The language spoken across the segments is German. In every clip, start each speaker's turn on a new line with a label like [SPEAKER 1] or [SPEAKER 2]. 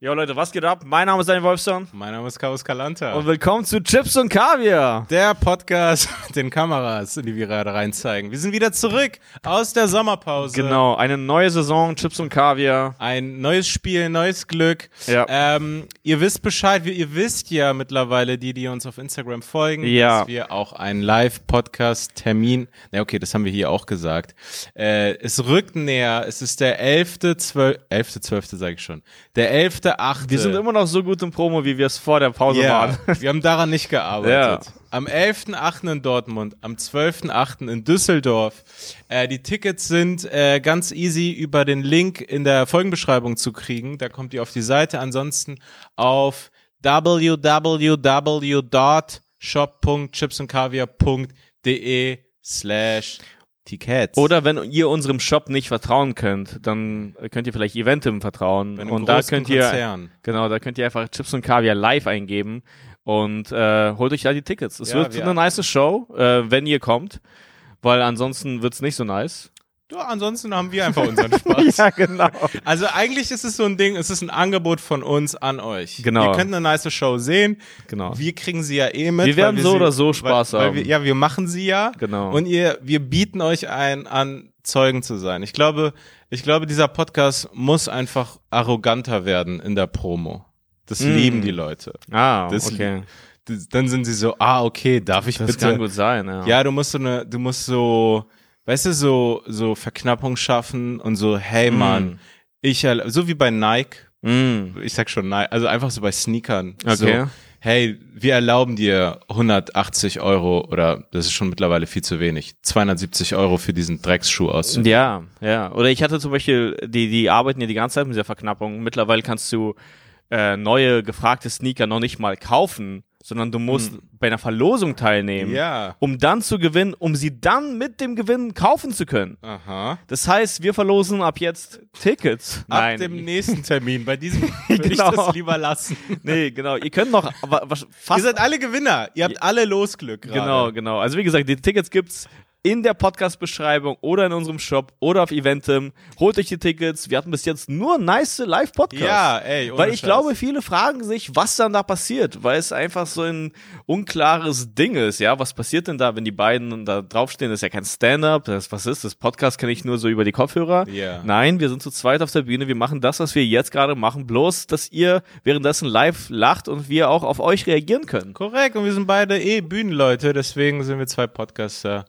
[SPEAKER 1] Jo Leute, was geht ab? Mein Name ist Daniel Wolfson
[SPEAKER 2] Mein Name ist Carlos Calanta.
[SPEAKER 1] und willkommen zu Chips und Kaviar.
[SPEAKER 2] der Podcast mit den Kameras, in die wir gerade reinzeigen. Wir sind wieder zurück aus der Sommerpause.
[SPEAKER 1] Genau, eine neue Saison Chips und Kaviar.
[SPEAKER 2] Ein neues Spiel, neues Glück.
[SPEAKER 1] Ja.
[SPEAKER 2] Ähm, ihr wisst Bescheid, wir- ihr wisst ja mittlerweile, die, die uns auf Instagram folgen,
[SPEAKER 1] Ja.
[SPEAKER 2] dass wir auch einen Live-Podcast-Termin, na okay, das haben wir hier auch gesagt. Äh, es rückt näher, es ist der 11., 12., 11., 12. sage ich schon, der 11., 8.
[SPEAKER 1] Wir sind immer noch so gut im Promo, wie wir es vor der Pause
[SPEAKER 2] Ja,
[SPEAKER 1] waren.
[SPEAKER 2] wir haben daran nicht gearbeitet.
[SPEAKER 1] Ja.
[SPEAKER 2] Am 11.8. in Dortmund, am 12.8. in Düsseldorf. Äh, die Tickets sind äh, ganz easy über den Link in der Folgenbeschreibung zu kriegen. Da kommt ihr auf die Seite. Ansonsten auf www.shop.chipsandkaviar.de slash Tickets.
[SPEAKER 1] Oder wenn ihr unserem Shop nicht vertrauen könnt, dann könnt ihr vielleicht Eventim vertrauen.
[SPEAKER 2] Bei einem
[SPEAKER 1] und da
[SPEAKER 2] großen
[SPEAKER 1] könnt ihr
[SPEAKER 2] Konzern.
[SPEAKER 1] genau, da könnt ihr einfach Chips und Kaviar live eingeben und äh, holt euch da die Tickets. Es
[SPEAKER 2] Ja,
[SPEAKER 1] wird
[SPEAKER 2] wir-
[SPEAKER 1] eine nice Show, äh, wenn ihr kommt, weil ansonsten wird's nicht so nice.
[SPEAKER 2] Ja, ansonsten haben wir einfach unseren Spaß.
[SPEAKER 1] genau.
[SPEAKER 2] Also eigentlich ist es so ein Ding, es ist ein Angebot von uns an euch.
[SPEAKER 1] Genau.
[SPEAKER 2] Ihr könnt eine nice Show sehen.
[SPEAKER 1] Genau.
[SPEAKER 2] Wir kriegen sie ja eh mit.
[SPEAKER 1] Wir werden
[SPEAKER 2] weil
[SPEAKER 1] so
[SPEAKER 2] sie-
[SPEAKER 1] oder so Spaß
[SPEAKER 2] weil, weil
[SPEAKER 1] haben.
[SPEAKER 2] Wir, ja, wir machen sie ja.
[SPEAKER 1] Genau.
[SPEAKER 2] Und ihr, wir bieten euch ein, an Zeugen zu sein. Ich glaube, ich glaube, dieser Podcast muss einfach arroganter werden in der Promo. Das
[SPEAKER 1] Mm.
[SPEAKER 2] lieben die Leute.
[SPEAKER 1] Ah,
[SPEAKER 2] Das
[SPEAKER 1] okay.
[SPEAKER 2] Das, dann sind sie so, ah, okay, darf ich
[SPEAKER 1] Das
[SPEAKER 2] bitte?
[SPEAKER 1] kann gut sein, ja.
[SPEAKER 2] Ja, du musst so eine, du musst so, weißt du, so, so Verknappung schaffen und so, hey Mann, ich, erla- so wie bei Nike,
[SPEAKER 1] Mm.
[SPEAKER 2] ich sag schon Nike, also einfach so bei Sneakern.
[SPEAKER 1] Okay.
[SPEAKER 2] So, hey, wir erlauben dir 180 Euro oder das ist schon mittlerweile viel zu wenig, 270 Euro für diesen Drecksschuh aus.
[SPEAKER 1] Ja, ja. Oder ich hatte zum Beispiel, die, die arbeiten ja die ganze Zeit mit dieser Verknappung. Mittlerweile kannst du äh, neue gefragte Sneaker noch nicht mal kaufen, sondern du musst bei einer Verlosung teilnehmen,
[SPEAKER 2] Hm. Ja.
[SPEAKER 1] um dann zu gewinnen, um sie dann mit dem Gewinn kaufen zu können.
[SPEAKER 2] Aha.
[SPEAKER 1] Das heißt, wir verlosen ab jetzt Tickets. Nein.
[SPEAKER 2] Ab dem nächsten Termin, bei diesem würde
[SPEAKER 1] Genau.
[SPEAKER 2] ich das lieber lassen.
[SPEAKER 1] nee, genau. Ihr könnt noch aber, was-
[SPEAKER 2] Ihr
[SPEAKER 1] fast
[SPEAKER 2] seid alle Gewinner, ihr habt alle Losglück gerade.
[SPEAKER 1] Genau, genau. Also wie gesagt, die Tickets gibt's in der Podcast-Beschreibung oder in unserem Shop oder auf Eventim. Holt euch die Tickets. Wir hatten bis jetzt nur nice Live-Podcasts.
[SPEAKER 2] Ja, ey, ohne
[SPEAKER 1] Weil ich
[SPEAKER 2] Scheiß.
[SPEAKER 1] glaube, viele fragen sich, was dann da passiert, weil es einfach so ein unklares Ding ist, ja. Was passiert denn da, wenn die beiden da draufstehen? Das ist ja kein Stand-up. Das, was ist das? Podcast kenne ich nur so über die Kopfhörer.
[SPEAKER 2] Ja.
[SPEAKER 1] Nein, wir sind zu zweit auf der Bühne. Wir machen das, was wir jetzt gerade machen. Bloß, dass ihr währenddessen live lacht und wir auch auf euch reagieren können.
[SPEAKER 2] Korrekt, und wir sind beide eh Bühnenleute, deswegen sind wir zwei Podcaster,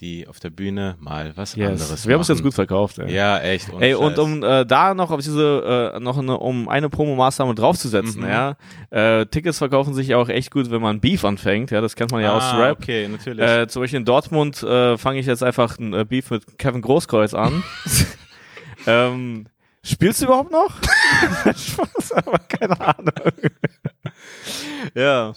[SPEAKER 2] die auf der Bühne mal was anderes
[SPEAKER 1] Wir haben es jetzt
[SPEAKER 2] machen.
[SPEAKER 1] gut verkauft, ey.
[SPEAKER 2] Ja, echt. ohne
[SPEAKER 1] Ey, und
[SPEAKER 2] Scheiß.
[SPEAKER 1] um äh, da noch auf diese, äh, noch eine, um eine Promo-Maßnahme draufzusetzen,
[SPEAKER 2] Mhm.
[SPEAKER 1] ja, äh, Tickets verkaufen sich auch echt gut, wenn man Beef anfängt, ja, das kennt man ja aus
[SPEAKER 2] ah,
[SPEAKER 1] Rap.
[SPEAKER 2] Okay, natürlich.
[SPEAKER 1] Äh, zum Beispiel in Dortmund äh, fange ich jetzt einfach ein äh, Beef mit Kevin Großkreuz an. ähm, spielst du überhaupt noch? Spaß, aber keine Ahnung. ja,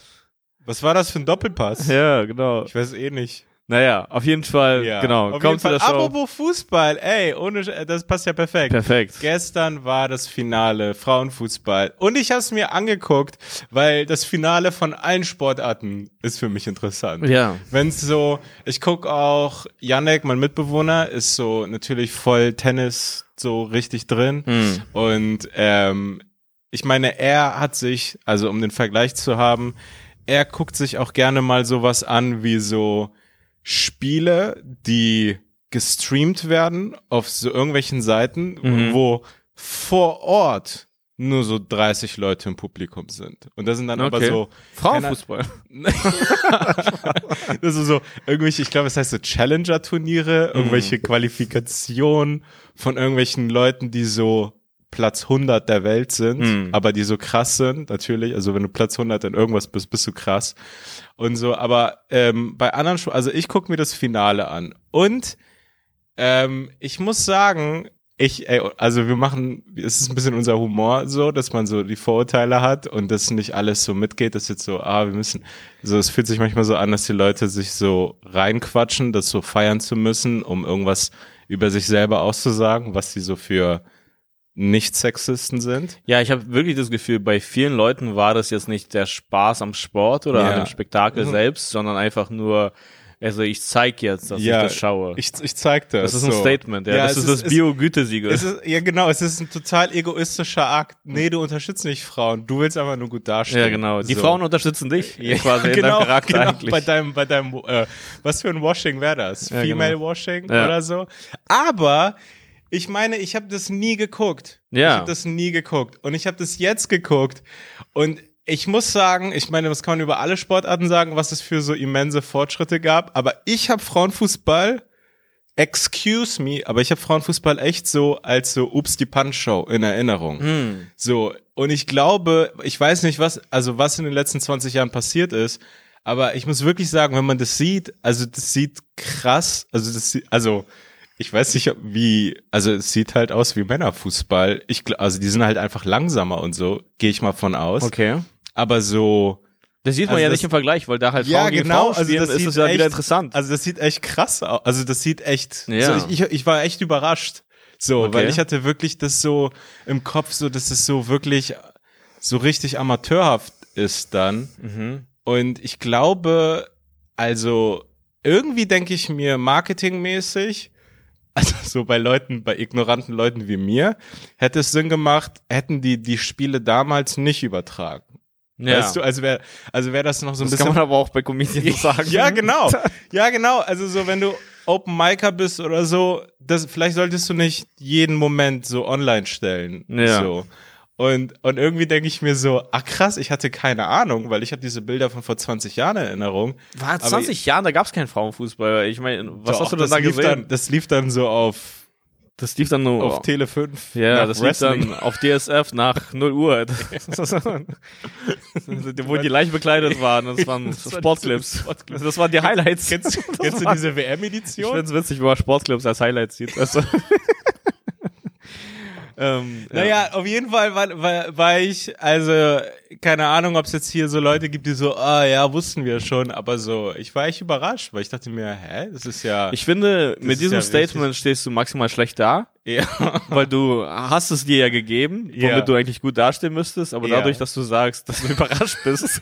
[SPEAKER 2] Was war das für ein Doppelpass?
[SPEAKER 1] ja, genau.
[SPEAKER 2] Ich weiß eh nicht.
[SPEAKER 1] Naja, auf jeden Fall, genau,
[SPEAKER 2] Auf
[SPEAKER 1] kommt zu
[SPEAKER 2] jeden
[SPEAKER 1] der
[SPEAKER 2] Fall.
[SPEAKER 1] Show.
[SPEAKER 2] Apropos Fußball, ey, ohne, Sch- äh, das passt ja perfekt.
[SPEAKER 1] Perfekt.
[SPEAKER 2] Gestern war das Finale Frauenfußball und ich habe es mir angeguckt, weil das Finale von allen Sportarten ist für mich interessant.
[SPEAKER 1] Ja.
[SPEAKER 2] Wenn es so, ich guck auch, Janek, mein Mitbewohner, ist so natürlich voll Tennis so richtig
[SPEAKER 1] Mhm.
[SPEAKER 2] drin.
[SPEAKER 1] Hm.
[SPEAKER 2] Und ähm, ich meine, er hat sich, also um den Vergleich zu haben, er guckt sich auch gerne mal sowas an wie so Spiele, die gestreamt werden auf so irgendwelchen Seiten, wo vor Ort nur so 30 Leute im Publikum sind. Und das sind dann aber
[SPEAKER 1] Okay.
[SPEAKER 2] so
[SPEAKER 1] Frauenfußball.
[SPEAKER 2] das ist so irgendwelche, ich glaube, es heißt so Challenger-Turniere, irgendwelche Qualifikationen von irgendwelchen Leuten, die so Platz 100 der Welt sind, aber die so krass sind, natürlich. Also wenn du Platz 100 in irgendwas bist, bist du krass und so. Aber ähm, bei anderen, Schu also ich gucke mir das Finale an und ähm, ich muss sagen, ich, ey, also wir machen, es ist ein bisschen unser Humor so, dass man so die Vorurteile hat und das nicht alles so mitgeht, dass jetzt so, ah, wir müssen, so, es fühlt sich manchmal so an, dass die Leute sich so reinquatschen, das so feiern zu müssen, um irgendwas über sich selber auszusagen, was sie so für Nicht-Sexisten sind.
[SPEAKER 1] Ja, ich habe wirklich das Gefühl, bei vielen Leuten war das jetzt nicht der Spaß am Sport oder
[SPEAKER 2] Ja.
[SPEAKER 1] Mhm. an dem Spektakel selbst, sondern einfach nur Also ich zeig jetzt, dass ich
[SPEAKER 2] Ja,
[SPEAKER 1] das schaue.
[SPEAKER 2] Ich, ich zeig das.
[SPEAKER 1] das ist ein
[SPEAKER 2] so.
[SPEAKER 1] Statement, ja. das
[SPEAKER 2] es
[SPEAKER 1] ist das Bio-Gütesiegel.
[SPEAKER 2] Es ist, ja, genau, es ist ein total egoistischer Akt. Nee, du unterstützt nicht Frauen. Du willst einfach nur gut dastehen.
[SPEAKER 1] ja, genau. Die
[SPEAKER 2] So.
[SPEAKER 1] Frauen unterstützen dich äh,
[SPEAKER 2] Ja,
[SPEAKER 1] quasi in deinem Charakter
[SPEAKER 2] genau,
[SPEAKER 1] eigentlich.
[SPEAKER 2] Bei deinem, bei deinem, äh, was für ein Washing wäre das?
[SPEAKER 1] Ja,
[SPEAKER 2] Female
[SPEAKER 1] genau.
[SPEAKER 2] Washing
[SPEAKER 1] Ja.
[SPEAKER 2] oder so? Aber ich meine, ich habe das nie geguckt.
[SPEAKER 1] Ja.
[SPEAKER 2] Ich habe das nie geguckt. Und ich habe das jetzt geguckt. Und ich muss sagen, ich meine, das kann man über alle Sportarten sagen, was es für so immense Fortschritte gab. Aber ich habe Frauenfußball, excuse me, aber ich habe Frauenfußball echt so als so Ups die Punch-Show in Erinnerung.
[SPEAKER 1] Hm.
[SPEAKER 2] So, und ich glaube, ich weiß nicht, was, also was in den letzten 20 Jahren passiert ist, aber ich muss wirklich sagen, wenn man das sieht, also das sieht krass, also das sieht, also ich weiß nicht, ob wie, also es sieht halt aus wie Männerfußball. Ich, gl- also die sind halt einfach langsamer und so, gehe ich mal von aus.
[SPEAKER 1] Okay.
[SPEAKER 2] Aber so,
[SPEAKER 1] Das sieht man
[SPEAKER 2] Also
[SPEAKER 1] ja
[SPEAKER 2] das- genau,
[SPEAKER 1] nicht im Vergleich, weil da halt Frauen gegen Frauen spielen, ist es ja wieder interessant.
[SPEAKER 2] Also das sieht echt krass aus. Also das sieht echt.
[SPEAKER 1] Ja.
[SPEAKER 2] So, ich, ich, ich war echt überrascht. So,
[SPEAKER 1] Okay.
[SPEAKER 2] weil ich hatte wirklich das so im Kopf, so dass es so wirklich so richtig amateurhaft ist dann.
[SPEAKER 1] Mhm.
[SPEAKER 2] Und ich glaube, also irgendwie denke ich mir marketingmäßig, also so bei Leuten, bei ignoranten Leuten wie mir, hätte es Sinn gemacht, hätten die die Spiele damals nicht übertragen.
[SPEAKER 1] ja.
[SPEAKER 2] Weißt du, also wäre also wär das noch so ein
[SPEAKER 1] das
[SPEAKER 2] bisschen
[SPEAKER 1] kann man aber auch bei Comedians sagen.
[SPEAKER 2] ja, genau. Ja, genau. Also so, wenn du Open Micer bist oder so, das, vielleicht solltest du nicht jeden Moment so online stellen.
[SPEAKER 1] Ja.
[SPEAKER 2] So. Und, und irgendwie denke ich mir so, ach krass, ich hatte keine Ahnung, weil ich habe diese Bilder von vor 20 Jahren in Erinnerung.
[SPEAKER 1] War
[SPEAKER 2] Aber-
[SPEAKER 1] 20 Jahren, da gab es keinen Frauenfußball. Ich meine, was
[SPEAKER 2] Doch,
[SPEAKER 1] hast du denn
[SPEAKER 2] das
[SPEAKER 1] da
[SPEAKER 2] lief
[SPEAKER 1] gesehen?
[SPEAKER 2] Dann, das lief dann so auf,
[SPEAKER 1] das lief dann nur
[SPEAKER 2] auf Tele 5.
[SPEAKER 1] Ja,
[SPEAKER 2] nach
[SPEAKER 1] das
[SPEAKER 2] Wrestling.
[SPEAKER 1] lief dann auf DSF nach 0 Uhr. Das- Wo die leicht bekleidet waren. Das waren
[SPEAKER 2] Das waren die
[SPEAKER 1] Sportclips. Das waren die Highlights.
[SPEAKER 2] Kennst, kennst du diese WM-Edition?
[SPEAKER 1] Ich find's witzig, wenn man Sportclips als Highlights sieht. Also, ähm, ja.
[SPEAKER 2] Naja, auf jeden Fall war, war, war ich, also, keine Ahnung, ob es jetzt hier so Leute gibt, die so, ah ja, wussten wir schon, aber so, ich war echt überrascht, weil ich dachte mir, hä, das ist ja.
[SPEAKER 1] Ich finde, mit
[SPEAKER 2] ist
[SPEAKER 1] diesem
[SPEAKER 2] ja richtig.
[SPEAKER 1] Statement stehst du maximal schlecht da,
[SPEAKER 2] ja.
[SPEAKER 1] weil du hast es dir ja gegeben, womit
[SPEAKER 2] Ja.
[SPEAKER 1] du eigentlich gut dastehen müsstest, aber
[SPEAKER 2] Ja.
[SPEAKER 1] dadurch, dass du sagst, dass du überrascht bist,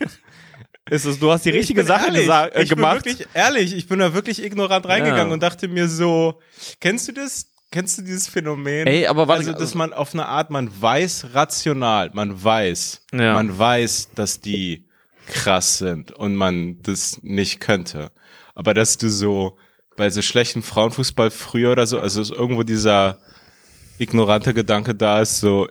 [SPEAKER 1] ist es, du hast die richtige
[SPEAKER 2] Ich bin
[SPEAKER 1] Sache
[SPEAKER 2] ehrlich,
[SPEAKER 1] gesa- äh,
[SPEAKER 2] ich
[SPEAKER 1] gemacht.
[SPEAKER 2] Bin wirklich, ehrlich, ich bin da wirklich ignorant reingegangen
[SPEAKER 1] Ja.
[SPEAKER 2] und dachte mir so, kennst du das? Kennst du dieses Phänomen?
[SPEAKER 1] Ey, aber warte,
[SPEAKER 2] also, dass
[SPEAKER 1] also-
[SPEAKER 2] man auf eine Art, man weiß rational, man weiß,
[SPEAKER 1] Ja.
[SPEAKER 2] man weiß, dass die krass sind und man das nicht könnte. Aber dass du so bei so schlechten Frauenfußball früher oder so, also ist irgendwo dieser ignorante Gedanke da ist, so,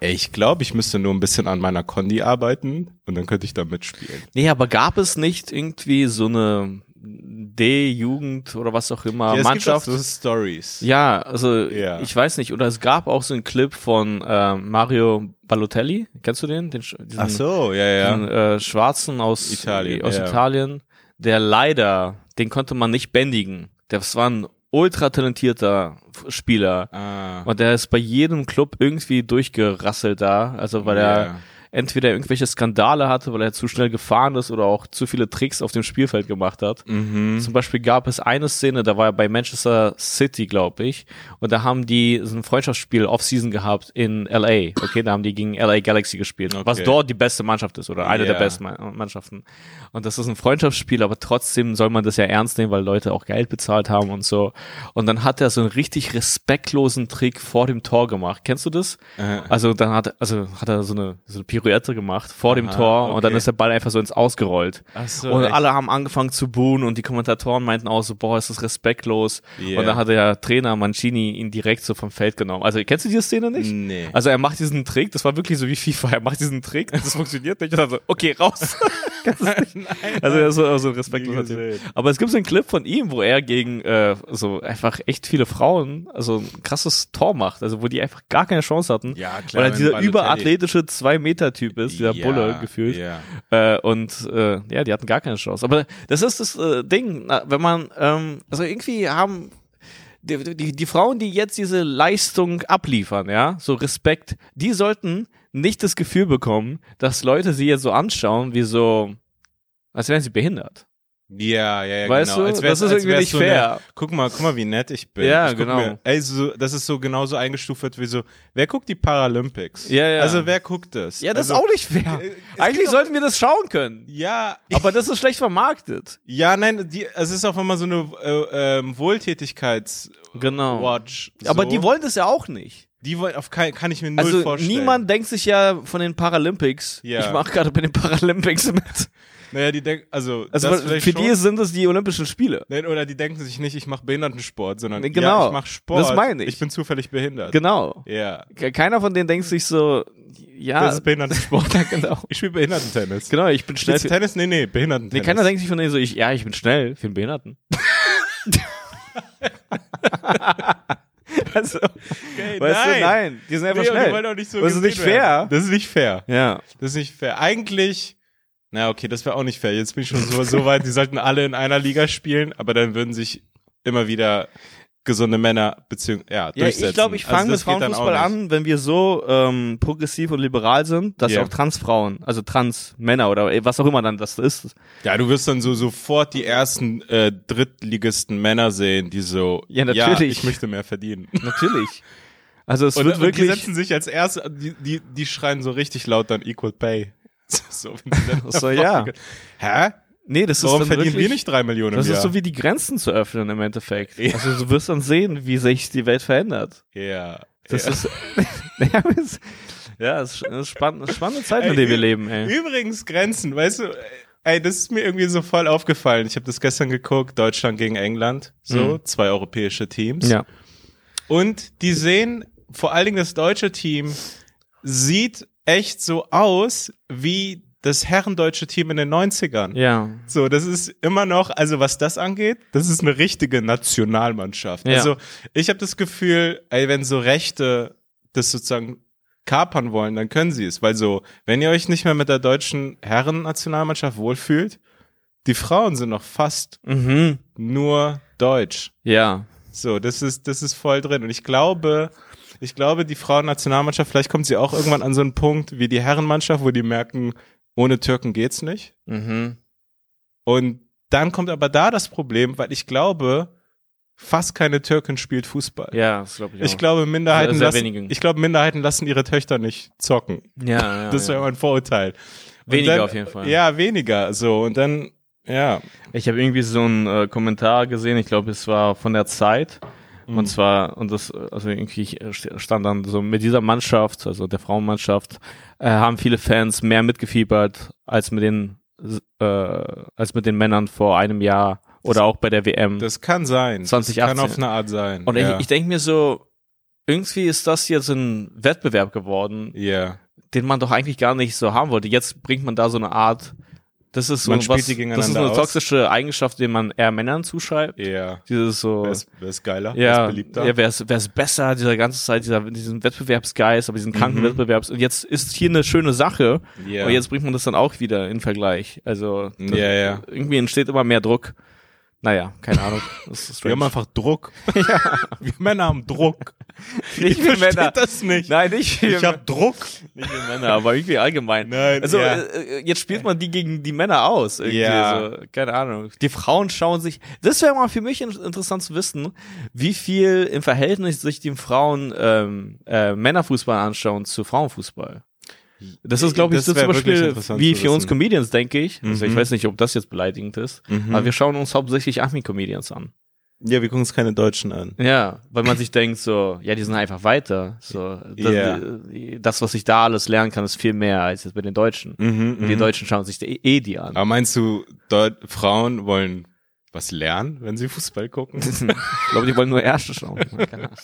[SPEAKER 2] ey, ich glaube, ich müsste nur ein bisschen an meiner Kondi arbeiten und dann könnte ich da mitspielen.
[SPEAKER 1] Nee, aber gab es nicht irgendwie so eine D-Jugend oder was auch immer,
[SPEAKER 2] Ja, es gibt auch
[SPEAKER 1] Ah, Mannschaft?
[SPEAKER 2] so Stories.
[SPEAKER 1] Ja, also
[SPEAKER 2] Ja.
[SPEAKER 1] ich weiß nicht. Oder es gab auch so einen Clip von äh, Mario Balotelli. Kennst du den? den Sch- diesen,
[SPEAKER 2] Ach so, ja, ja.
[SPEAKER 1] Diesen, äh, Schwarzen aus
[SPEAKER 2] Italien,
[SPEAKER 1] aus
[SPEAKER 2] ja.
[SPEAKER 1] Italien. Der leider, den konnte man nicht bändigen. Das war ein ultra talentierter F- Spieler.
[SPEAKER 2] Ah.
[SPEAKER 1] Und der ist bei jedem Club irgendwie durchgerasselt da. Also weil er
[SPEAKER 2] Ja.
[SPEAKER 1] entweder irgendwelche Skandale hatte, weil er zu schnell gefahren ist oder auch zu viele Tricks auf dem Spielfeld gemacht hat.
[SPEAKER 2] Mhm.
[SPEAKER 1] Zum Beispiel gab es eine Szene, da war er bei Manchester City, glaube ich, und da haben die so ein Freundschaftsspiel Off-Season gehabt in LA. Okay, da haben die gegen LA Galaxy gespielt, was
[SPEAKER 2] Okay.
[SPEAKER 1] dort die beste Mannschaft ist oder eine der
[SPEAKER 2] Ja.
[SPEAKER 1] besten Ma- Mannschaften. Und das ist ein Freundschaftsspiel, aber trotzdem soll man das ja ernst nehmen, weil Leute auch Geld bezahlt haben und so. Und dann hat er so einen richtig respektlosen Trick vor dem Tor gemacht. Kennst du das?
[SPEAKER 2] Äh.
[SPEAKER 1] Also dann hat, also hat er so eine, so eine Pirouette gemacht vor dem Tor und dann
[SPEAKER 2] okay.
[SPEAKER 1] ist der Ball einfach so ins Ausgerollt.
[SPEAKER 2] Ach so,
[SPEAKER 1] und
[SPEAKER 2] echt?
[SPEAKER 1] alle haben angefangen zu buhen und die Kommentatoren meinten auch so, boah, ist das respektlos.
[SPEAKER 2] Yeah.
[SPEAKER 1] Und dann hat der Trainer Mancini ihn direkt so vom Feld genommen. Also kennst du diese Szene nicht?
[SPEAKER 2] Nee.
[SPEAKER 1] Also er macht diesen Trick, das war wirklich so wie FIFA, er macht diesen Trick, das funktioniert nicht. Und dann so, okay, raus. Kennst du das nicht? also er ist so, so ein respektloser
[SPEAKER 2] Nie
[SPEAKER 1] Typ.
[SPEAKER 2] gesehen.
[SPEAKER 1] Aber es gibt so einen Clip von ihm, wo er gegen äh, so einfach echt viele Frauen, also ein krasses Tor macht, also wo die einfach gar keine Chance hatten.
[SPEAKER 2] Ja,
[SPEAKER 1] Weil
[SPEAKER 2] klar,
[SPEAKER 1] er
[SPEAKER 2] wenn
[SPEAKER 1] dieser
[SPEAKER 2] Balotelli-
[SPEAKER 1] überathletische 2-Meter-Typ ist, dieser Bulle gefühlt.
[SPEAKER 2] Ja.
[SPEAKER 1] Äh, und äh, ja, die hatten gar keine Chance. Aber das ist das äh, Ding, na, wenn man, ähm, also irgendwie haben die, die, die Frauen, die jetzt diese Leistung abliefern, ja, so Respekt, die sollten nicht das Gefühl bekommen, dass Leute sie jetzt so anschauen, wie so, als wären sie behindert.
[SPEAKER 2] Ja, ja, ja,
[SPEAKER 1] Weißt
[SPEAKER 2] genau.
[SPEAKER 1] du,
[SPEAKER 2] Als wär's-
[SPEAKER 1] das ist
[SPEAKER 2] als
[SPEAKER 1] irgendwie
[SPEAKER 2] wär's
[SPEAKER 1] nicht
[SPEAKER 2] so
[SPEAKER 1] fair.
[SPEAKER 2] Eine, guck mal, guck mal, wie nett ich bin.
[SPEAKER 1] Ja,
[SPEAKER 2] ich guck
[SPEAKER 1] genau.
[SPEAKER 2] Mir, ey, so, das ist so genauso eingestuft wird wie so, wer guckt die Paralympics?
[SPEAKER 1] Ja, ja.
[SPEAKER 2] Also wer guckt das?
[SPEAKER 1] Ja, das
[SPEAKER 2] also,
[SPEAKER 1] ist auch nicht fair.
[SPEAKER 2] äh, es gibt
[SPEAKER 1] Eigentlich
[SPEAKER 2] doch-
[SPEAKER 1] sollten wir das schauen können.
[SPEAKER 2] Ja,
[SPEAKER 1] Aber das ist schlecht vermarktet.
[SPEAKER 2] ja, nein, die, es ist auch immer so eine äh, ähm, Wohltätigkeits-Watch.
[SPEAKER 1] Genau.
[SPEAKER 2] So.
[SPEAKER 1] Aber die wollen das ja auch nicht.
[SPEAKER 2] die wollen, auf kein, kann ich mir null
[SPEAKER 1] Also
[SPEAKER 2] vorstellen.
[SPEAKER 1] niemand denkt sich ja von den Paralympics.
[SPEAKER 2] Ja.
[SPEAKER 1] Ich mache gerade bei den Paralympics mit.
[SPEAKER 2] Naja, die denken, also,
[SPEAKER 1] Also
[SPEAKER 2] das
[SPEAKER 1] für
[SPEAKER 2] vielleicht schon.
[SPEAKER 1] die sind es die Olympischen Spiele.
[SPEAKER 2] Nein, oder die denken sich nicht, ich mache Behindertensport, sondern
[SPEAKER 1] Nee, genau.
[SPEAKER 2] ja, ich mache Sport.
[SPEAKER 1] Das meine ich.
[SPEAKER 2] Ich bin zufällig behindert.
[SPEAKER 1] Genau.
[SPEAKER 2] Ja.
[SPEAKER 1] Ke- Keiner von denen denkt sich so, ja,
[SPEAKER 2] Das ist Behindertensport.
[SPEAKER 1] Ja, genau.
[SPEAKER 2] Ich spiele Behindertentennis.
[SPEAKER 1] genau, ich bin schnell.
[SPEAKER 2] Spielst
[SPEAKER 1] Für,
[SPEAKER 2] du Tennis? Nee, nee, Behindertentennis.
[SPEAKER 1] nee, keiner denkt sich von denen so, ich, ja, ich bin schnell für einen Behinderten. also,
[SPEAKER 2] Ey,
[SPEAKER 1] weißt
[SPEAKER 2] nein.
[SPEAKER 1] du, nein, die sind einfach
[SPEAKER 2] Nee, und die
[SPEAKER 1] schnell.
[SPEAKER 2] wollen auch nicht so
[SPEAKER 1] das ist nicht
[SPEAKER 2] gesehen
[SPEAKER 1] fair.
[SPEAKER 2] werden. Das ist nicht fair.
[SPEAKER 1] Ja.
[SPEAKER 2] Das ist nicht fair. Eigentlich, na okay, das wäre auch nicht fair. Jetzt bin ich schon so, so weit, die sollten alle in einer Liga spielen, aber dann würden sich immer wieder gesunde Männer beziehungsweise ja,
[SPEAKER 1] Ja,
[SPEAKER 2] durchsetzen. Also
[SPEAKER 1] ich glaube, ich fange mit
[SPEAKER 2] das geht dann auch
[SPEAKER 1] Frauenfußball
[SPEAKER 2] nicht.
[SPEAKER 1] an, wenn wir so ähm, progressiv und liberal sind, dass
[SPEAKER 2] Ja.
[SPEAKER 1] auch Transfrauen, also Transmänner oder eh, was auch immer dann das ist.
[SPEAKER 2] Ja, du wirst dann so sofort die ersten äh, Drittligisten Männer sehen, die so,
[SPEAKER 1] Ja, natürlich.
[SPEAKER 2] ich möchte mehr verdienen.
[SPEAKER 1] Natürlich. Also es
[SPEAKER 2] Und,
[SPEAKER 1] wird
[SPEAKER 2] und die
[SPEAKER 1] wirklich.
[SPEAKER 2] setzen sich als erste, die, die, die schreien so richtig laut dann Equal Pay. So, wenn sie dann
[SPEAKER 1] So, ja.
[SPEAKER 2] Hä?
[SPEAKER 1] nee, das
[SPEAKER 2] Warum
[SPEAKER 1] ist dann
[SPEAKER 2] verdienen
[SPEAKER 1] wirklich,
[SPEAKER 2] wir nicht drei Millionen im
[SPEAKER 1] Das
[SPEAKER 2] Jahr?
[SPEAKER 1] ist so wie die Grenzen zu öffnen im Endeffekt. Also du wirst dann sehen, wie sich die Welt verändert.
[SPEAKER 2] ja.
[SPEAKER 1] Das
[SPEAKER 2] ja.
[SPEAKER 1] ist. ja, es ist, ja, es ist eine spannende, eine spannende Zeit, in
[SPEAKER 2] Ey,
[SPEAKER 1] der wir leben, ey.
[SPEAKER 2] Übrigens Grenzen, weißt du, ey, das ist mir irgendwie so voll aufgefallen. Ich habe das gestern geguckt, Deutschland gegen England, so,
[SPEAKER 1] Hm.
[SPEAKER 2] zwei europäische Teams.
[SPEAKER 1] Ja.
[SPEAKER 2] Und die sehen, vor allen Dingen das deutsche Team, sieht echt so aus wie das herrendeutsche Team in den 90ern.
[SPEAKER 1] Ja.
[SPEAKER 2] So, das ist immer noch, also was das angeht, das ist eine richtige Nationalmannschaft.
[SPEAKER 1] Ja.
[SPEAKER 2] Also ich habe das Gefühl, ey, wenn so Rechte das sozusagen kapern wollen, dann können sie es. Weil so, wenn ihr euch nicht mehr mit der deutschen Herren-Nationalmannschaft wohlfühlt, die Frauen sind noch fast
[SPEAKER 1] Mhm.
[SPEAKER 2] nur deutsch.
[SPEAKER 1] Ja.
[SPEAKER 2] So, das ist, das ist voll drin. Und ich glaube, ich glaube, die Frauen-Nationalmannschaft, vielleicht kommt sie auch irgendwann an so einen Punkt wie die Herrenmannschaft, wo die merken, ohne Türken geht's nicht.
[SPEAKER 1] Mhm.
[SPEAKER 2] Und dann kommt aber da das Problem, weil ich glaube, fast keine Türken spielt Fußball.
[SPEAKER 1] Ja, das glaube ich auch. Also
[SPEAKER 2] Ich glaube, Minderheiten,
[SPEAKER 1] Sehr
[SPEAKER 2] lassen,
[SPEAKER 1] wenigen.
[SPEAKER 2] ich glaube, Minderheiten lassen ihre Töchter nicht zocken.
[SPEAKER 1] ja, ja,
[SPEAKER 2] das ist ja
[SPEAKER 1] ja.
[SPEAKER 2] mein Vorurteil. Und
[SPEAKER 1] Weniger
[SPEAKER 2] dann,
[SPEAKER 1] auf jeden Fall.
[SPEAKER 2] Ja, weniger. So, und dann, ja.
[SPEAKER 1] Ich habe irgendwie so einen äh, Kommentar gesehen, ich glaube, es war von der Zeit.
[SPEAKER 2] Mhm.
[SPEAKER 1] Und zwar, und das, äh, also irgendwie äh, st- stand dann so, mit dieser Mannschaft, also der Frauenmannschaft, äh, haben viele Fans mehr mitgefiebert als mit den, äh, als mit den Männern vor einem Jahr oder auch bei der WM.
[SPEAKER 2] Das kann sein.
[SPEAKER 1] 2018.
[SPEAKER 2] Das kann auf eine Art sein.
[SPEAKER 1] und
[SPEAKER 2] ja.
[SPEAKER 1] ich, ich denke mir so, irgendwie ist das jetzt ein Wettbewerb geworden,
[SPEAKER 2] ja.
[SPEAKER 1] den man doch eigentlich gar nicht so haben wollte. Jetzt bringt man da so eine Art, das ist so
[SPEAKER 2] Man spielt
[SPEAKER 1] was,
[SPEAKER 2] die gegeneinander
[SPEAKER 1] das ist so eine
[SPEAKER 2] aus.
[SPEAKER 1] toxische Eigenschaft, den man eher Männern zuschreibt.
[SPEAKER 2] Ja.
[SPEAKER 1] Dieses so,
[SPEAKER 2] Wer ist, wer ist geiler? Wer
[SPEAKER 1] ja,
[SPEAKER 2] ist beliebter?
[SPEAKER 1] ja, wer ist, wer ist besser, dieser ganze Zeit, dieser, diesen Wettbewerbsgeist, aber diesen kranken Wettbewerbs. Und jetzt ist hier eine schöne Sache.
[SPEAKER 2] Mhm. Ja.
[SPEAKER 1] Und Oh, jetzt bringt man das dann auch wieder in Vergleich. Also, das,
[SPEAKER 2] Ja, ja.
[SPEAKER 1] irgendwie entsteht immer mehr Druck. Naja, keine Ahnung. Das ist
[SPEAKER 2] wir haben
[SPEAKER 1] strange.
[SPEAKER 2] einfach Druck. Wir Männer haben Druck.
[SPEAKER 1] Nicht wir
[SPEAKER 2] verstehe
[SPEAKER 1] Männer.
[SPEAKER 2] das nicht.
[SPEAKER 1] Nein, nicht wir
[SPEAKER 2] ich habe Druck.
[SPEAKER 1] nicht wir Männer, aber irgendwie allgemein.
[SPEAKER 2] Nein,
[SPEAKER 1] also
[SPEAKER 2] ja.
[SPEAKER 1] äh, äh, jetzt spielt man die gegen die Männer aus. Irgendwie
[SPEAKER 2] Ja.
[SPEAKER 1] so, keine Ahnung. Die Frauen schauen sich. Das wäre mal für mich in, interessant zu wissen, wie viel im Verhältnis sich die Frauen ähm, äh, Männerfußball anschauen zu Frauenfußball. Das ist, glaube ich,
[SPEAKER 2] Das
[SPEAKER 1] so
[SPEAKER 2] wär
[SPEAKER 1] zum
[SPEAKER 2] wirklich
[SPEAKER 1] Beispiel
[SPEAKER 2] interessant
[SPEAKER 1] wie
[SPEAKER 2] zu
[SPEAKER 1] für uns
[SPEAKER 2] wissen. Mhm.
[SPEAKER 1] Comedians, denke ich. Also ich weiß nicht, ob das jetzt beleidigend ist, aber wir schauen uns hauptsächlich Army-Comedians an.
[SPEAKER 2] Ja, wir gucken uns keine Deutschen an.
[SPEAKER 1] Ja, weil man sich denkt so, ja, die sind halt einfach weiter. So, das,
[SPEAKER 2] Ja.
[SPEAKER 1] das, was ich da alles lernen kann, ist viel mehr als jetzt bei den Deutschen. Und die Deutschen schauen sich eh, eh die an.
[SPEAKER 2] Mhm, Aber meinst du, dort Frauen wollen was lernen, wenn sie Fußball gucken?
[SPEAKER 1] ich glaube, die wollen nur Ärzte schauen. Keine Ahnung.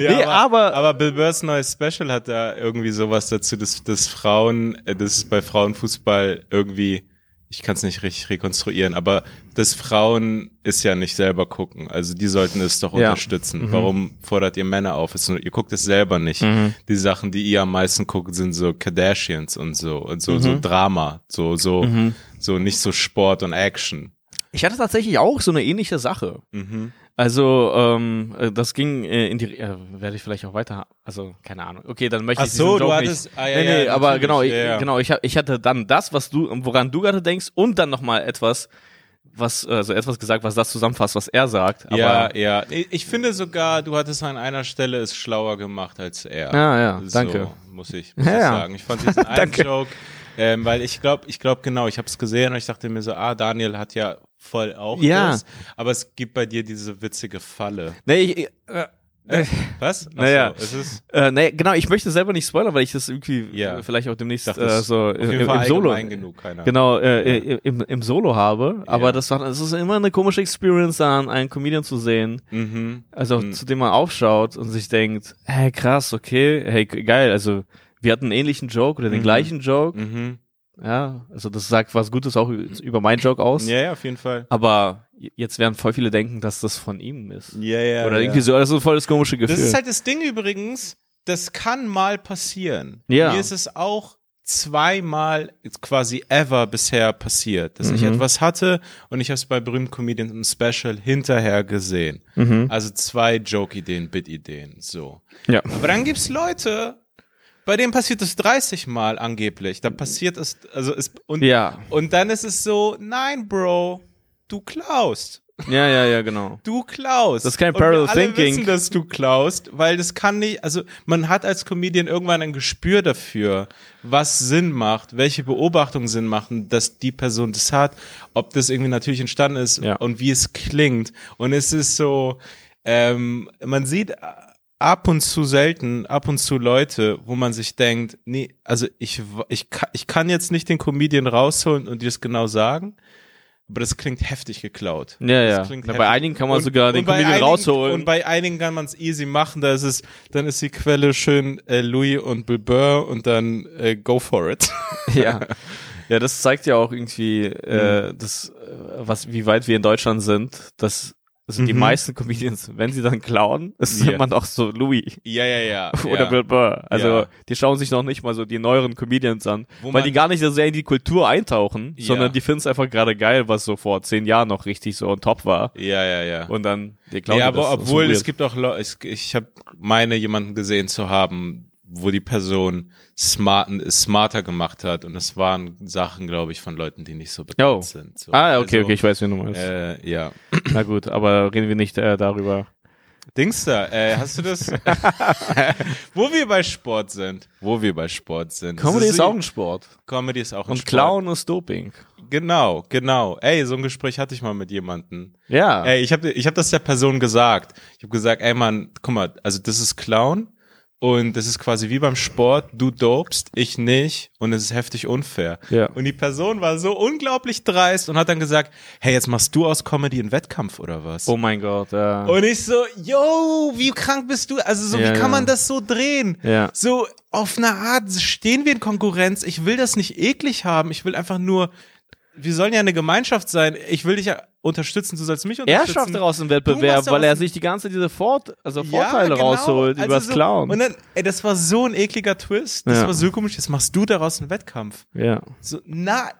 [SPEAKER 2] ja,
[SPEAKER 1] Nee, aber-
[SPEAKER 2] aber Bill Burrs neues Special hat da irgendwie sowas dazu, dass, dass Frauen, äh, dass es bei Frauenfußball irgendwie, ich kann es nicht richtig rekonstruieren, aber dass Frauen es ja nicht selber gucken. Also die sollten es doch
[SPEAKER 1] Ja.
[SPEAKER 2] unterstützen. Warum fordert ihr Männer auf? Es, ist nur- ihr guckt es selber nicht. Die Sachen, die ihr am meisten guckt, sind so Kardashians und so und so, so Drama, so, so, so nicht so Sport und Action. Mhm.
[SPEAKER 1] ich hatte tatsächlich auch so eine ähnliche Sache. Also, ähm, äh, das ging äh, in die, äh, werde ich vielleicht auch weiter, also, keine Ahnung. Okay, dann möchte
[SPEAKER 2] Ach
[SPEAKER 1] ich
[SPEAKER 2] so,
[SPEAKER 1] diesen
[SPEAKER 2] du
[SPEAKER 1] Joke
[SPEAKER 2] hattest-
[SPEAKER 1] nicht.
[SPEAKER 2] ah, ja,
[SPEAKER 1] nee, nee,
[SPEAKER 2] ja,
[SPEAKER 1] aber
[SPEAKER 2] natürlich,
[SPEAKER 1] genau, ich,
[SPEAKER 2] ja, ja.
[SPEAKER 1] genau, ich, hab- ich hatte dann das, was du, woran du gerade denkst und dann nochmal etwas, was, also etwas gesagt, was das zusammenfasst, was er sagt. Aber,
[SPEAKER 2] ja, ja. Ich ich finde sogar, du hattest an einer Stelle es schlauer gemacht als er.
[SPEAKER 1] Ja, Ah, ja, danke.
[SPEAKER 2] So, muss ich, muss
[SPEAKER 1] Ja,
[SPEAKER 2] ich
[SPEAKER 1] ja.
[SPEAKER 2] sagen. Ich fand diesen einen
[SPEAKER 1] Danke.
[SPEAKER 2] Joke, ähm, weil ich glaube, ich glaube genau, ich habe es gesehen und ich dachte mir so, ah, Daniel hat ja voll auch
[SPEAKER 1] Ja.
[SPEAKER 2] das, aber es gibt bei dir diese witzige Falle.
[SPEAKER 1] Nee, ich, äh,
[SPEAKER 2] Was? Ach
[SPEAKER 1] Naja.
[SPEAKER 2] so, es ist
[SPEAKER 1] äh, nee, genau, ich möchte selber nicht spoilern, weil ich das irgendwie
[SPEAKER 2] Ja.
[SPEAKER 1] äh, vielleicht auch demnächst
[SPEAKER 2] dachte,
[SPEAKER 1] äh,
[SPEAKER 2] es
[SPEAKER 1] so
[SPEAKER 2] auf jeden
[SPEAKER 1] im,
[SPEAKER 2] Fall
[SPEAKER 1] im Solo.
[SPEAKER 2] allgemein genug, keiner.
[SPEAKER 1] Genau, äh, äh, im, im Solo habe, aber das war, es ist immer eine komische Experience, an einen Comedian zu sehen.
[SPEAKER 2] Mhm.
[SPEAKER 1] Also zu dem man aufschaut und sich denkt, hey krass, okay, hey g- geil, also wir hatten einen ähnlichen Joke oder den gleichen Joke.
[SPEAKER 2] Mhm.
[SPEAKER 1] Ja, also das sagt was Gutes auch ü- über meinen Joke aus.
[SPEAKER 2] Ja, ja, auf jeden Fall.
[SPEAKER 1] Aber j- jetzt werden voll viele denken, dass das von ihm ist.
[SPEAKER 2] Ja, ja.
[SPEAKER 1] oder
[SPEAKER 2] ja.
[SPEAKER 1] irgendwie so, das ist voll das komische Gefühl.
[SPEAKER 2] Das ist halt das Ding übrigens, das kann mal passieren.
[SPEAKER 1] Ja.
[SPEAKER 2] Mir ist es auch zweimal quasi ever bisher passiert, dass
[SPEAKER 1] Mhm.
[SPEAKER 2] ich etwas hatte und ich habe es bei berühmten Comedians im Special hinterher gesehen.
[SPEAKER 1] Mhm.
[SPEAKER 2] Also zwei Joke-Ideen, Bit-Ideen, so.
[SPEAKER 1] ja.
[SPEAKER 2] Aber dann gibt's Leute, bei denen passiert es 30 Mal angeblich. Dann passiert es, also es, und,
[SPEAKER 1] ja,
[SPEAKER 2] und dann ist es so, nein, Bro, du klaust
[SPEAKER 1] ja, ja, ja, genau.
[SPEAKER 2] du klaust.
[SPEAKER 1] Das ist kein
[SPEAKER 2] Und wir
[SPEAKER 1] Parallel
[SPEAKER 2] alle
[SPEAKER 1] Thinking.
[SPEAKER 2] wissen, dass du klaust, weil das kann nicht, also man hat als Comedian irgendwann ein Gespür dafür, was Sinn macht, welche Beobachtungen Sinn machen, dass die Person das hat, ob das irgendwie natürlich entstanden ist
[SPEAKER 1] Ja.
[SPEAKER 2] und wie es klingt. Und es ist so, ähm, man sieht ab und zu selten, ab und zu Leute, wo man sich denkt, nee, also ich, w- ich, ka- ich kann jetzt nicht den Comedian rausholen und dir das genau sagen, aber das klingt heftig geklaut.
[SPEAKER 1] Ja, ja.
[SPEAKER 2] Das klingt
[SPEAKER 1] Na, bei
[SPEAKER 2] heftig.
[SPEAKER 1] einigen kann man sogar den
[SPEAKER 2] bei
[SPEAKER 1] Comedian
[SPEAKER 2] einigen,
[SPEAKER 1] rausholen.
[SPEAKER 2] Und bei einigen kann man es easy machen, da ist es, dann ist die Quelle schön äh, Louis und Bill Burr und dann äh, go for it.
[SPEAKER 1] ja. Ja, das zeigt ja auch irgendwie,
[SPEAKER 2] Mhm.
[SPEAKER 1] äh, das, äh, was, wie weit wir in Deutschland sind, dass also die
[SPEAKER 2] Mhm.
[SPEAKER 1] meisten Comedians, wenn sie dann klauen, ist
[SPEAKER 2] Ja.
[SPEAKER 1] immer noch so Louis
[SPEAKER 2] ja, ja, ja.
[SPEAKER 1] oder Bill Burr. Also
[SPEAKER 2] Ja.
[SPEAKER 1] die schauen sich noch nicht mal so die neueren Comedians an,
[SPEAKER 2] Wo
[SPEAKER 1] weil
[SPEAKER 2] man-
[SPEAKER 1] die gar nicht so sehr in die Kultur eintauchen,
[SPEAKER 2] Ja.
[SPEAKER 1] sondern die finden es einfach gerade geil, was so vor zehn Jahren noch richtig so on top war.
[SPEAKER 2] Ja, ja, ja.
[SPEAKER 1] Und dann, die
[SPEAKER 2] Ja,
[SPEAKER 1] glauben Genau, das,
[SPEAKER 2] aber
[SPEAKER 1] das ist so
[SPEAKER 2] obwohl es
[SPEAKER 1] weird.
[SPEAKER 2] gibt auch Leute, ich, ich habe meine jemanden gesehen zu haben, wo die Person smart, smarter gemacht hat und es waren Sachen, glaube ich, von Leuten, die nicht so bekannt
[SPEAKER 1] Oh.
[SPEAKER 2] sind. So.
[SPEAKER 1] Ah, okay,
[SPEAKER 2] Also,
[SPEAKER 1] okay, ich weiß, wie du meinst.
[SPEAKER 2] Äh, ja.
[SPEAKER 1] Na gut, aber reden wir nicht äh, darüber.
[SPEAKER 2] Dings da, äh, hast du das? wo wir bei Sport sind. Wo wir bei Sport sind. Das
[SPEAKER 1] Comedy ist
[SPEAKER 2] so-
[SPEAKER 1] auch ein Sport.
[SPEAKER 2] Comedy ist auch ein
[SPEAKER 1] Und
[SPEAKER 2] Sport.
[SPEAKER 1] Clown ist Doping.
[SPEAKER 2] Genau, genau. Ey, so ein Gespräch hatte ich mal mit jemandem.
[SPEAKER 1] Ja.
[SPEAKER 2] Ey, ich habe ich hab das der Person gesagt. Ich habe gesagt, ey Mann, guck mal, also das ist Clown und das ist quasi wie beim Sport, du dopst, ich nicht und es ist heftig unfair.
[SPEAKER 1] Ja.
[SPEAKER 2] Und die Person war so unglaublich dreist und hat dann gesagt, hey, jetzt machst du aus Comedy einen Wettkampf oder was?
[SPEAKER 1] Oh mein Gott, ja.
[SPEAKER 2] Und ich so, yo, wie krank bist du? Also so,
[SPEAKER 1] Ja,
[SPEAKER 2] wie kann
[SPEAKER 1] ja.
[SPEAKER 2] man das so drehen?
[SPEAKER 1] Ja.
[SPEAKER 2] So auf eine Art stehen wir in Konkurrenz. Ich will das nicht eklig haben. Ich will einfach nur, wir sollen ja eine Gemeinschaft sein. Ich will dich ja unterstützen, du sollst mich
[SPEAKER 1] er
[SPEAKER 2] unterstützen.
[SPEAKER 1] schafft daraus einen
[SPEAKER 2] Du
[SPEAKER 1] Wettbewerb,
[SPEAKER 2] machst
[SPEAKER 1] weil
[SPEAKER 2] daraus
[SPEAKER 1] er
[SPEAKER 2] einen-
[SPEAKER 1] sich die ganze diese Fort also
[SPEAKER 2] Ja,
[SPEAKER 1] Vorteile
[SPEAKER 2] genau.
[SPEAKER 1] rausholt
[SPEAKER 2] Also
[SPEAKER 1] übers
[SPEAKER 2] so,
[SPEAKER 1] Clown.
[SPEAKER 2] Und dann, ey, das war so ein ekliger Twist. Das
[SPEAKER 1] Ja.
[SPEAKER 2] war so komisch. Jetzt machst du daraus einen Wettkampf.
[SPEAKER 1] ja.
[SPEAKER 2] So, na,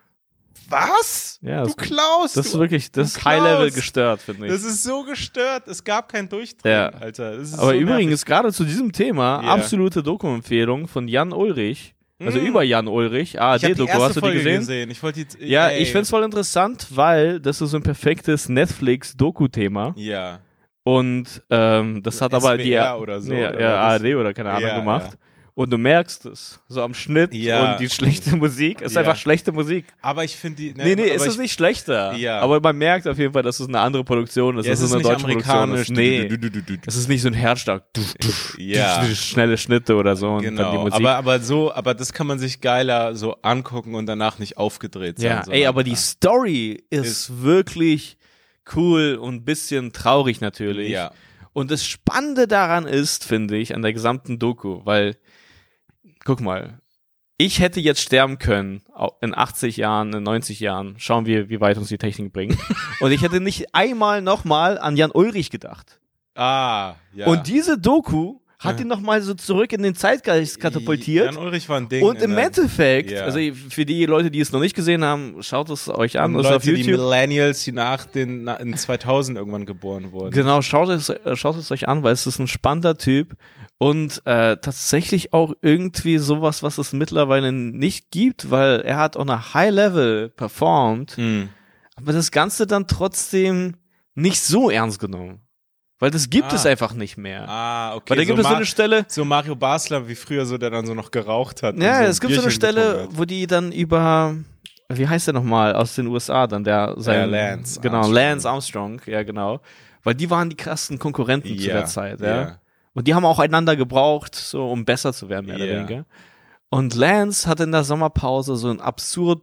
[SPEAKER 2] was?
[SPEAKER 1] Ja,
[SPEAKER 2] du
[SPEAKER 1] das-
[SPEAKER 2] Klaus,
[SPEAKER 1] Das ist
[SPEAKER 2] du
[SPEAKER 1] wirklich das
[SPEAKER 2] du
[SPEAKER 1] ist High Level
[SPEAKER 2] Klaus.
[SPEAKER 1] gestört, finde ich.
[SPEAKER 2] Das ist so gestört. Es gab kein Durchdrehen,
[SPEAKER 1] Ja.
[SPEAKER 2] Alter. Das ist
[SPEAKER 1] Aber
[SPEAKER 2] so nervig.
[SPEAKER 1] übrigens gerade zu diesem Thema
[SPEAKER 2] Ja.
[SPEAKER 1] absolute Doku-Empfehlung von Jan Ulrich, also
[SPEAKER 2] Mm.
[SPEAKER 1] über Jan Ulrich,
[SPEAKER 2] Ich habe die
[SPEAKER 1] ARD-Doku,
[SPEAKER 2] erste
[SPEAKER 1] Ah, hast du die
[SPEAKER 2] Folge
[SPEAKER 1] gesehen?
[SPEAKER 2] Ich wollte die,
[SPEAKER 1] Ja,
[SPEAKER 2] ey.
[SPEAKER 1] ich find's voll interessant, weil das ist so ein perfektes Netflix-Doku-Thema
[SPEAKER 2] Ja.
[SPEAKER 1] und ähm, das hat aber die
[SPEAKER 2] SWR oder so,
[SPEAKER 1] nee,
[SPEAKER 2] oder
[SPEAKER 1] ja,
[SPEAKER 2] was?
[SPEAKER 1] ARD oder keine Ahnung
[SPEAKER 2] Ja,
[SPEAKER 1] gemacht. Und du merkst es, so am Schnitt
[SPEAKER 2] Ja.
[SPEAKER 1] und die schlechte Musik, ist
[SPEAKER 2] Ja.
[SPEAKER 1] einfach schlechte Musik.
[SPEAKER 2] Aber ich finde die. ne,
[SPEAKER 1] Nee, nee,
[SPEAKER 2] aber
[SPEAKER 1] ist es
[SPEAKER 2] ich-
[SPEAKER 1] nicht schlechter.
[SPEAKER 2] Ja.
[SPEAKER 1] Aber man merkt auf jeden Fall, dass es eine andere Produktion ist.
[SPEAKER 2] Ja,
[SPEAKER 1] dass
[SPEAKER 2] es ist
[SPEAKER 1] eine
[SPEAKER 2] nicht
[SPEAKER 1] deutsche
[SPEAKER 2] amerikanisch.
[SPEAKER 1] Produktion ist.
[SPEAKER 2] Du,
[SPEAKER 1] Nee.
[SPEAKER 2] du, du, du, du.
[SPEAKER 1] Es ist nicht so ein Herzschlag. Du, du,
[SPEAKER 2] Ja.
[SPEAKER 1] du, du, Schnelle Schnitte oder so. Und dann die
[SPEAKER 2] Genau.
[SPEAKER 1] Musik.
[SPEAKER 2] Aber, aber so, aber das kann man sich geiler so angucken und danach nicht aufgedreht sein.
[SPEAKER 1] ja,
[SPEAKER 2] sondern-
[SPEAKER 1] ey, aber die Story ist, wirklich cool und ein bisschen traurig natürlich.
[SPEAKER 2] Ja.
[SPEAKER 1] Und das Spannende daran ist, finde ich, an der gesamten Doku, weil, guck mal, ich hätte jetzt sterben können au- in 80 Jahren, in 90 Jahren. Schauen wir, wie weit uns die Technik bringt. und ich hätte nicht einmal nochmal an Jan Ulrich gedacht.
[SPEAKER 2] Ah, ja.
[SPEAKER 1] Und diese Doku hat ihn nochmal so zurück in den Zeitgeist katapultiert.
[SPEAKER 2] Jan Ulrich war ein Ding. ne?
[SPEAKER 1] Und im
[SPEAKER 2] in der-
[SPEAKER 1] Endeffekt,
[SPEAKER 2] Ja.
[SPEAKER 1] also für die Leute, die es noch nicht gesehen haben, schaut es euch an. ist
[SPEAKER 2] Leute,
[SPEAKER 1] auf YouTube.
[SPEAKER 2] die Millennials, die nach den na, in 2000 irgendwann geboren wurden.
[SPEAKER 1] Genau, schaut es, äh, schaut es euch an, weil es ist ein spannender Typ und äh, tatsächlich auch irgendwie sowas, was es mittlerweile nicht gibt, weil er hat on a high level performt,
[SPEAKER 2] Mhm.
[SPEAKER 1] aber das Ganze dann trotzdem nicht so ernst genommen. Weil das gibt
[SPEAKER 2] Ah.
[SPEAKER 1] es einfach nicht mehr.
[SPEAKER 2] Ah, okay.
[SPEAKER 1] weil da gibt es so
[SPEAKER 2] Mar-
[SPEAKER 1] eine Stelle,
[SPEAKER 2] so Mario Basler wie früher, so der dann so noch geraucht hat. und
[SPEAKER 1] ja,
[SPEAKER 2] so ein
[SPEAKER 1] es gibt so eine
[SPEAKER 2] Bierchen
[SPEAKER 1] Stelle,
[SPEAKER 2] getrunken
[SPEAKER 1] wo die dann über, wie heißt der nochmal, aus den USA dann, der sein,
[SPEAKER 2] Ja, Lance
[SPEAKER 1] genau,
[SPEAKER 2] Armstrong.
[SPEAKER 1] Lance Armstrong, ja genau. Weil die waren die krassen Konkurrenten
[SPEAKER 2] hat.
[SPEAKER 1] zu
[SPEAKER 2] Ja,
[SPEAKER 1] der Zeit, ja. Und die haben auch einander gebraucht, so um besser zu werden, mehr oder
[SPEAKER 2] Ja.
[SPEAKER 1] weniger. Und Lance hat in der Sommerpause so ein absurd,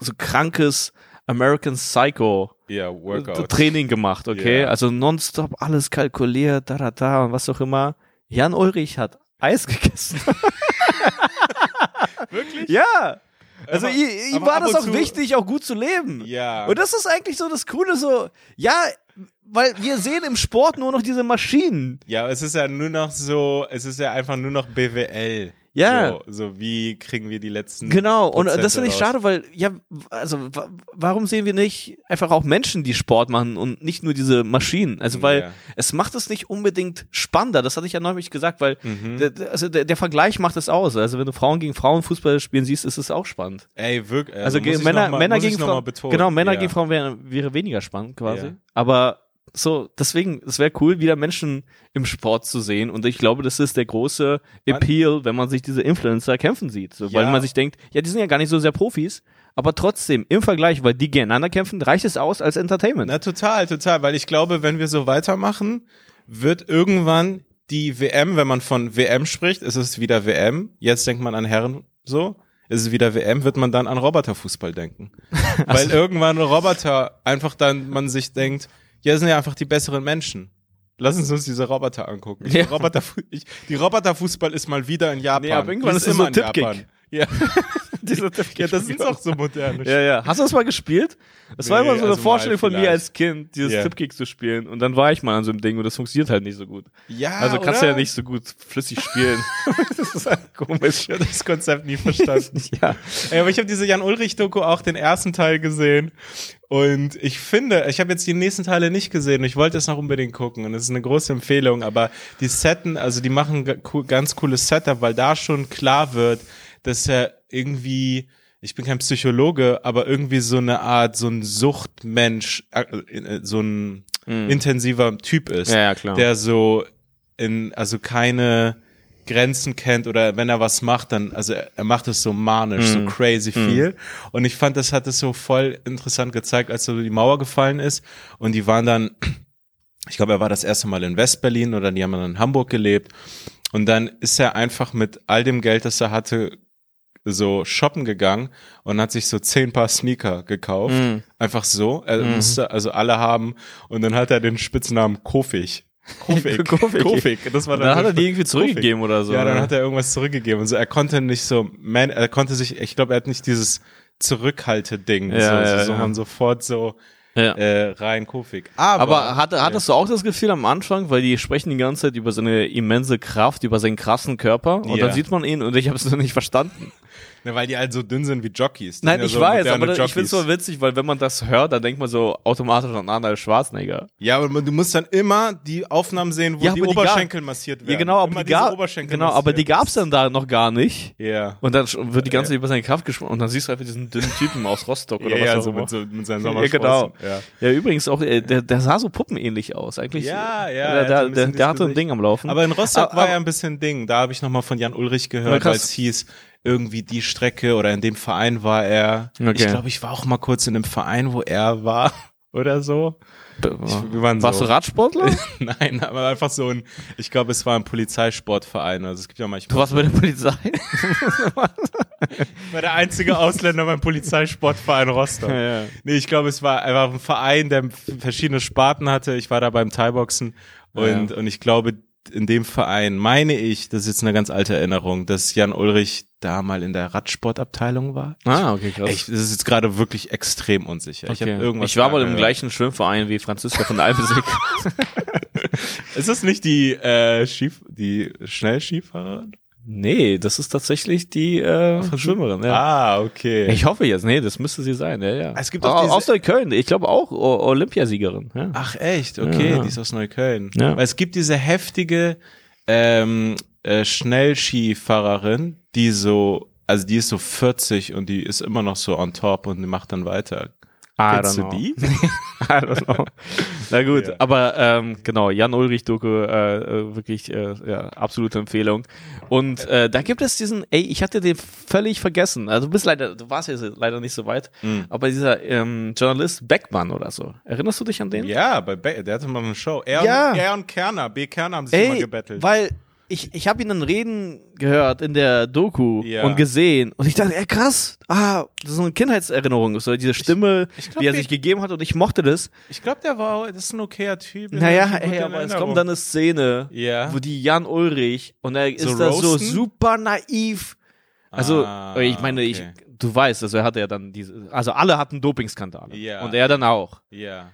[SPEAKER 1] so krankes American Psycho
[SPEAKER 2] Ja, Workout.
[SPEAKER 1] Training gemacht, okay?
[SPEAKER 2] Ja.
[SPEAKER 1] Also nonstop alles kalkuliert, da, da, da und was auch immer. Jan Ulrich hat Eis gegessen.
[SPEAKER 2] Wirklich?
[SPEAKER 1] ja! Also
[SPEAKER 2] Aber-
[SPEAKER 1] ihm ihm
[SPEAKER 2] aber
[SPEAKER 1] war
[SPEAKER 2] ab
[SPEAKER 1] das
[SPEAKER 2] und
[SPEAKER 1] auch
[SPEAKER 2] zu-
[SPEAKER 1] wichtig, auch gut zu leben.
[SPEAKER 2] Ja.
[SPEAKER 1] Und das ist eigentlich so das Coole, so, ja, weil wir sehen im Sport nur noch diese Maschinen.
[SPEAKER 2] ja, es ist ja nur noch so, es ist ja einfach nur noch BWL.
[SPEAKER 1] Ja.
[SPEAKER 2] So, so wie kriegen wir die letzten.
[SPEAKER 1] Genau, und
[SPEAKER 2] Prozente
[SPEAKER 1] das finde ich
[SPEAKER 2] raus?
[SPEAKER 1] schade, weil, ja, w- also, wa- warum sehen wir nicht einfach auch Menschen, die Sport machen und nicht nur diese Maschinen? Also, weil
[SPEAKER 2] Ja.
[SPEAKER 1] es macht es nicht unbedingt spannender, das hatte ich ja neulich gesagt, weil
[SPEAKER 2] Mhm.
[SPEAKER 1] der, der- also der, der Vergleich macht es aus. Also, wenn du Frauen gegen Frauen Fußball spielen siehst, ist es auch spannend.
[SPEAKER 2] Ey, wirklich.
[SPEAKER 1] Also,
[SPEAKER 2] muss
[SPEAKER 1] ge-
[SPEAKER 2] ich
[SPEAKER 1] Männer,
[SPEAKER 2] noch mal,
[SPEAKER 1] Männer
[SPEAKER 2] muss ich
[SPEAKER 1] gegen
[SPEAKER 2] noch mal
[SPEAKER 1] Frauen,
[SPEAKER 2] betonen.
[SPEAKER 1] genau, Männer
[SPEAKER 2] ja.
[SPEAKER 1] gegen Frauen wäre, wäre weniger spannend quasi.
[SPEAKER 2] Ja.
[SPEAKER 1] Aber so, deswegen, es wäre cool, wieder Menschen im Sport zu sehen. Und ich glaube, das ist der große
[SPEAKER 2] Man-
[SPEAKER 1] Appeal, wenn man sich diese Influencer kämpfen sieht. So, Weil
[SPEAKER 2] Ja.
[SPEAKER 1] man sich denkt, ja, die sind ja gar nicht so sehr Profis. Aber trotzdem, im Vergleich, weil die gegeneinander kämpfen, reicht es aus als Entertainment.
[SPEAKER 2] Na, total, total, weil ich glaube, wenn wir so weitermachen, wird irgendwann die WM, wenn man von WM spricht, ist es wieder WM. Jetzt denkt man an Herren so. Ist es wieder WM, wird man dann an Roboterfußball denken.
[SPEAKER 1] Also
[SPEAKER 2] Weil irgendwann Roboter einfach dann man sich denkt, ja, das sind ja einfach die besseren Menschen. Lassen Sie uns diese Roboter angucken. Ich,
[SPEAKER 1] Ja.
[SPEAKER 2] Roboter, ich, die Roboterfußball ist mal wieder in Japan.
[SPEAKER 1] Nee, aber irgendwann
[SPEAKER 2] Die
[SPEAKER 1] ist es so
[SPEAKER 2] in
[SPEAKER 1] Tippkick.
[SPEAKER 2] Japan. Ja. ja, das sind auch so moderne
[SPEAKER 1] Ja, ja. Hast du das mal gespielt? Das war
[SPEAKER 2] Nee,
[SPEAKER 1] immer so eine
[SPEAKER 2] also mal
[SPEAKER 1] Vorstellung von mir
[SPEAKER 2] vielleicht.
[SPEAKER 1] als Kind, dieses
[SPEAKER 2] Ja.
[SPEAKER 1] Tipkick zu spielen. Und dann war ich mal an so einem Ding und das funktioniert halt nicht so gut.
[SPEAKER 2] Ja,
[SPEAKER 1] also kannst du
[SPEAKER 2] Ah,
[SPEAKER 1] ja
[SPEAKER 2] oder?
[SPEAKER 1] nicht so gut flüssig spielen. das ist halt komisch.
[SPEAKER 2] Ich habe das Konzept nie verstanden.
[SPEAKER 1] Ja.
[SPEAKER 2] Ey, aber ich habe diese Jan-Ulrich-Doku auch den ersten Teil gesehen. Und ich finde, ich habe jetzt die nächsten Teile nicht gesehen. und Ich wollte es noch unbedingt gucken. Und es ist eine große Empfehlung. Aber die Setten, also die machen g- cool- ganz cooles Setup, weil da schon klar wird, dass er irgendwie, ich bin kein Psychologe, aber irgendwie so eine Art, so ein Suchtmensch, äh, äh, so ein intensiver Typ ist.
[SPEAKER 1] Mhm. Ja, ja, klar.
[SPEAKER 2] Der so in, also keine Grenzen kennt oder wenn er was macht, dann, also er er macht es so manisch,
[SPEAKER 1] Mhm.
[SPEAKER 2] so crazy
[SPEAKER 1] Hm.
[SPEAKER 2] viel. Und ich fand, das hat es so voll interessant gezeigt, als so die Mauer gefallen ist und die waren dann, ich glaube, er war das erste Mal in Westberlin oder die haben dann in Hamburg gelebt. Und dann ist er einfach mit all dem Geld, das er hatte, so shoppen gegangen und hat sich so zehn Paar Sneaker gekauft.
[SPEAKER 1] Hm.
[SPEAKER 2] Einfach so. Er musste also alle haben. Und dann hat er den Spitznamen Kofig. Kofig.
[SPEAKER 1] Kofig.
[SPEAKER 2] Kofig. Das war
[SPEAKER 1] Dann hat er die irgendwie
[SPEAKER 2] Kofig.
[SPEAKER 1] zurückgegeben oder so.
[SPEAKER 2] Ja, dann
[SPEAKER 1] ne?
[SPEAKER 2] hat er irgendwas zurückgegeben. Also er konnte nicht so, man, er konnte sich, ich glaube, er hat nicht dieses Zurückhalte-Ding,
[SPEAKER 1] Ja,
[SPEAKER 2] so,
[SPEAKER 1] ja,
[SPEAKER 2] so, so
[SPEAKER 1] ja.
[SPEAKER 2] man sofort so
[SPEAKER 1] Ja.
[SPEAKER 2] äh, rein Kofig. Aber,
[SPEAKER 1] Aber hat, hattest du auch das Gefühl am Anfang, weil die sprechen die ganze Zeit über seine immense Kraft, über seinen krassen Körper und
[SPEAKER 2] Ja.
[SPEAKER 1] dann sieht man ihn und ich habe es noch nicht verstanden.
[SPEAKER 2] ne, weil die halt so dünn sind wie Jockeys. Die
[SPEAKER 1] Nein,
[SPEAKER 2] sind ja
[SPEAKER 1] ich
[SPEAKER 2] so
[SPEAKER 1] weiß,
[SPEAKER 2] moderne
[SPEAKER 1] aber das, ich find's
[SPEAKER 2] Jockeys.
[SPEAKER 1] so witzig, weil wenn man das hört, dann denkt man so automatisch an Arnold Schwarzenegger.
[SPEAKER 2] Ja, aber man- du musst dann immer die Aufnahmen sehen, wo
[SPEAKER 1] Ja,
[SPEAKER 2] die
[SPEAKER 1] aber die
[SPEAKER 2] Oberschenkel massiert werden.
[SPEAKER 1] Ja, genau, aber
[SPEAKER 2] immer
[SPEAKER 1] die,
[SPEAKER 2] diese
[SPEAKER 1] gab,
[SPEAKER 2] Oberschenkel
[SPEAKER 1] genau, aber die
[SPEAKER 2] massiert.
[SPEAKER 1] gab's dann da noch gar nicht.
[SPEAKER 2] Ja.
[SPEAKER 1] Und dann sch- wird die ganze
[SPEAKER 2] Ja.
[SPEAKER 1] Zeit über seine Kraft gesprochen und dann siehst du einfach diesen dünnen Typen aus Rostock oder
[SPEAKER 2] ja, ja,
[SPEAKER 1] was
[SPEAKER 2] so
[SPEAKER 1] auch immer.
[SPEAKER 2] mit, so, mit seinen
[SPEAKER 1] ja,
[SPEAKER 2] Sommersprossen.
[SPEAKER 1] genau.
[SPEAKER 2] Ja.
[SPEAKER 1] Ja, übrigens auch, äh, der, der sah so puppenähnlich aus. Eigentlich, äh,
[SPEAKER 2] Ja, ja,
[SPEAKER 1] Der,
[SPEAKER 2] er hatte
[SPEAKER 1] der,
[SPEAKER 2] ein
[SPEAKER 1] der,
[SPEAKER 2] bisschen
[SPEAKER 1] der hatte ein
[SPEAKER 2] dieses
[SPEAKER 1] Ding am Laufen. Äh,
[SPEAKER 2] Aber in Rostock
[SPEAKER 1] Aber-
[SPEAKER 2] war
[SPEAKER 1] aber-
[SPEAKER 2] ja ein bisschen Ding. Da habe ich nochmal von Jan Ulrich
[SPEAKER 1] Ja,
[SPEAKER 2] gehört,
[SPEAKER 1] Ah, krass.
[SPEAKER 2] weil es hieß, irgendwie die Strecke oder in dem Verein war er.
[SPEAKER 1] Okay.
[SPEAKER 2] Ich glaube, ich war auch mal kurz in einem Verein, wo er war oder so. wir waren
[SPEAKER 1] Warst
[SPEAKER 2] so-
[SPEAKER 1] du Radsportler?
[SPEAKER 2] Nein, aber einfach so ein, ich glaube, es war ein Polizeisportverein. Also es gibt ja
[SPEAKER 1] Du
[SPEAKER 2] manchmal.
[SPEAKER 1] warst bei der Polizei?
[SPEAKER 2] Ich war der einzige Ausländer beim Polizeisportverein Rostock. Nee, ich glaube, es war einfach ein Verein, der verschiedene Sparten hatte. Ich war da beim Thai-Boxen und,
[SPEAKER 1] Ja.
[SPEAKER 2] und ich glaube, in dem Verein, meine ich, das ist jetzt eine ganz alte Erinnerung, dass Jan Ulrich da mal in der Radsportabteilung war.
[SPEAKER 1] Ah, okay, krass.
[SPEAKER 2] Ich, das ist jetzt gerade wirklich extrem unsicher. Ich,
[SPEAKER 1] okay.
[SPEAKER 2] hab irgendwas
[SPEAKER 1] ich war mal im
[SPEAKER 2] gehört.
[SPEAKER 1] gleichen Schwimmverein wie Franziska von Albesig.
[SPEAKER 2] Ist das nicht die, äh, Skif die Schnellskifahrerin?
[SPEAKER 1] nee, das ist tatsächlich die äh, Schwimmerin. Ja.
[SPEAKER 2] Ah, okay.
[SPEAKER 1] Ich hoffe jetzt, nee, das müsste sie sein, ja, ja.
[SPEAKER 2] Es gibt auch
[SPEAKER 1] Au-
[SPEAKER 2] diese-
[SPEAKER 1] aus Neukölln, ich glaube auch o Olympiasiegerin. Ja.
[SPEAKER 2] Ach echt, okay,
[SPEAKER 1] Ja.
[SPEAKER 2] die ist aus Neukölln.
[SPEAKER 1] Ja.
[SPEAKER 2] Weil es gibt diese heftige ähm, äh, Schnellskifahrerin, die so, also die ist so 40 und die ist immer noch so on top und die macht dann weiter.
[SPEAKER 1] I
[SPEAKER 2] Ah, Kennst
[SPEAKER 1] don't
[SPEAKER 2] du
[SPEAKER 1] know.
[SPEAKER 2] die?
[SPEAKER 1] I don't know. Na gut,
[SPEAKER 2] Ja.
[SPEAKER 1] aber ähm, genau, Jan Ulrich Doku, äh, äh, wirklich äh, ja, absolute Empfehlung. Und äh, da gibt es diesen, ey, ich hatte den völlig vergessen. Also du bist leider, du warst jetzt leider nicht so weit,
[SPEAKER 2] Mhm.
[SPEAKER 1] aber dieser ähm, Journalist Beckmann oder so. Erinnerst du dich an den?
[SPEAKER 2] Ja, bei Be der hatte mal eine Show. Er,
[SPEAKER 1] Ja.
[SPEAKER 2] und, er und Kerner, B. Kerner haben sich immer
[SPEAKER 1] Ey,
[SPEAKER 2] gebettelt.
[SPEAKER 1] weil ich, ich habe ihn dann reden gehört in der Doku
[SPEAKER 2] Ja.
[SPEAKER 1] und gesehen und ich dachte, ey, krass, ah, das ist so eine Kindheitserinnerung, so diese Stimme,
[SPEAKER 2] ich glaub,
[SPEAKER 1] die er
[SPEAKER 2] wir-
[SPEAKER 1] sich gegeben hat und ich mochte das.
[SPEAKER 2] Ich glaube, der war, das ist ein okayer Typ.
[SPEAKER 1] Naja, ey, aber es kommt dann eine Szene,
[SPEAKER 2] Ja.
[SPEAKER 1] wo die Jan Ulrich und er ist
[SPEAKER 2] So
[SPEAKER 1] da so
[SPEAKER 2] roasten?
[SPEAKER 1] super naiv. Also,
[SPEAKER 2] Ah,
[SPEAKER 1] ich meine,
[SPEAKER 2] okay.
[SPEAKER 1] ich, du weißt, also er hatte ja dann diese, also alle hatten Dopingskandale.
[SPEAKER 2] Ja.
[SPEAKER 1] Und er dann auch.
[SPEAKER 2] Ja.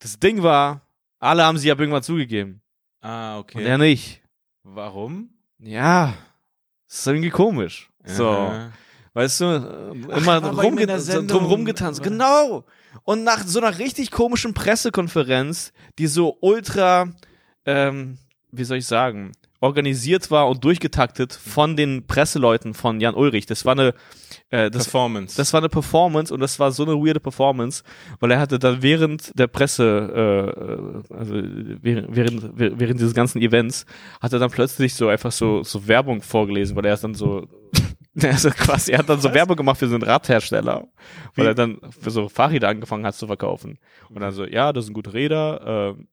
[SPEAKER 1] Das Ding war, alle haben sie ab irgendwann zugegeben.
[SPEAKER 2] Ah, okay.
[SPEAKER 1] Und er nicht.
[SPEAKER 2] Warum?
[SPEAKER 1] Ja. Das ist irgendwie komisch. So.
[SPEAKER 2] Aha.
[SPEAKER 1] Weißt du, äh,
[SPEAKER 2] Ach,
[SPEAKER 1] immer
[SPEAKER 2] war bei ihm in der
[SPEAKER 1] rumge so
[SPEAKER 2] Sendung.
[SPEAKER 1] drum rumgetanzt.
[SPEAKER 2] War-
[SPEAKER 1] Genau. Und nach so einer richtig komischen Pressekonferenz, die so ultra, ähm, wie soll ich sagen, organisiert war und durchgetaktet von den Presseleuten von Jan Ulrich. Das war eine, äh, das,
[SPEAKER 2] Performance.
[SPEAKER 1] das war eine Performance und das war so eine weirde Performance, weil er hatte dann während der Presse, äh, äh, also während, während, während dieses ganzen Events, hat er dann plötzlich so einfach so, so Werbung vorgelesen, weil er ist dann so. Also quasi, er hat dann so Werbung gemacht für so einen Radhersteller, weil
[SPEAKER 2] Wie?
[SPEAKER 1] er dann für so Fahrräder angefangen hat zu verkaufen. Und dann so, ja, das sind gute Räder, ähm,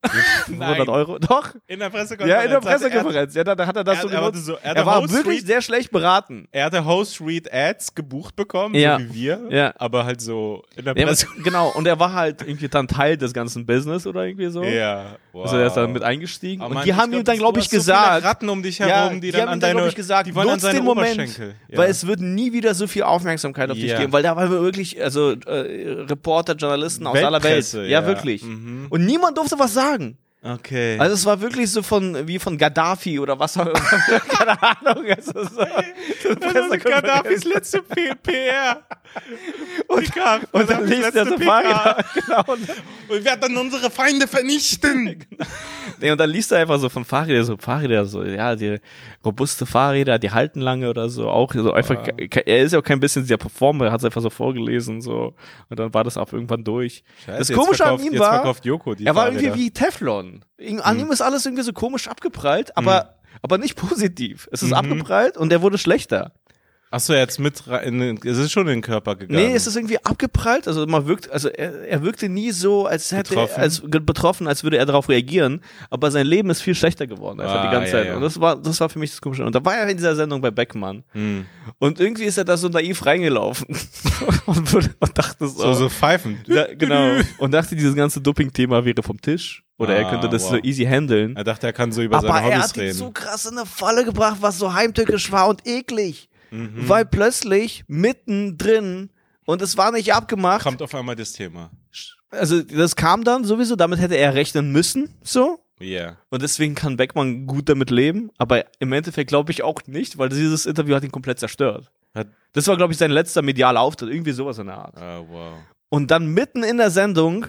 [SPEAKER 1] 100
[SPEAKER 2] Nein.
[SPEAKER 1] Euro. Doch,
[SPEAKER 2] in der Pressekonferenz.
[SPEAKER 1] ja, in der
[SPEAKER 2] hat er-
[SPEAKER 1] Pressekonferenz. Ja, da hat er das
[SPEAKER 2] er-
[SPEAKER 1] so
[SPEAKER 2] er hatte
[SPEAKER 1] genutzt.
[SPEAKER 2] so- er
[SPEAKER 1] er,
[SPEAKER 2] hatte
[SPEAKER 1] war
[SPEAKER 2] Host
[SPEAKER 1] wirklich
[SPEAKER 2] Read-
[SPEAKER 1] sehr schlecht beraten.
[SPEAKER 2] Er hatte Host Read Ads gebucht bekommen,
[SPEAKER 1] Ja.
[SPEAKER 2] so wie wir,
[SPEAKER 1] Ja.
[SPEAKER 2] aber halt so in der
[SPEAKER 1] Ja, aber,
[SPEAKER 2] Presse.
[SPEAKER 1] genau, und er war halt irgendwie dann Teil des ganzen Business oder irgendwie so.
[SPEAKER 2] Ja, wow.
[SPEAKER 1] Also er ist dann mit eingestiegen.
[SPEAKER 2] Aber
[SPEAKER 1] und
[SPEAKER 2] Mann,
[SPEAKER 1] die haben
[SPEAKER 2] glaub,
[SPEAKER 1] ihm dann,
[SPEAKER 2] du
[SPEAKER 1] glaube ich,
[SPEAKER 2] hast so viele
[SPEAKER 1] gesagt,
[SPEAKER 2] Ratten um dich
[SPEAKER 1] ja,
[SPEAKER 2] herum, die,
[SPEAKER 1] die
[SPEAKER 2] dann
[SPEAKER 1] haben
[SPEAKER 2] an
[SPEAKER 1] ihm dann,
[SPEAKER 2] deine,
[SPEAKER 1] glaube ich, gesagt,
[SPEAKER 2] die wollen an
[SPEAKER 1] nutz
[SPEAKER 2] seine
[SPEAKER 1] den Moment,
[SPEAKER 2] Oberschenkel. Ja.
[SPEAKER 1] weil es wird nie wieder so viel Aufmerksamkeit auf dich
[SPEAKER 2] Ja.
[SPEAKER 1] geben, weil da waren wir wirklich, also äh, Reporter, Journalisten aus aller Welt.
[SPEAKER 2] Weltpresse,
[SPEAKER 1] Ja,
[SPEAKER 2] ja.
[SPEAKER 1] wirklich.
[SPEAKER 2] Mhm.
[SPEAKER 1] Und niemand durfte was sagen.
[SPEAKER 2] okay.
[SPEAKER 1] Also es war wirklich so von wie von Gaddafi oder was auch immer. Keine Ahnung. Also so,
[SPEAKER 2] das ist Gaddafis letzte P PR. Und,
[SPEAKER 1] und dann liest er so Fahrräder. Genau. Und,
[SPEAKER 2] Wir werden unsere Feinde vernichten.
[SPEAKER 1] nee, und dann liest er einfach so von Fahrrädern, so Fahrräder, so, ja, die robuste Fahrräder, die halten lange oder so. Auch so einfach, ke- ke- er ist ja auch kein bisschen dieser Performer, er hat es einfach so vorgelesen. so Und dann war das auch irgendwann durch. das Komische an ihm
[SPEAKER 2] jetzt
[SPEAKER 1] war,
[SPEAKER 2] verkauft Joko die
[SPEAKER 1] er war
[SPEAKER 2] Fahrräder. Mhm.
[SPEAKER 1] irgendwie wie Teflon. Irgend- An ihm ist alles irgendwie so komisch abgeprallt, aber, aber nicht positiv. Es ist
[SPEAKER 2] Mhm.
[SPEAKER 1] abgeprallt und er wurde schlechter.
[SPEAKER 2] Achso, jetzt mit rein, in den- es ist schon in den Körper gegangen.
[SPEAKER 1] Nee, es ist irgendwie abgeprallt. Also man wirkt, also er, er wirkte nie so, als hätte
[SPEAKER 2] Betroffen.
[SPEAKER 1] er als ge- betroffen, als würde er darauf reagieren. Aber sein Leben ist viel schlechter geworden als er
[SPEAKER 2] Ah,
[SPEAKER 1] die ganze
[SPEAKER 2] ja,
[SPEAKER 1] Zeit.
[SPEAKER 2] ja.
[SPEAKER 1] Und das war, das war für mich das Komische. Und da war er in dieser Sendung bei Beckmann.
[SPEAKER 2] Hm.
[SPEAKER 1] Und irgendwie ist er da so naiv reingelaufen und, wurde- und dachte so.
[SPEAKER 2] so, so pfeifen.
[SPEAKER 1] ja, genau. Und dachte, dieses ganze Doping-Thema wäre vom Tisch. Oder er
[SPEAKER 2] Ah,
[SPEAKER 1] könnte das
[SPEAKER 2] wow.
[SPEAKER 1] so easy handeln.
[SPEAKER 2] Er dachte, er kann so über
[SPEAKER 1] Aber
[SPEAKER 2] seine
[SPEAKER 1] er hat
[SPEAKER 2] Hobbys
[SPEAKER 1] ihn
[SPEAKER 2] reden.
[SPEAKER 1] so krass in eine Falle gebracht, was so heimtückisch war und eklig.
[SPEAKER 2] Mhm.
[SPEAKER 1] Mhm. Weil plötzlich mittendrin und es war nicht abgemacht.
[SPEAKER 2] Kommt auf einmal das Thema.
[SPEAKER 1] Also das kam dann sowieso, damit hätte er rechnen müssen, so.
[SPEAKER 2] Yeah.
[SPEAKER 1] Und deswegen kann Beckmann gut damit leben. Aber im Endeffekt glaube ich auch nicht, weil dieses Interview hat ihn komplett zerstört.
[SPEAKER 2] Hat,
[SPEAKER 1] Das war, glaube ich, sein letzter medialer Auftritt, irgendwie sowas in der Art.
[SPEAKER 2] oh, wow.
[SPEAKER 1] Und dann mitten in der Sendung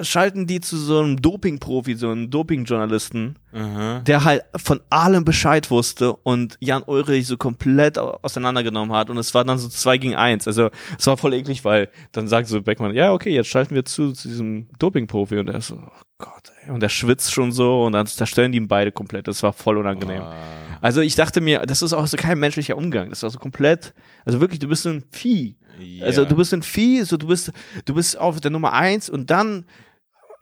[SPEAKER 1] schalten die zu so einem Doping-Profi, so einem Doping-Journalisten,
[SPEAKER 2] Aha.
[SPEAKER 1] der halt von allem Bescheid wusste und Jan Ulrich so komplett au- auseinandergenommen hat und es war dann so zwei gegen eins. Also es war voll eklig, weil dann sagt so Beckmann, ja okay, jetzt schalten wir zu, zu diesem Doping-Profi und er ist so, oh Gott, ey. und er schwitzt schon so und dann zerstört die ihn beide komplett. Das war voll unangenehm.
[SPEAKER 2] Ah,
[SPEAKER 1] Also ich dachte mir, das ist auch so kein menschlicher Umgang. Das ist also komplett, also wirklich, du bist ein Vieh.
[SPEAKER 2] ja.
[SPEAKER 1] Also du bist ein Vieh, so du bist, du bist auf der Nummer eins und dann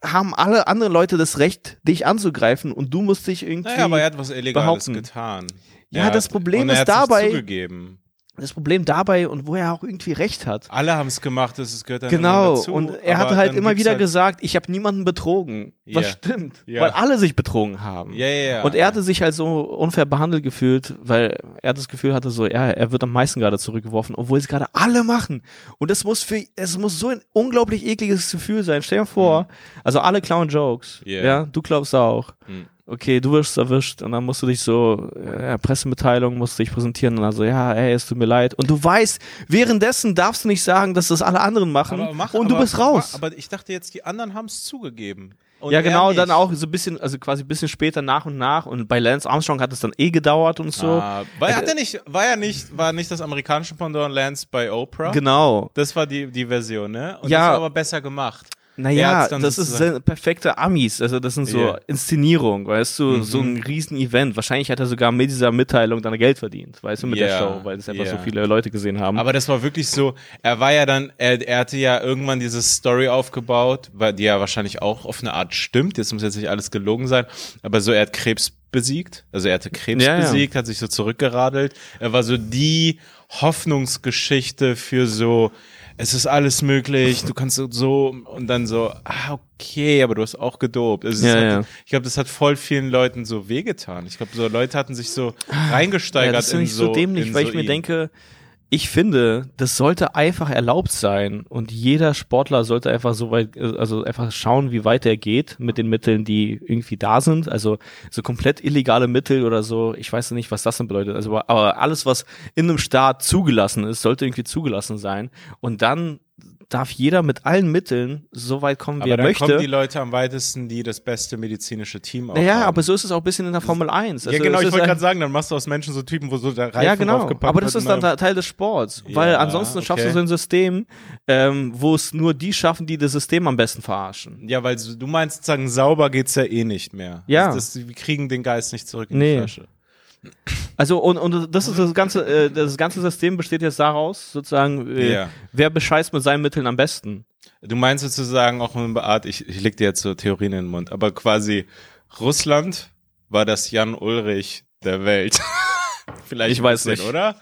[SPEAKER 1] haben alle anderen Leute das Recht, dich anzugreifen und du musst dich irgendwie.
[SPEAKER 2] Naja, aber er hat was Illegales
[SPEAKER 1] behaupten.
[SPEAKER 2] getan.
[SPEAKER 1] Ja,
[SPEAKER 2] Er
[SPEAKER 1] das Problem
[SPEAKER 2] und er
[SPEAKER 1] ist
[SPEAKER 2] hat's nicht
[SPEAKER 1] dabei-
[SPEAKER 2] Zugegeben.
[SPEAKER 1] das Problem dabei und wo er auch irgendwie recht hat.
[SPEAKER 2] Alle haben es gemacht, das gehört dann
[SPEAKER 1] Genau,
[SPEAKER 2] immer dazu.
[SPEAKER 1] und er hat
[SPEAKER 2] aber
[SPEAKER 1] halt
[SPEAKER 2] dann
[SPEAKER 1] immer
[SPEAKER 2] gibt's
[SPEAKER 1] wieder
[SPEAKER 2] halt-
[SPEAKER 1] gesagt, ich habe niemanden betrogen. Was
[SPEAKER 2] Ja.
[SPEAKER 1] stimmt,
[SPEAKER 2] Ja.
[SPEAKER 1] weil alle sich betrogen haben.
[SPEAKER 2] Ja, ja, ja.
[SPEAKER 1] Und er hatte sich halt so unfair behandelt gefühlt, weil er das Gefühl hatte, so, ja, er wird am meisten gerade zurückgeworfen, obwohl es gerade alle machen. Und das muss für, es muss so ein unglaublich ekliges Gefühl sein. Stell dir vor, also alle klauen Jokes.
[SPEAKER 2] Mhm. Yeah.
[SPEAKER 1] Ja, du klaust auch.
[SPEAKER 2] Mhm.
[SPEAKER 1] Okay, du wirst erwischt und dann musst du dich so, ja, Pressemitteilung musst du dich präsentieren und dann so, ja, ey, es tut mir leid. Und du weißt, währenddessen darfst du nicht sagen, dass das alle anderen machen
[SPEAKER 2] Aber mach-
[SPEAKER 1] und du
[SPEAKER 2] aber-
[SPEAKER 1] bist raus.
[SPEAKER 2] Aber ich dachte jetzt, die anderen haben es zugegeben. Und
[SPEAKER 1] Ja,
[SPEAKER 2] er
[SPEAKER 1] genau,
[SPEAKER 2] nicht.
[SPEAKER 1] dann auch so ein bisschen, also quasi ein bisschen später nach und nach. Und bei Lance Armstrong hat es dann eh gedauert und so. Also-
[SPEAKER 2] Ah, weil hat er nicht, war ja nicht, war nicht das amerikanische Pendant Lance bei Oprah.
[SPEAKER 1] Genau.
[SPEAKER 2] Das war die, die Version, ne? Und
[SPEAKER 1] Ja.
[SPEAKER 2] das war aber besser gemacht. Er
[SPEAKER 1] Naja,
[SPEAKER 2] hat's dann
[SPEAKER 1] das ist
[SPEAKER 2] sozusagen-
[SPEAKER 1] se- perfekte Amis. Also das sind so
[SPEAKER 2] Yeah.
[SPEAKER 1] Inszenierung, weißt du, so ein
[SPEAKER 2] Mhm.
[SPEAKER 1] riesen Event. Wahrscheinlich hat er sogar mit dieser Mitteilung dann Geld verdient, weißt du, mit der
[SPEAKER 2] Yeah,
[SPEAKER 1] Show, weil es einfach so
[SPEAKER 2] yeah.
[SPEAKER 1] viele Leute gesehen haben.
[SPEAKER 2] Aber das war wirklich so, er war ja dann, er, er hatte ja irgendwann diese Story aufgebaut, weil die ja wahrscheinlich auch auf eine Art stimmt, jetzt muss jetzt nicht alles gelogen sein, aber so, er hat Krebs besiegt, also er hatte Krebs
[SPEAKER 1] Ja, ja.
[SPEAKER 2] besiegt, hat sich so zurückgeradelt, er war so die Hoffnungsgeschichte für so, es ist alles möglich, du kannst so- so und dann so, ah, okay, aber du hast auch gedopt. Also es
[SPEAKER 1] Ja,
[SPEAKER 2] hat,
[SPEAKER 1] ja.
[SPEAKER 2] Ich glaube, das hat voll vielen Leuten so wehgetan. Ich glaube, so Leute hatten sich so reingesteigert
[SPEAKER 1] Ah, ja, das
[SPEAKER 2] in
[SPEAKER 1] finde ich so, dämlich,
[SPEAKER 2] in
[SPEAKER 1] weil
[SPEAKER 2] so
[SPEAKER 1] ich mir
[SPEAKER 2] ihn.
[SPEAKER 1] denke, ich finde, das sollte einfach erlaubt sein und jeder Sportler sollte einfach so weit, äh, also einfach schauen, wie weit er geht mit den Mitteln, die irgendwie da sind. Also so komplett illegale Mittel oder so, ich weiß nicht, was das denn bedeutet. Also aber- aber alles, was in einem Staat zugelassen ist, sollte irgendwie zugelassen sein. Und dann darf jeder mit allen Mitteln so weit kommen, wie
[SPEAKER 2] Aber
[SPEAKER 1] er
[SPEAKER 2] dann
[SPEAKER 1] möchte.
[SPEAKER 2] kommen die Leute am weitesten, die das beste medizinische Team auch
[SPEAKER 1] naja,
[SPEAKER 2] haben.
[SPEAKER 1] aber so ist es auch ein bisschen in der Formel 1.
[SPEAKER 2] ja, genau,
[SPEAKER 1] es
[SPEAKER 2] ich
[SPEAKER 1] ist
[SPEAKER 2] wollte
[SPEAKER 1] ein-
[SPEAKER 2] gerade sagen, dann machst du aus Menschen so Typen, wo so der Reifen
[SPEAKER 1] Ja, genau.
[SPEAKER 2] draufgepackt
[SPEAKER 1] Aber das
[SPEAKER 2] wird
[SPEAKER 1] ist
[SPEAKER 2] und
[SPEAKER 1] dann da- Teil des Sports. weil
[SPEAKER 2] Ja,
[SPEAKER 1] ansonsten schaffst du
[SPEAKER 2] okay.
[SPEAKER 1] so ein System, ähm, wo es nur die schaffen, die das System am besten verarschen.
[SPEAKER 2] Ja, weil so- du meinst, sozusagen, sauber geht's ja eh nicht mehr.
[SPEAKER 1] Ja.
[SPEAKER 2] Also Das, wir kriegen den Geist nicht zurück in
[SPEAKER 1] Nee.
[SPEAKER 2] die Flasche.
[SPEAKER 1] Also, und, und das ist das ganze, äh, das ganze System besteht jetzt daraus, sozusagen, äh,
[SPEAKER 2] Ja.
[SPEAKER 1] wer bescheißt mit seinen Mitteln am besten.
[SPEAKER 2] Du meinst sozusagen auch in der Art, ich, ich leg dir jetzt so Theorien in den Mund, aber quasi Russland war das Jan Ulrich der Welt. Vielleicht
[SPEAKER 1] Ich
[SPEAKER 2] ein
[SPEAKER 1] weiß
[SPEAKER 2] bisschen,
[SPEAKER 1] nicht.
[SPEAKER 2] oder?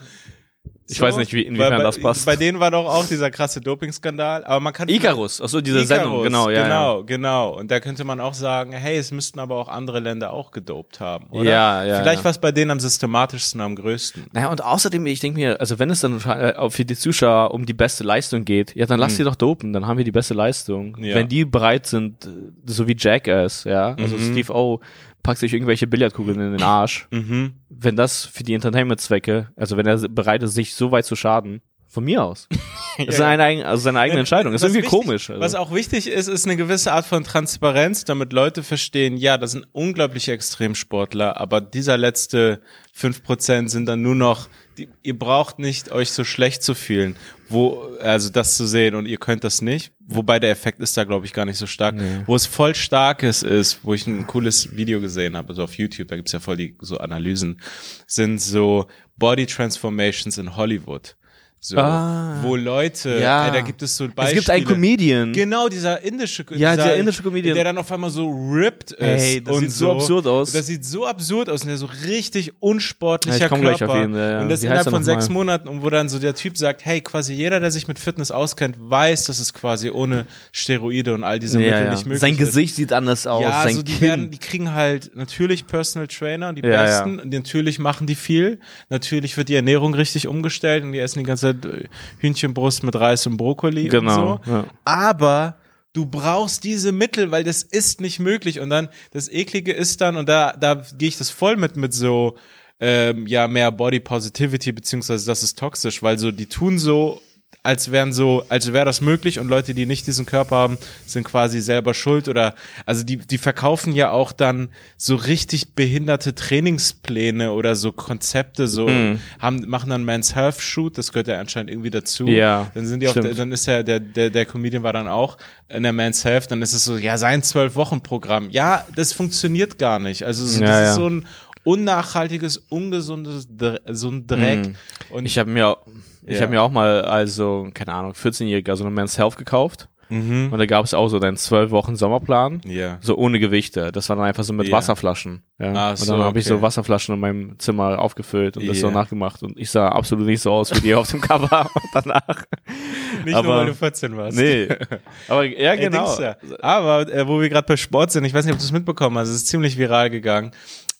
[SPEAKER 1] Ich weiß nicht, wie- inwiefern
[SPEAKER 2] Weil bei,
[SPEAKER 1] das passt.
[SPEAKER 2] Bei denen war doch auch dieser krasse Dopingskandal, aber man kann
[SPEAKER 1] Icarus, also diese
[SPEAKER 2] Icarus,
[SPEAKER 1] Sendung, genau, ja.
[SPEAKER 2] Genau, genau. Und da könnte man auch sagen, hey, es müssten aber auch andere Länder auch gedopt haben, oder?
[SPEAKER 1] Ja, ja,
[SPEAKER 2] Vielleicht
[SPEAKER 1] ja.
[SPEAKER 2] war es bei denen am systematischsten, am größten.
[SPEAKER 1] Naja, und außerdem, ich denke mir, also wenn es dann äh, für die Zuschauer um die beste Leistung geht, ja, dann lass die doch dopen, dann haben wir die beste Leistung.
[SPEAKER 2] Hm. Ja.
[SPEAKER 1] Wenn die bereit sind, äh, so wie Jackass, ja, also
[SPEAKER 2] Mhm.
[SPEAKER 1] Steve O packt sich irgendwelche Billardkugeln in den Arsch, wenn das für die Entertainment-Zwecke, also wenn er bereit ist, sich so weit zu schaden, von mir aus. Das ist seine, eigen- also seine eigene Entscheidung. Das ist
[SPEAKER 2] Was
[SPEAKER 1] irgendwie
[SPEAKER 2] wichtig-
[SPEAKER 1] komisch. Also.
[SPEAKER 2] Was auch wichtig ist, ist eine gewisse Art von Transparenz, damit Leute verstehen, ja, das sind unglaubliche Extremsportler, aber dieser letzte 5% sind dann nur noch, die, ihr braucht nicht euch so schlecht zu fühlen, wo, also das zu sehen und ihr könnt das nicht. Wobei der Effekt ist da, glaube ich, gar nicht so stark. Wo es voll starkes ist, wo ich ein cooles Video gesehen habe, also auf YouTube, da gibt's ja voll die so Analysen, sind so Body Transformations in Hollywood. So,
[SPEAKER 1] Ah.
[SPEAKER 2] wo Leute,
[SPEAKER 1] Ja.
[SPEAKER 2] ey, da gibt es so
[SPEAKER 1] es gibt einen
[SPEAKER 2] Beispiele.
[SPEAKER 1] Comedian.
[SPEAKER 2] Genau, dieser indische
[SPEAKER 1] Ja,
[SPEAKER 2] dieser,
[SPEAKER 1] der indische Comedian.
[SPEAKER 2] Der dann auf einmal so ripped ist.
[SPEAKER 1] Ey, das
[SPEAKER 2] und
[SPEAKER 1] sieht so absurd aus.
[SPEAKER 2] Das sieht so absurd aus. Und der so richtig unsportlicher
[SPEAKER 1] Ja, ich komm
[SPEAKER 2] Körper.
[SPEAKER 1] gleich auf ihn, ja, ja.
[SPEAKER 2] Und das
[SPEAKER 1] Wie heißt
[SPEAKER 2] innerhalb
[SPEAKER 1] er
[SPEAKER 2] von
[SPEAKER 1] nochmal?
[SPEAKER 2] sechs Monaten. Und wo dann so der Typ sagt, hey, quasi jeder, der sich mit Fitness auskennt, weiß, dass es quasi ohne Steroide und all diese
[SPEAKER 1] ja,
[SPEAKER 2] Mittel
[SPEAKER 1] ja.
[SPEAKER 2] nicht möglich
[SPEAKER 1] Sein
[SPEAKER 2] ist.
[SPEAKER 1] Gesicht sieht anders aus,
[SPEAKER 2] Ja,
[SPEAKER 1] sein
[SPEAKER 2] also die
[SPEAKER 1] Kinn.
[SPEAKER 2] werden, die kriegen halt natürlich Personal Trainer, die
[SPEAKER 1] Ja,
[SPEAKER 2] besten, und natürlich machen die viel, natürlich wird die Ernährung richtig umgestellt und die essen die ganze Zeit äh, Hühnchenbrust mit Reis und Brokkoli
[SPEAKER 1] Genau,
[SPEAKER 2] und so.
[SPEAKER 1] ja.
[SPEAKER 2] Aber du brauchst diese Mittel, weil das ist nicht möglich und dann das eklige ist dann und da da gehe ich das voll mit mit so ähm, ja mehr Body Positivity beziehungsweise das ist toxisch, weil so die tun so als wären so, als wäre das möglich und Leute, die nicht diesen Körper haben, sind quasi selber schuld oder also die, die verkaufen ja auch dann so richtig behinderte Trainingspläne oder so Konzepte, so
[SPEAKER 1] Mhm.
[SPEAKER 2] haben, machen dann Men's Health Shoot, das gehört ja anscheinend irgendwie dazu.
[SPEAKER 1] Ja,
[SPEAKER 2] Dann sind die auch,
[SPEAKER 1] stimmt.
[SPEAKER 2] dann ist ja der, der, der Comedian war dann auch in der Men's Health, dann ist es so, ja, sein Zwölf-Wochen-Programm. Ja, das funktioniert gar nicht. Also so,
[SPEAKER 1] Ja,
[SPEAKER 2] das
[SPEAKER 1] ja.
[SPEAKER 2] ist so ein unnachhaltiges, ungesundes, Dr- so ein Dreck. Und
[SPEAKER 1] Mhm. Ich habe mir, ich
[SPEAKER 2] Ja.
[SPEAKER 1] also hab mir auch mal, also, keine Ahnung, 14-Jähriger so eine Men's Health gekauft.
[SPEAKER 2] Mhm.
[SPEAKER 1] Und da gab es auch so deinen zwölf Wochen Sommerplan.
[SPEAKER 2] Ja.
[SPEAKER 1] So ohne Gewichte. Das war dann einfach so mit
[SPEAKER 2] Ja.
[SPEAKER 1] Wasserflaschen. Ja.
[SPEAKER 2] Ach
[SPEAKER 1] und
[SPEAKER 2] so,
[SPEAKER 1] dann habe ich so
[SPEAKER 2] okay.
[SPEAKER 1] Wasserflaschen in meinem Zimmer aufgefüllt und das so
[SPEAKER 2] Ja.
[SPEAKER 1] nachgemacht. Und ich sah absolut nicht so aus wie die auf dem Cover danach.
[SPEAKER 2] Nicht
[SPEAKER 1] Aber-
[SPEAKER 2] nur, weil du 14 warst.
[SPEAKER 1] Nee. Aber ja,
[SPEAKER 2] Ey,
[SPEAKER 1] genau.
[SPEAKER 2] Dings da. Aber äh, wo wir gerade bei Sport sind, ich weiß nicht, ob du es mitbekommen hast, es ist ziemlich viral gegangen.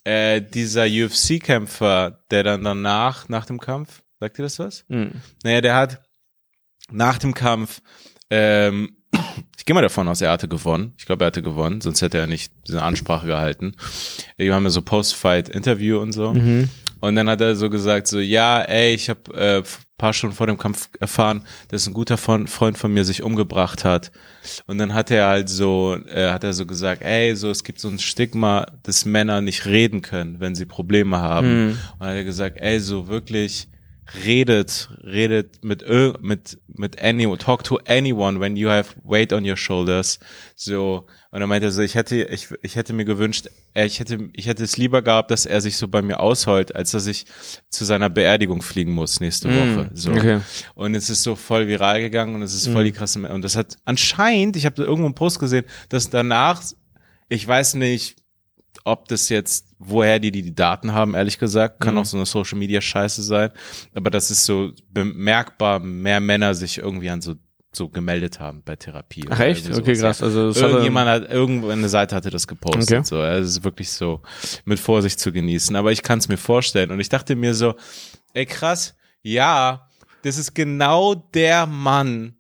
[SPEAKER 2] Äh, dieser UFC-Kämpfer, der dann danach, nach dem Kampf, sagt dir das was?
[SPEAKER 1] Hm.
[SPEAKER 2] Naja, der hat nach dem Kampf, ähm, ich gehe mal davon aus, er hatte gewonnen. Ich glaube, er hatte gewonnen, sonst hätte er nicht diese Ansprache gehalten. Wir haben ja so Post-Fight-Interview und so. Und dann hat er so gesagt, so, ja, ey, ich habe äh, f- paar Stunden vor dem Kampf erfahren, dass ein guter Fon- Freund von mir sich umgebracht hat. Und dann hat er halt so, äh, hat er so gesagt, ey, so, es gibt so ein Stigma, dass Männer nicht reden können, wenn sie Probleme haben.
[SPEAKER 1] Mhm.
[SPEAKER 2] Und hat er gesagt, ey, so wirklich redet, redet mit ir- mit mit anyone, talk to anyone when you have weight on your shoulders. So und dann meinte er so, ich hätte ich, ich hätte mir gewünscht, äh, ich hätte ich hätte es lieber gehabt, dass er sich so bei mir ausheult, als dass ich zu seiner Beerdigung fliegen muss nächste Woche. So.
[SPEAKER 1] Hm, okay. Hm.
[SPEAKER 2] Und es ist so voll viral gegangen und es ist voll die krasse Me- und das hat anscheinend, ich habe irgendwo einen Post gesehen, dass danach ich weiß nicht, ob das jetzt, woher die die, die Daten haben, ehrlich gesagt,
[SPEAKER 1] Hm.
[SPEAKER 2] kann auch so eine Social Media Scheiße sein. Aber das ist so bemerkbar, mehr Männer sich irgendwie an so, so gemeldet haben bei Therapie.
[SPEAKER 1] Ach
[SPEAKER 2] oder
[SPEAKER 1] echt?
[SPEAKER 2] irgendwie
[SPEAKER 1] Okay,
[SPEAKER 2] sowas,
[SPEAKER 1] krass. Also das
[SPEAKER 2] Ja.
[SPEAKER 1] hat er-
[SPEAKER 2] Irgendjemand hat, irgendwo eine Seite hatte das gepostet.
[SPEAKER 1] Okay.
[SPEAKER 2] So, also es ist wirklich so mit Vorsicht zu genießen. Aber ich kann es mir vorstellen. Und ich dachte mir so, ey krass, ja, das ist genau der Mann,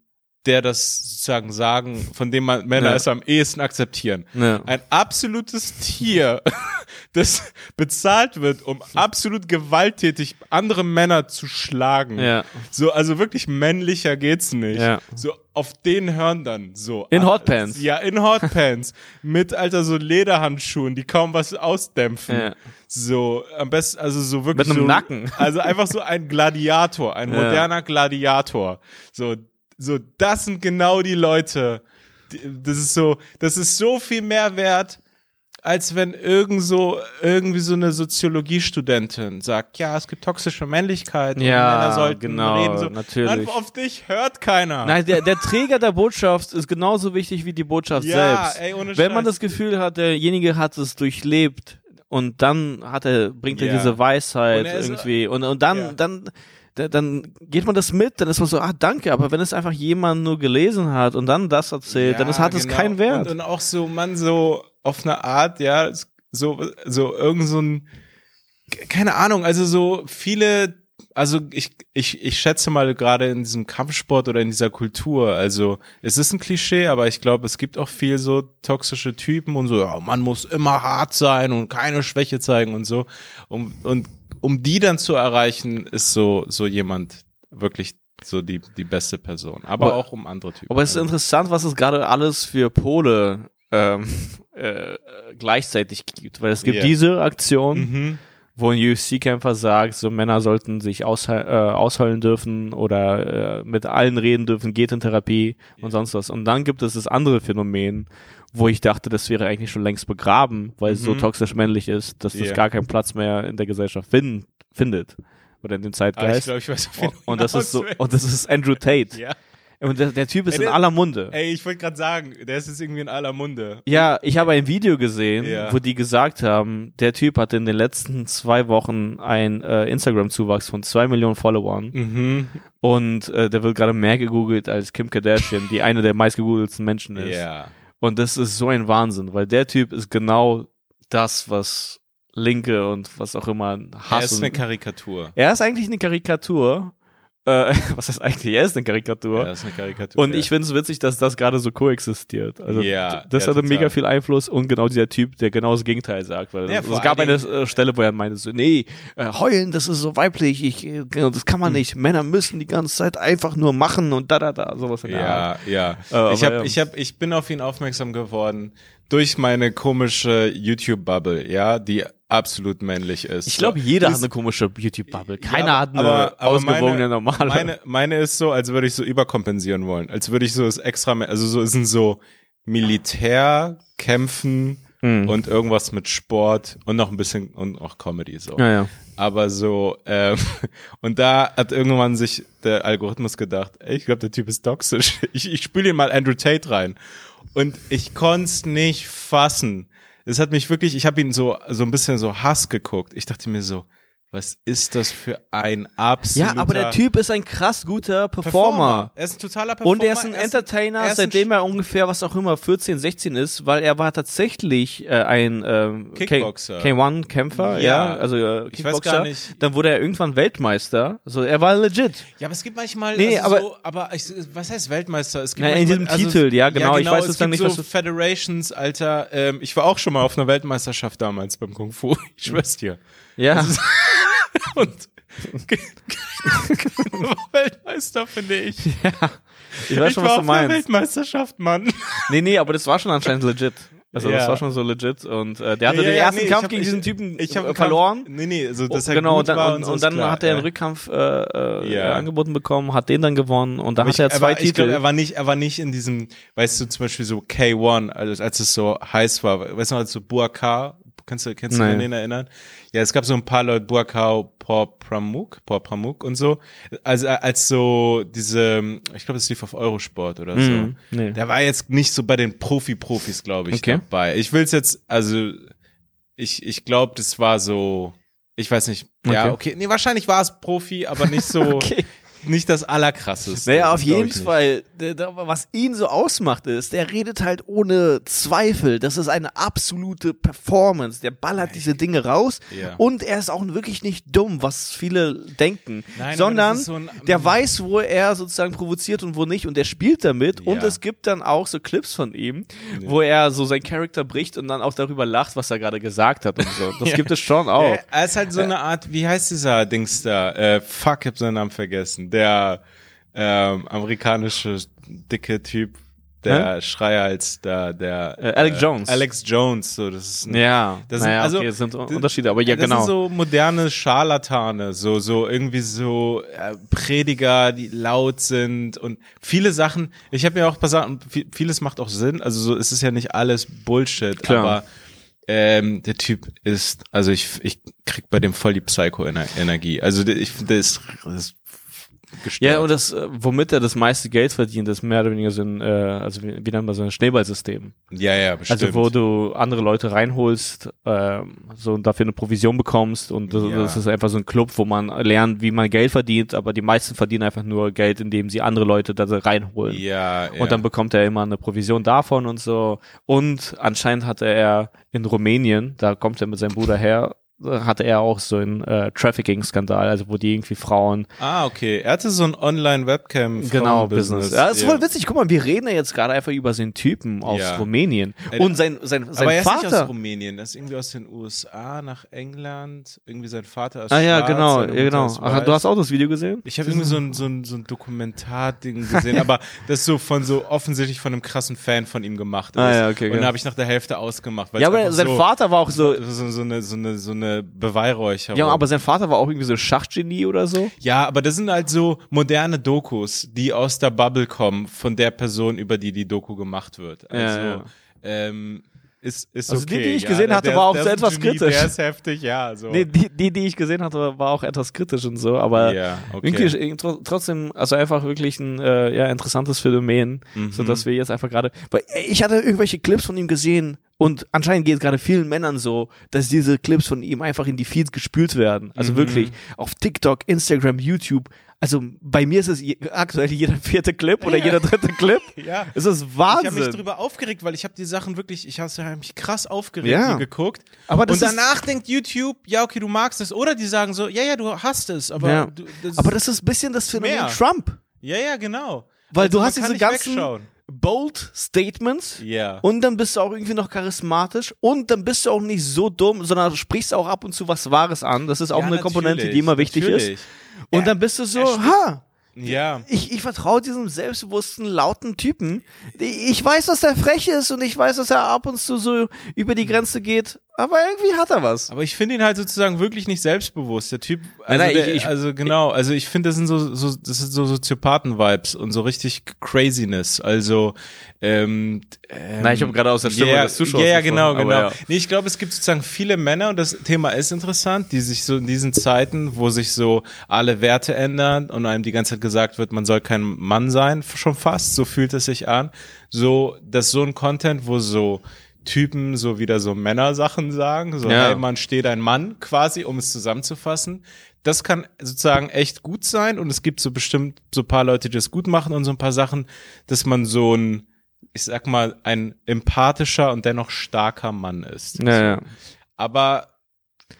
[SPEAKER 2] der das sozusagen sagen, von dem man Männer
[SPEAKER 1] Ja.
[SPEAKER 2] es am ehesten akzeptieren.
[SPEAKER 1] Ja.
[SPEAKER 2] Ein absolutes Tier, das bezahlt wird, um absolut gewalttätig andere Männer zu schlagen.
[SPEAKER 1] Ja.
[SPEAKER 2] So, also wirklich männlicher geht's nicht.
[SPEAKER 1] Ja.
[SPEAKER 2] So, auf den hören dann so.
[SPEAKER 1] In Hotpants.
[SPEAKER 2] Ja, in Hotpants. mit, alter, so Lederhandschuhen, die kaum was ausdämpfen.
[SPEAKER 1] Ja.
[SPEAKER 2] So, am besten, also so wirklich.
[SPEAKER 1] Mit einem
[SPEAKER 2] so,
[SPEAKER 1] Nacken.
[SPEAKER 2] Also einfach so ein Gladiator, ein
[SPEAKER 1] Ja.
[SPEAKER 2] moderner Gladiator. So, so, das sind genau die Leute. Die- Das ist so, das ist so viel mehr wert, als wenn irgend so, irgendwie so eine Soziologiestudentin sagt, ja, es gibt toxische Männlichkeit und
[SPEAKER 1] Ja,
[SPEAKER 2] Männer sollten
[SPEAKER 1] genau,
[SPEAKER 2] reden. So,
[SPEAKER 1] natürlich.
[SPEAKER 2] Dann auf dich hört keiner.
[SPEAKER 1] Nein, der, der Träger der Botschaft ist genauso wichtig wie die Botschaft
[SPEAKER 2] Ja,
[SPEAKER 1] selbst.
[SPEAKER 2] ey, ohne
[SPEAKER 1] Wenn man
[SPEAKER 2] Scheiß.
[SPEAKER 1] das Gefühl hat, derjenige hat es durchlebt und dann hat er, bringt er
[SPEAKER 2] Ja.
[SPEAKER 1] diese Weisheit
[SPEAKER 2] Und er ist-
[SPEAKER 1] irgendwie und, und dann,
[SPEAKER 2] Ja.
[SPEAKER 1] dann, da- dann geht man das mit, dann ist man so, ah, danke, aber wenn es einfach jemand nur gelesen hat und dann das erzählt, dann
[SPEAKER 2] Ja,
[SPEAKER 1] ist, hat es
[SPEAKER 2] genau.
[SPEAKER 1] keinen Wert.
[SPEAKER 2] Und, und auch so, man, so auf eine Art, ja, so, so irgend so ein, keine Ahnung, also so viele, also ich, ich, ich schätze mal gerade in diesem Kampfsport oder in dieser Kultur, also es ist ein Klischee, aber ich glaube, es gibt auch viel so toxische Typen und so, ja, man muss immer hart sein und keine Schwäche zeigen und so. Um, und um die dann zu erreichen, ist so, so jemand wirklich so die, die beste Person. Aber,
[SPEAKER 1] Aber-
[SPEAKER 2] auch um andere Typen.
[SPEAKER 1] Aber es ist
[SPEAKER 2] Also-
[SPEAKER 1] interessant, was es gerade alles für Pole ähm, äh, gleichzeitig gibt, weil es gibt
[SPEAKER 2] Ja.
[SPEAKER 1] diese Aktion,
[SPEAKER 2] Mhm.
[SPEAKER 1] wo ein UFC-Kämpfer sagt, so Männer sollten sich ausheu- äh, ausheulen dürfen oder äh, mit allen reden dürfen, geht in Therapie und sonst was. Und dann gibt es das andere Phänomen, wo ich dachte, das wäre eigentlich schon längst begraben, weil es so toxisch männlich ist, dass das
[SPEAKER 2] Mhm. Ja.
[SPEAKER 1] gar keinen Platz mehr in der Gesellschaft fin findet oder in dem
[SPEAKER 2] Ah, ich
[SPEAKER 1] Zeitgeist.
[SPEAKER 2] glaube, ich weiß, auf wen du
[SPEAKER 1] und das ist so,
[SPEAKER 2] hinaus willst.
[SPEAKER 1] und das ist Andrew Tate.
[SPEAKER 2] Ja.
[SPEAKER 1] Und der, der Typ ist
[SPEAKER 2] Ey,
[SPEAKER 1] in
[SPEAKER 2] der-
[SPEAKER 1] aller Munde.
[SPEAKER 2] Ey, ich wollte gerade sagen, der ist jetzt irgendwie in aller Munde.
[SPEAKER 1] Ja, ich habe ein Video gesehen,
[SPEAKER 2] Ja.
[SPEAKER 1] wo die gesagt haben, der Typ hatte in den letzten zwei Wochen einen äh, Instagram-Zuwachs von zwei Millionen Followern
[SPEAKER 2] Mhm.
[SPEAKER 1] und äh, der wird gerade mehr gegoogelt als Kim Kardashian, die eine der meistgegoogelten Menschen ist.
[SPEAKER 2] Ja.
[SPEAKER 1] Und das ist so ein Wahnsinn, weil der Typ ist genau das, was Linke und was auch immer
[SPEAKER 2] Er
[SPEAKER 1] Hass
[SPEAKER 2] ist
[SPEAKER 1] und-
[SPEAKER 2] eine Karikatur.
[SPEAKER 1] er ist eigentlich eine Karikatur. Äh, was heißt eigentlich? Er ist eine Karikatur.
[SPEAKER 2] Er ist eine Karikatur.
[SPEAKER 1] Und ich finde es witzig, dass das gerade so koexistiert. Also
[SPEAKER 2] Ja,
[SPEAKER 1] das
[SPEAKER 2] ja,
[SPEAKER 1] hatte
[SPEAKER 2] total.
[SPEAKER 1] mega viel Einfluss und genau dieser Typ, der genau das Gegenteil sagt. Weil
[SPEAKER 2] Ja,
[SPEAKER 1] es,
[SPEAKER 2] vor
[SPEAKER 1] es gab
[SPEAKER 2] allen
[SPEAKER 1] eine äh, Stelle, wo er meinte, so, nee, äh, heulen, das ist so weiblich, ich, äh, das kann
[SPEAKER 2] Hm.
[SPEAKER 1] man nicht. Männer müssen die ganze Zeit einfach nur machen und da, da, da, sowas in der Art.
[SPEAKER 2] ja, ja.
[SPEAKER 1] Äh, aber
[SPEAKER 2] ich, hab,
[SPEAKER 1] ja.
[SPEAKER 2] ich, hab, ich bin auf ihn aufmerksam geworden durch meine komische YouTube-Bubble, ja, die absolut männlich ist.
[SPEAKER 1] Ich glaube, jeder
[SPEAKER 2] Das-
[SPEAKER 1] hat eine komische Beauty-Bubble. Keiner
[SPEAKER 2] Ja,
[SPEAKER 1] hat eine ausgewogene, normale.
[SPEAKER 2] Meine, meine ist so, als würde ich so überkompensieren wollen. Als würde ich so das extra, also so es sind so Militär, Kämpfen,
[SPEAKER 1] Mhm.
[SPEAKER 2] und irgendwas mit Sport und noch ein bisschen und auch Comedy so.
[SPEAKER 1] Ja, ja.
[SPEAKER 2] Aber so, ähm, und da hat irgendwann sich der Algorithmus gedacht, ey, ich glaube, der Typ ist toxisch. Ich, ich spüle ihn mal Andrew Tate rein. Und ich konnte es nicht fassen. Es hat mich wirklich, ich habe ihn so, so ein bisschen so Hass geguckt. Ich dachte mir so, was ist das für ein absoluter
[SPEAKER 1] Ja, aber der Typ ist ein krass guter Performer.
[SPEAKER 2] Er ist ein totaler Performer.
[SPEAKER 1] Und er ist ein
[SPEAKER 2] er
[SPEAKER 1] Entertainer,
[SPEAKER 2] er ist ein
[SPEAKER 1] seitdem er ungefähr, was auch immer, 14, 16 ist, weil er war tatsächlich äh, ein ähm, K-
[SPEAKER 2] Kickboxer.
[SPEAKER 1] K1-Kämpfer, ja.
[SPEAKER 2] Ja.
[SPEAKER 1] also äh, Kickboxer.
[SPEAKER 2] Ich weiß gar nicht.
[SPEAKER 1] Dann wurde er irgendwann Weltmeister. Also er war legit.
[SPEAKER 2] Ja, aber es gibt manchmal,
[SPEAKER 1] Nee,
[SPEAKER 2] also
[SPEAKER 1] aber-
[SPEAKER 2] so, aber ich, was heißt Weltmeister? Es gibt
[SPEAKER 1] Na, in
[SPEAKER 2] manchmal- also
[SPEAKER 1] diesem Titel, ja, genau, ich weiß
[SPEAKER 2] es
[SPEAKER 1] jetzt dann
[SPEAKER 2] gibt
[SPEAKER 1] nicht, was
[SPEAKER 2] so
[SPEAKER 1] du-
[SPEAKER 2] Federations, Alter, ähm, ich war auch schon mal auf einer Weltmeisterschaft damals beim Kung Fu, ich schwör's dir.
[SPEAKER 1] Ja.
[SPEAKER 2] Und Weltmeister finde ich.
[SPEAKER 1] Ich weiß
[SPEAKER 2] ich
[SPEAKER 1] schon,
[SPEAKER 2] war
[SPEAKER 1] was du
[SPEAKER 2] auf einer
[SPEAKER 1] meinst.
[SPEAKER 2] Weltmeisterschaft, Mann.
[SPEAKER 1] Nee, nee, aber das war schon anscheinend legit. Also das
[SPEAKER 2] Ja.
[SPEAKER 1] war schon so legit. Und äh, der hatte
[SPEAKER 2] Ja,
[SPEAKER 1] den
[SPEAKER 2] ja,
[SPEAKER 1] ersten
[SPEAKER 2] nee, ich
[SPEAKER 1] Kampf
[SPEAKER 2] hab-
[SPEAKER 1] gegen
[SPEAKER 2] ich-
[SPEAKER 1] diesen Typen
[SPEAKER 2] ich hab
[SPEAKER 1] äh,
[SPEAKER 2] einen Kampf-
[SPEAKER 1] verloren.
[SPEAKER 2] Nee, nee, also dass er
[SPEAKER 1] genau,
[SPEAKER 2] gut
[SPEAKER 1] und dann,
[SPEAKER 2] war
[SPEAKER 1] und,
[SPEAKER 2] so
[SPEAKER 1] und
[SPEAKER 2] ist
[SPEAKER 1] dann
[SPEAKER 2] klar,
[SPEAKER 1] hat er
[SPEAKER 2] ja.
[SPEAKER 1] einen Rückkampf äh, äh,
[SPEAKER 2] Ja.
[SPEAKER 1] angeboten bekommen, hat den dann gewonnen und dann
[SPEAKER 2] Aber
[SPEAKER 1] hat er
[SPEAKER 2] ich-
[SPEAKER 1] zwei
[SPEAKER 2] aber Ich
[SPEAKER 1] Titel.
[SPEAKER 2] glaube, er war nicht, er war nicht in diesem, weißt du, zum Beispiel so K1, also als es so heiß war, weißt du noch, als so Buakar, kannst du, kannst du dich
[SPEAKER 1] Nein.
[SPEAKER 2] an den erinnern? Ja, es gab so ein paar Leute, Buakar, Paul Pramuk, Paul Pramuk und so. Also, äh, als so diese, ich glaube, es lief auf Eurosport oder
[SPEAKER 1] Mhm,
[SPEAKER 2] so.
[SPEAKER 1] nee.
[SPEAKER 2] Also, Der war jetzt nicht so bei den Profi-Profis, glaube ich,
[SPEAKER 1] Okay.
[SPEAKER 2] dabei. Ich will es jetzt, also, ich, ich glaube, das war so, ich weiß nicht, ja, okay, nee, wahrscheinlich war es Profi, aber nicht so,
[SPEAKER 1] Okay.
[SPEAKER 2] nicht das Allerkrasseste.
[SPEAKER 1] Naja, auf
[SPEAKER 2] Das glaub
[SPEAKER 1] jeden
[SPEAKER 2] ich nicht.
[SPEAKER 1] Fall. Der- der- Was ihn so ausmacht, ist, der redet halt ohne Zweifel. Das ist eine absolute Performance. Der ballert diese Dinge raus.
[SPEAKER 2] Ja.
[SPEAKER 1] Und er ist auch wirklich nicht dumm, was viele denken.
[SPEAKER 2] Nein, aber
[SPEAKER 1] sondern
[SPEAKER 2] das ist so ein- ähm,
[SPEAKER 1] der weiß, wo er sozusagen provoziert und wo nicht. Und der spielt damit. Und
[SPEAKER 2] Ja.
[SPEAKER 1] es gibt dann auch so Clips von ihm, wo er so seinen Charakter bricht und dann auch darüber lacht, was er gerade gesagt hat und so. Das gibt es schon auch. Äh,
[SPEAKER 2] Er- Er ist halt so eine Art, wie heißt dieser Dings da? Äh, fuck, ich hab seinen Namen vergessen. Der ähm, amerikanische dicke Typ, der Schreihals, da, der
[SPEAKER 1] Hm? Äh, Alex Jones.
[SPEAKER 2] Alex Jones, so das ist ein,
[SPEAKER 1] Ja,
[SPEAKER 2] Das
[SPEAKER 1] das
[SPEAKER 2] sind-
[SPEAKER 1] naja,
[SPEAKER 2] also,
[SPEAKER 1] okay, das sind
[SPEAKER 2] das-
[SPEAKER 1] Unterschiede, aber ja,
[SPEAKER 2] das
[SPEAKER 1] genau.
[SPEAKER 2] sind so moderne Scharlatane, so so irgendwie so äh, Prediger, die laut sind und viele Sachen. Ich habe ja auch ein paar Sachen. viel- Vieles macht auch Sinn. Also so, es ist ja nicht alles Bullshit,
[SPEAKER 1] Klar.
[SPEAKER 2] aber ähm, der Typ ist, also ich, ich krieg bei dem voll die Psycho-Energie. Also der, ich, der ist, der ist gestört.
[SPEAKER 1] Ja, und das, äh, womit er das meiste Geld verdient, ist mehr oder weniger so ein, äh, also wie, wie nennt man so ein Schneeballsystem.
[SPEAKER 2] ja, ja, bestimmt.
[SPEAKER 1] Also wo du andere Leute reinholst, ähm, so und dafür eine Provision bekommst und das,
[SPEAKER 2] Ja.
[SPEAKER 1] das ist einfach so ein Club, wo man lernt, wie man Geld verdient, aber die meisten verdienen einfach nur Geld, indem sie andere Leute da so reinholen.
[SPEAKER 2] ja, ja.
[SPEAKER 1] Und dann bekommt er immer eine Provision davon und so. Und anscheinend hatte er in Rumänien, da kommt er mit seinem Bruder her, hatte er auch so einen äh, Trafficking-Skandal, also wo die irgendwie Frauen
[SPEAKER 2] ah, okay. Er hatte so ein Online-Webcam.
[SPEAKER 1] Genau, Business. Ja,
[SPEAKER 2] Ja,
[SPEAKER 1] ist voll witzig. Guck mal, wir reden ja jetzt gerade einfach über so einen Typen aus
[SPEAKER 2] Ja. Äh,
[SPEAKER 1] Rumänien. Und sein, sein, sein
[SPEAKER 2] Aber er ist nicht aus
[SPEAKER 1] Vater.
[SPEAKER 2] Rumänien, er ist irgendwie aus den USA nach England. Irgendwie sein Vater ist
[SPEAKER 1] Ah ja,
[SPEAKER 2] schwarz,
[SPEAKER 1] genau, ja,
[SPEAKER 2] seine Mutter
[SPEAKER 1] genau.
[SPEAKER 2] ist
[SPEAKER 1] Ach, du
[SPEAKER 2] weiß.
[SPEAKER 1] hast auch das Video gesehen?
[SPEAKER 2] ich habe irgendwie so ein, so ein, so ein Dokumentarding gesehen, aber das so von so offensichtlich von einem krassen Fan von ihm gemacht ist.
[SPEAKER 1] Ah ja, okay,
[SPEAKER 2] und dann
[SPEAKER 1] ja.
[SPEAKER 2] habe ich nach der Hälfte ausgemacht. Weil
[SPEAKER 1] Ja,
[SPEAKER 2] es
[SPEAKER 1] aber
[SPEAKER 2] einfach
[SPEAKER 1] sein
[SPEAKER 2] so,
[SPEAKER 1] Vater war auch so.
[SPEAKER 2] So, so, eine, so, eine, so eine Beweihräucherung.
[SPEAKER 1] Ja, aber sein Vater war auch irgendwie so Schachgenie oder so.
[SPEAKER 2] ja, aber das sind halt so moderne Dokus, die aus der Bubble kommen, von der Person, über die die Doku gemacht wird. Also,
[SPEAKER 1] ja.
[SPEAKER 2] ähm, ist, ist
[SPEAKER 1] Also die,
[SPEAKER 2] okay.
[SPEAKER 1] die ich
[SPEAKER 2] ja,
[SPEAKER 1] gesehen
[SPEAKER 2] der-
[SPEAKER 1] hatte,
[SPEAKER 2] der
[SPEAKER 1] war
[SPEAKER 2] ist-
[SPEAKER 1] auch
[SPEAKER 2] der
[SPEAKER 1] so
[SPEAKER 2] ist ein
[SPEAKER 1] etwas
[SPEAKER 2] Genie,
[SPEAKER 1] kritisch.
[SPEAKER 2] Der ist heftig, ja. So.
[SPEAKER 1] Nee, die, die, die ich gesehen hatte, war auch etwas kritisch und so, aber
[SPEAKER 2] Ja, okay.
[SPEAKER 1] irgendwie irgend- tro- trotzdem, also einfach wirklich ein äh, ja, interessantes Phänomen,
[SPEAKER 2] Mhm.
[SPEAKER 1] so dass wir jetzt einfach gerade, weil ich hatte irgendwelche Clips von ihm gesehen und anscheinend geht es gerade vielen Männern so, dass diese Clips von ihm einfach in die Feeds gespült werden.
[SPEAKER 2] Mhm.
[SPEAKER 1] Also wirklich auf TikTok, Instagram, YouTube. Also bei mir ist es je, aktuell jeder vierte Clip oder jeder dritte Clip.
[SPEAKER 2] Ja.
[SPEAKER 1] Es ist
[SPEAKER 2] Ich habe
[SPEAKER 1] Wahnsinn.
[SPEAKER 2] mich drüber aufgeregt, weil ich habe die Sachen wirklich, ich habe mich krass aufgeregt
[SPEAKER 1] Ja.
[SPEAKER 2] ja. geguckt.
[SPEAKER 1] Aber das
[SPEAKER 2] und
[SPEAKER 1] ist-
[SPEAKER 2] danach denkt YouTube, ja okay, du magst es, oder die sagen so, ja ja, du hast es, aber
[SPEAKER 1] ja.
[SPEAKER 2] du, das
[SPEAKER 1] Aber das ist ein bisschen das Phänomen
[SPEAKER 2] Mehr.
[SPEAKER 1] Trump.
[SPEAKER 2] ja ja genau,
[SPEAKER 1] Weil du
[SPEAKER 2] man
[SPEAKER 1] hast
[SPEAKER 2] kann
[SPEAKER 1] diese
[SPEAKER 2] nicht
[SPEAKER 1] ganzen
[SPEAKER 2] wegschauen.
[SPEAKER 1] bold Statements
[SPEAKER 2] Ja.
[SPEAKER 1] und dann bist du auch irgendwie noch charismatisch und dann bist du auch nicht so dumm, sondern sprichst auch ab und zu was Wahres an. Das ist auch
[SPEAKER 2] Ja,
[SPEAKER 1] eine Komponente, die
[SPEAKER 2] natürlich,
[SPEAKER 1] immer wichtig
[SPEAKER 2] natürlich.
[SPEAKER 1] ist. Und dann bist du so, ha,
[SPEAKER 2] Ja.
[SPEAKER 1] ich, ich vertraue diesem selbstbewussten, lauten
[SPEAKER 2] Hm.
[SPEAKER 1] Typen. Ich weiß, dass er frech ist und ich weiß, dass er ab und zu so über die Grenze geht. Aber irgendwie hat er was.
[SPEAKER 2] Aber ich finde ihn halt sozusagen wirklich nicht selbstbewusst. Der Typ, also,
[SPEAKER 1] nein,
[SPEAKER 2] der,
[SPEAKER 1] ich- ich-
[SPEAKER 2] also genau, also ich finde, das sind so, so das sind so Soziopathen-Vibes und so richtig Craziness. Also, ähm, ähm
[SPEAKER 1] Nein, ich hab gerade aus der Stimme
[SPEAKER 2] ja,
[SPEAKER 1] des Zuschauers
[SPEAKER 2] Ja, ja,
[SPEAKER 1] gefunden,
[SPEAKER 2] genau,
[SPEAKER 1] aber
[SPEAKER 2] genau.
[SPEAKER 1] ja.
[SPEAKER 2] Nee, ich glaube, es gibt sozusagen viele Männer und das Thema ist interessant, die sich so in diesen Zeiten, wo sich so alle Werte ändern und einem die ganze Zeit gesagt wird, man soll kein Mann sein, schon fast, so fühlt es sich an, so, dass so ein Content, wo so Typen so wieder so Männersachen sagen, so
[SPEAKER 1] Ja.
[SPEAKER 2] hey, man steht ein Mann quasi, um es zusammenzufassen. Das kann sozusagen echt gut sein und es gibt so bestimmt so ein paar Leute, die das gut machen und so ein paar Sachen, dass man so ein ich sag mal, ein empathischer und dennoch starker Mann ist.
[SPEAKER 1] Ja, ja.
[SPEAKER 2] Aber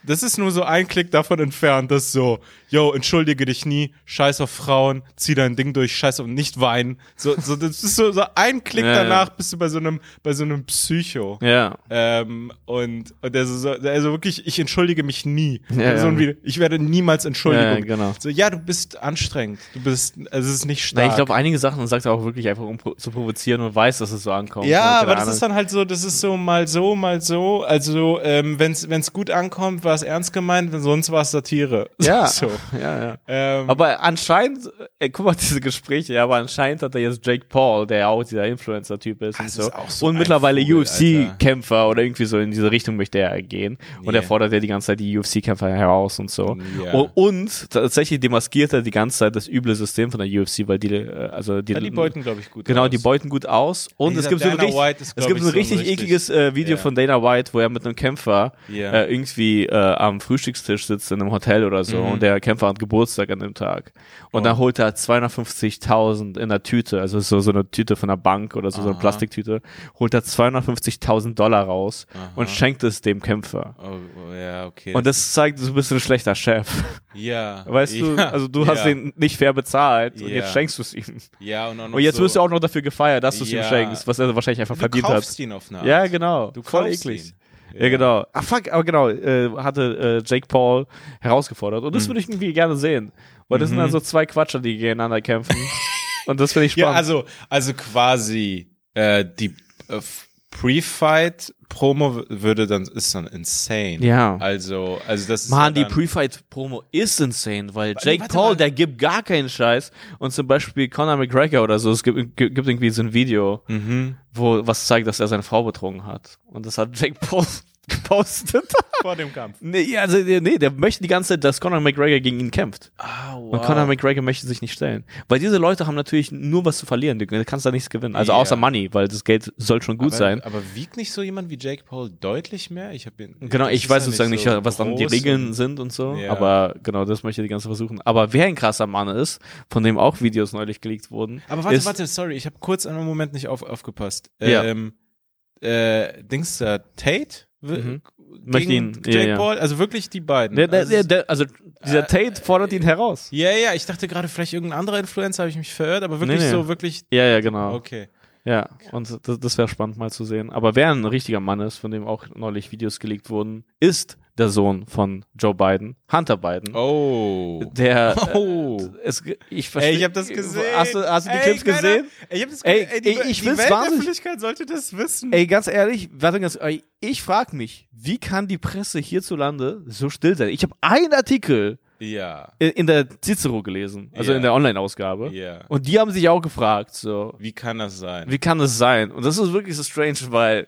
[SPEAKER 2] das ist nur so ein Klick davon entfernt, dass so, yo, entschuldige dich nie, scheiß auf Frauen, zieh dein Ding durch, scheiß auf nicht weinen. So, so das ist so, so ein Klick
[SPEAKER 1] Ja, ja.
[SPEAKER 2] danach bist du bei so einem, bei so einem Psycho.
[SPEAKER 1] Ja.
[SPEAKER 2] Ähm, und, und der so, so- also wirklich, ich entschuldige mich nie.
[SPEAKER 1] Ja,
[SPEAKER 2] so
[SPEAKER 1] ja.
[SPEAKER 2] Wie, ich werde niemals entschuldigen.
[SPEAKER 1] Ja, ja, genau.
[SPEAKER 2] So, ja, du bist anstrengend. Du bist, also es ist nicht stark.
[SPEAKER 1] Nein, ich glaube, einige Sachen sagt er auch wirklich einfach, um pro- zu provozieren und weiß, dass es so ankommt.
[SPEAKER 2] Ja,
[SPEAKER 1] Und keine
[SPEAKER 2] aber das
[SPEAKER 1] Ahnung.
[SPEAKER 2] ist dann halt so, das ist so mal so, mal so. Also, ähm, wenn's wenn's gut ankommt, war es ernst gemeint, wenn sonst war es Satire.
[SPEAKER 1] Ja.
[SPEAKER 2] so.
[SPEAKER 1] ja, ja.
[SPEAKER 2] Ähm,
[SPEAKER 1] Aber anscheinend, äh, guck mal, diese Gespräche, ja, aber anscheinend hat er jetzt Jake Paul, der ja auch dieser Influencer-Typ ist und
[SPEAKER 2] Ah, Das
[SPEAKER 1] so.
[SPEAKER 2] ist auch so
[SPEAKER 1] und
[SPEAKER 2] ein
[SPEAKER 1] mittlerweile
[SPEAKER 2] Vogel,
[SPEAKER 1] UFC-Kämpfer oder irgendwie so in diese Richtung möchte er gehen. Und er
[SPEAKER 2] Nee.
[SPEAKER 1] fordert ja die ganze Zeit die UFC-Kämpfer heraus und so.
[SPEAKER 2] Ja.
[SPEAKER 1] Und, und tatsächlich demaskiert er die ganze Zeit das üble System von der UFC, weil die, äh, also die,
[SPEAKER 2] ja, die beuten, glaube ich, gut.
[SPEAKER 1] Genau,
[SPEAKER 2] aus.
[SPEAKER 1] die beuten gut aus. Und
[SPEAKER 2] Dieser
[SPEAKER 1] es gibt so ein
[SPEAKER 2] Dana
[SPEAKER 1] richtig,
[SPEAKER 2] White ist,
[SPEAKER 1] es
[SPEAKER 2] glaub
[SPEAKER 1] gibt
[SPEAKER 2] ich,
[SPEAKER 1] so ein
[SPEAKER 2] so ein
[SPEAKER 1] richtig
[SPEAKER 2] richtig-
[SPEAKER 1] ekliges äh, Video
[SPEAKER 2] Ja.
[SPEAKER 1] von Dana White, wo er mit einem Kämpfer
[SPEAKER 2] Ja.
[SPEAKER 1] äh, irgendwie äh, am Frühstückstisch sitzt in einem Hotel oder so.
[SPEAKER 2] Mhm.
[SPEAKER 1] Und der Kämpfer hat Geburtstag an dem Tag.
[SPEAKER 2] Oh.
[SPEAKER 1] Und dann holt er 250.000 in der Tüte, also so, so eine Tüte von der Bank oder so, so eine Plastiktüte, holt er 250.000 Dollar raus und schenkt es dem Kämpfer.
[SPEAKER 2] Oh, oh, ja, okay.
[SPEAKER 1] Und das zeigt, du bist ein schlechter Chef.
[SPEAKER 2] ja.
[SPEAKER 1] Weißt
[SPEAKER 2] ja,
[SPEAKER 1] du, also du hast
[SPEAKER 2] ja,
[SPEAKER 1] den nicht fair bezahlt und
[SPEAKER 2] Ja.
[SPEAKER 1] jetzt schenkst du es ihm.
[SPEAKER 2] Ja, und, auch noch
[SPEAKER 1] Und jetzt
[SPEAKER 2] so,
[SPEAKER 1] wirst du auch noch dafür gefeiert, dass du es ihm
[SPEAKER 2] Ja.
[SPEAKER 1] schenkst, was er wahrscheinlich einfach
[SPEAKER 2] du
[SPEAKER 1] verdient
[SPEAKER 2] kaufst
[SPEAKER 1] hat.
[SPEAKER 2] ihn auf eine Art.
[SPEAKER 1] Ja, genau.
[SPEAKER 2] Du
[SPEAKER 1] Voll
[SPEAKER 2] kaufst
[SPEAKER 1] eklig.
[SPEAKER 2] ihn.
[SPEAKER 1] Ja. genau. Ah, fuck, aber genau, äh, hatte äh, Jake Paul herausgefordert.
[SPEAKER 2] Mhm.
[SPEAKER 1] Und das würde ich irgendwie gerne sehen. Weil das sind dann so zwei Quatscher, die gegeneinander kämpfen. Und das finde ich
[SPEAKER 2] Ja,
[SPEAKER 1] spannend.
[SPEAKER 2] also, also quasi äh, die äh, f- Pre-Fight-Promo w- würde dann, ist dann insane.
[SPEAKER 1] Ja.
[SPEAKER 2] Also, also das ist
[SPEAKER 1] Mann, die
[SPEAKER 2] ja dann,
[SPEAKER 1] Pre-Fight-Promo ist insane, weil Jake
[SPEAKER 2] warte
[SPEAKER 1] Paul,
[SPEAKER 2] mal.
[SPEAKER 1] der gibt gar keinen Scheiß. Und zum Beispiel Conor McGregor oder so, es gibt, gibt gibt irgendwie so ein Video,
[SPEAKER 2] Mhm.
[SPEAKER 1] wo was zeigt, dass er seine Frau betrogen hat. Und das hat Jake Paul gepostet.
[SPEAKER 2] vor dem Kampf.
[SPEAKER 1] Nee, ja, also, nee, der möchte die ganze Zeit, dass Conor McGregor gegen ihn kämpft.
[SPEAKER 2] Ah, wow.
[SPEAKER 1] Und Conor McGregor möchte sich nicht stellen. Weil diese Leute haben natürlich nur was zu verlieren. Du kannst da nichts gewinnen. Also
[SPEAKER 2] Ja.
[SPEAKER 1] außer Money, weil das Geld soll schon gut
[SPEAKER 2] aber, äh,
[SPEAKER 1] sein.
[SPEAKER 2] Aber wiegt nicht so jemand wie Jake Paul deutlich mehr? Ich habe
[SPEAKER 1] Genau, ich weiß sozusagen nicht, was dann die Regeln sind und so.
[SPEAKER 2] Ja.
[SPEAKER 1] Aber genau, das möchte die ganze versuchen. Aber wer ein krasser Mann ist, von dem auch Videos neulich geleakt wurden.
[SPEAKER 2] Aber warte,
[SPEAKER 1] ist,
[SPEAKER 2] warte, sorry, ich habe kurz einen Moment nicht auf, aufgepasst.
[SPEAKER 1] Ja.
[SPEAKER 2] Ähm, äh, Dings da, Tate? W-
[SPEAKER 1] Mhm.
[SPEAKER 2] Gegen
[SPEAKER 1] Möchte ihn-
[SPEAKER 2] Jake
[SPEAKER 1] ja, ja.
[SPEAKER 2] Paul? Also wirklich die beiden.
[SPEAKER 1] Der, der,
[SPEAKER 2] also,
[SPEAKER 1] der, der, also dieser
[SPEAKER 2] äh,
[SPEAKER 1] Tate fordert ihn heraus.
[SPEAKER 2] ja, ja, ich dachte gerade vielleicht irgendein anderer Influencer, habe ich mich verirrt, aber wirklich
[SPEAKER 1] Nee, nee.
[SPEAKER 2] so, wirklich,
[SPEAKER 1] Ja, ja, genau.
[SPEAKER 2] okay.
[SPEAKER 1] Ja, und das, das wäre spannend mal zu sehen. Aber wer ein richtiger Mann ist, von dem auch neulich Videos gelegt wurden, ist der Sohn von Joe Biden, Hunter Biden.
[SPEAKER 2] Oh.
[SPEAKER 1] Der.
[SPEAKER 2] Oh.
[SPEAKER 1] Äh, es, ich verstehe.
[SPEAKER 2] Ey, ich habe das gesehen.
[SPEAKER 1] Hast du, hast du die
[SPEAKER 2] Ey,
[SPEAKER 1] Clips
[SPEAKER 2] Alter,
[SPEAKER 1] gesehen?
[SPEAKER 2] Ey, ich hab das
[SPEAKER 1] Ey,
[SPEAKER 2] gesehen. Ey, die,
[SPEAKER 1] ey, ich
[SPEAKER 2] die
[SPEAKER 1] will's
[SPEAKER 2] Weltöffentlichkeit sollte das wissen.
[SPEAKER 1] Ey, ganz ehrlich, warte ganz, ey, ich frage mich, wie kann die Presse hierzulande so still sein? Ich habe einen Artikel
[SPEAKER 2] Ja,
[SPEAKER 1] in, in der Cicero gelesen, also
[SPEAKER 2] Ja.
[SPEAKER 1] in der Online-Ausgabe.
[SPEAKER 2] ja.
[SPEAKER 1] Und die haben sich auch gefragt, so,
[SPEAKER 2] Wie kann das sein?
[SPEAKER 1] Wie kann das sein? Und das ist wirklich so strange, weil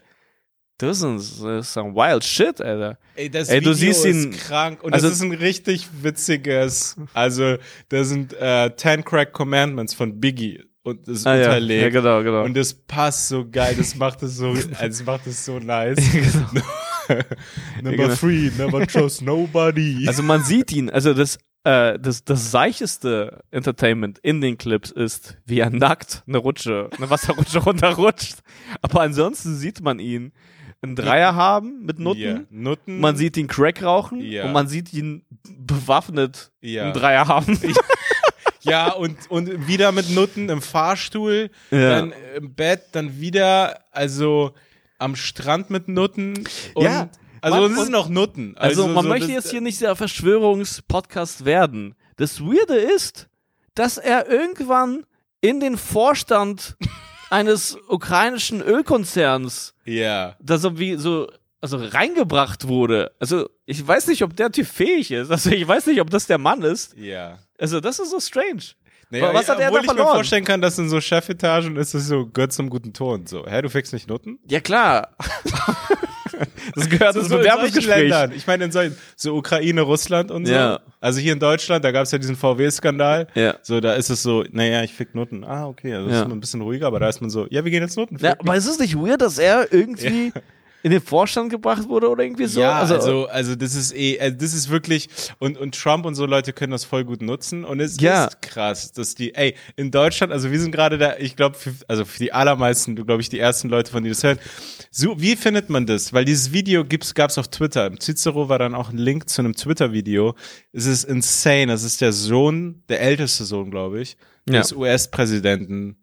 [SPEAKER 1] das ist äh, some wild shit, Alter.
[SPEAKER 2] Ey, das
[SPEAKER 1] Ey, du
[SPEAKER 2] Video
[SPEAKER 1] siehst
[SPEAKER 2] ist
[SPEAKER 1] ihn-
[SPEAKER 2] krank und
[SPEAKER 1] also-
[SPEAKER 2] das ist ein richtig witziges, also da sind äh, 10 Crack Commandments von Biggie und das ist
[SPEAKER 1] ja. ja,
[SPEAKER 2] unterlegt
[SPEAKER 1] genau, genau.
[SPEAKER 2] und das passt so geil, das macht es so, also, das macht es so nice.
[SPEAKER 1] Ja, genau.
[SPEAKER 2] number three, never trust nobody.
[SPEAKER 1] also man sieht ihn, also das, äh, das, das seichteste Entertainment in den Clips ist, wie er nackt eine Rutsche, eine Wasserrutsche runterrutscht. Aber ansonsten sieht man ihn einen Dreier haben mit Nutten.
[SPEAKER 2] Ja. Nutten.
[SPEAKER 1] Man sieht ihn Crack rauchen
[SPEAKER 2] Ja.
[SPEAKER 1] und man sieht ihn bewaffnet
[SPEAKER 2] Ja.
[SPEAKER 1] einen Dreier haben.
[SPEAKER 2] Ja, und, und wieder mit Nutten im Fahrstuhl,
[SPEAKER 1] Ja.
[SPEAKER 2] dann im Bett, dann wieder, also am Strand mit Nutten. Und,
[SPEAKER 1] Ja.
[SPEAKER 2] Also
[SPEAKER 1] Man-
[SPEAKER 2] es
[SPEAKER 1] und-
[SPEAKER 2] sind noch Nutten.
[SPEAKER 1] Also, man
[SPEAKER 2] so
[SPEAKER 1] möchte
[SPEAKER 2] das-
[SPEAKER 1] jetzt hier nicht der Verschwörungspodcast werden. Das Weirde ist, dass er irgendwann in den Vorstand eines ukrainischen Ölkonzerns,
[SPEAKER 2] Ja.
[SPEAKER 1] da so wie so also reingebracht wurde. Also ich weiß nicht, ob der Typ fähig ist. Also ich weiß nicht, ob das der Mann ist.
[SPEAKER 2] Ja.
[SPEAKER 1] Also das ist so strange.
[SPEAKER 2] Naja,
[SPEAKER 1] was hat er
[SPEAKER 2] obwohl
[SPEAKER 1] da
[SPEAKER 2] ich
[SPEAKER 1] verloren?
[SPEAKER 2] mir vorstellen kann, dass in so Chefetagen ist es so, gehört zum guten Ton. So, hä, du fickst nicht Nutten?
[SPEAKER 1] Ja klar. das gehört ins
[SPEAKER 2] in solchen
[SPEAKER 1] Bewerbungsgespräch.
[SPEAKER 2] Ländern. Ich meine, in solchen, so Ukraine, Russland und so.
[SPEAKER 1] Ja.
[SPEAKER 2] Also hier in Deutschland, da gab es ja diesen VW-Skandal.
[SPEAKER 1] Ja.
[SPEAKER 2] So, da ist es so, naja, ich fick Nutten. Ah, okay, also
[SPEAKER 1] Ja.
[SPEAKER 2] ist man ein bisschen ruhiger, aber da ist man so, ja, wir gehen jetzt Nutten.
[SPEAKER 1] Ja,
[SPEAKER 2] ficken.
[SPEAKER 1] aber ist es nicht weird, dass er irgendwie in den Vorstand gebracht wurde oder irgendwie so?
[SPEAKER 2] ja, also, also, das ist eh, also das ist wirklich, und, und Trump und so Leute können das voll gut nutzen. Und es
[SPEAKER 1] Ja.
[SPEAKER 2] ist krass, dass die, ey, in Deutschland, also wir sind gerade da, ich glaube, also für die allermeisten, glaube ich, die ersten Leute, von denen das hören. So, wie findet man das? Weil dieses Video gibt's, gab's auf Twitter. Im Cicero war dann auch ein Link zu einem Twitter-Video. Es ist insane. Das ist der Sohn, der älteste Sohn, glaube ich,
[SPEAKER 1] Ja.
[SPEAKER 2] des US-Präsidenten,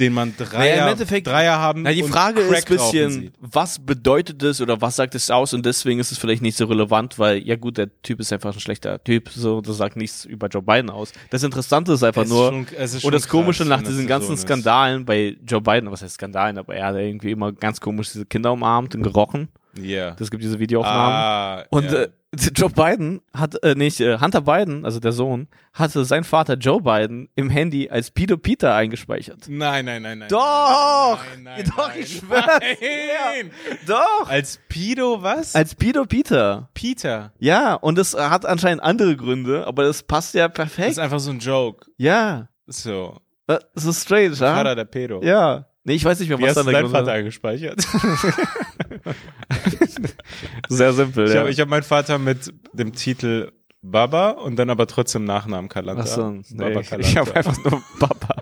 [SPEAKER 2] den man Dreier,
[SPEAKER 1] im Endeffekt-
[SPEAKER 2] Dreier haben.
[SPEAKER 1] Na, die
[SPEAKER 2] und
[SPEAKER 1] Frage ist
[SPEAKER 2] Crack
[SPEAKER 1] ein
[SPEAKER 2] rauchen
[SPEAKER 1] bisschen,
[SPEAKER 2] sieht.
[SPEAKER 1] was bedeutet es oder was sagt es aus und deswegen ist es vielleicht nicht so relevant, weil, ja gut, der Typ ist einfach ein schlechter Typ, so, das sagt nichts über Joe Biden aus. Das Interessante ist einfach
[SPEAKER 2] Es ist
[SPEAKER 1] nur,
[SPEAKER 2] schon- es ist schon
[SPEAKER 1] und das
[SPEAKER 2] krass,
[SPEAKER 1] Komische nach
[SPEAKER 2] wenn das
[SPEAKER 1] diesen
[SPEAKER 2] so
[SPEAKER 1] ganzen
[SPEAKER 2] ist.
[SPEAKER 1] Skandalen bei Joe Biden, was heißt Skandalen, aber er hat irgendwie immer ganz komisch diese Kinder umarmt und gerochen.
[SPEAKER 2] Yeah.
[SPEAKER 1] Das gibt diese Videoaufnahmen.
[SPEAKER 2] Ah,
[SPEAKER 1] Und
[SPEAKER 2] ja.
[SPEAKER 1] äh, Joe Biden hat, äh, nicht, äh, Hunter Biden, also der Sohn, hatte sein Vater Joe Biden im Handy als Pedo Peter eingespeichert.
[SPEAKER 2] Nein, nein, nein, nein.
[SPEAKER 1] Doch!
[SPEAKER 2] Nein, nein,
[SPEAKER 1] Doch,
[SPEAKER 2] nein,
[SPEAKER 1] ich schwör's.
[SPEAKER 2] Nein!
[SPEAKER 1] Doch!
[SPEAKER 2] Als Pido was?
[SPEAKER 1] Als Pedo Peter.
[SPEAKER 2] Peter.
[SPEAKER 1] Ja, und das hat anscheinend andere Gründe, aber das passt ja
[SPEAKER 2] Das
[SPEAKER 1] perfekt.
[SPEAKER 2] ist einfach so ein Joke.
[SPEAKER 1] ja.
[SPEAKER 2] So.
[SPEAKER 1] Das ist strange,
[SPEAKER 2] Vater
[SPEAKER 1] ja?
[SPEAKER 2] der Pedo.
[SPEAKER 1] Ah. Ja. Nee, ich weiß nicht mehr,
[SPEAKER 2] Wie
[SPEAKER 1] was
[SPEAKER 2] hast
[SPEAKER 1] da
[SPEAKER 2] du
[SPEAKER 1] der
[SPEAKER 2] deinen
[SPEAKER 1] Grund
[SPEAKER 2] Vater
[SPEAKER 1] war.
[SPEAKER 2] eingespeichert?
[SPEAKER 1] Sehr simpel,
[SPEAKER 2] Ich
[SPEAKER 1] ja.
[SPEAKER 2] habe hab meinen Vater mit dem Titel Baba und dann aber trotzdem Nachnamen Kalanta.
[SPEAKER 1] Achso, nee,
[SPEAKER 2] Baba
[SPEAKER 1] ich, ich habe einfach nur Papa.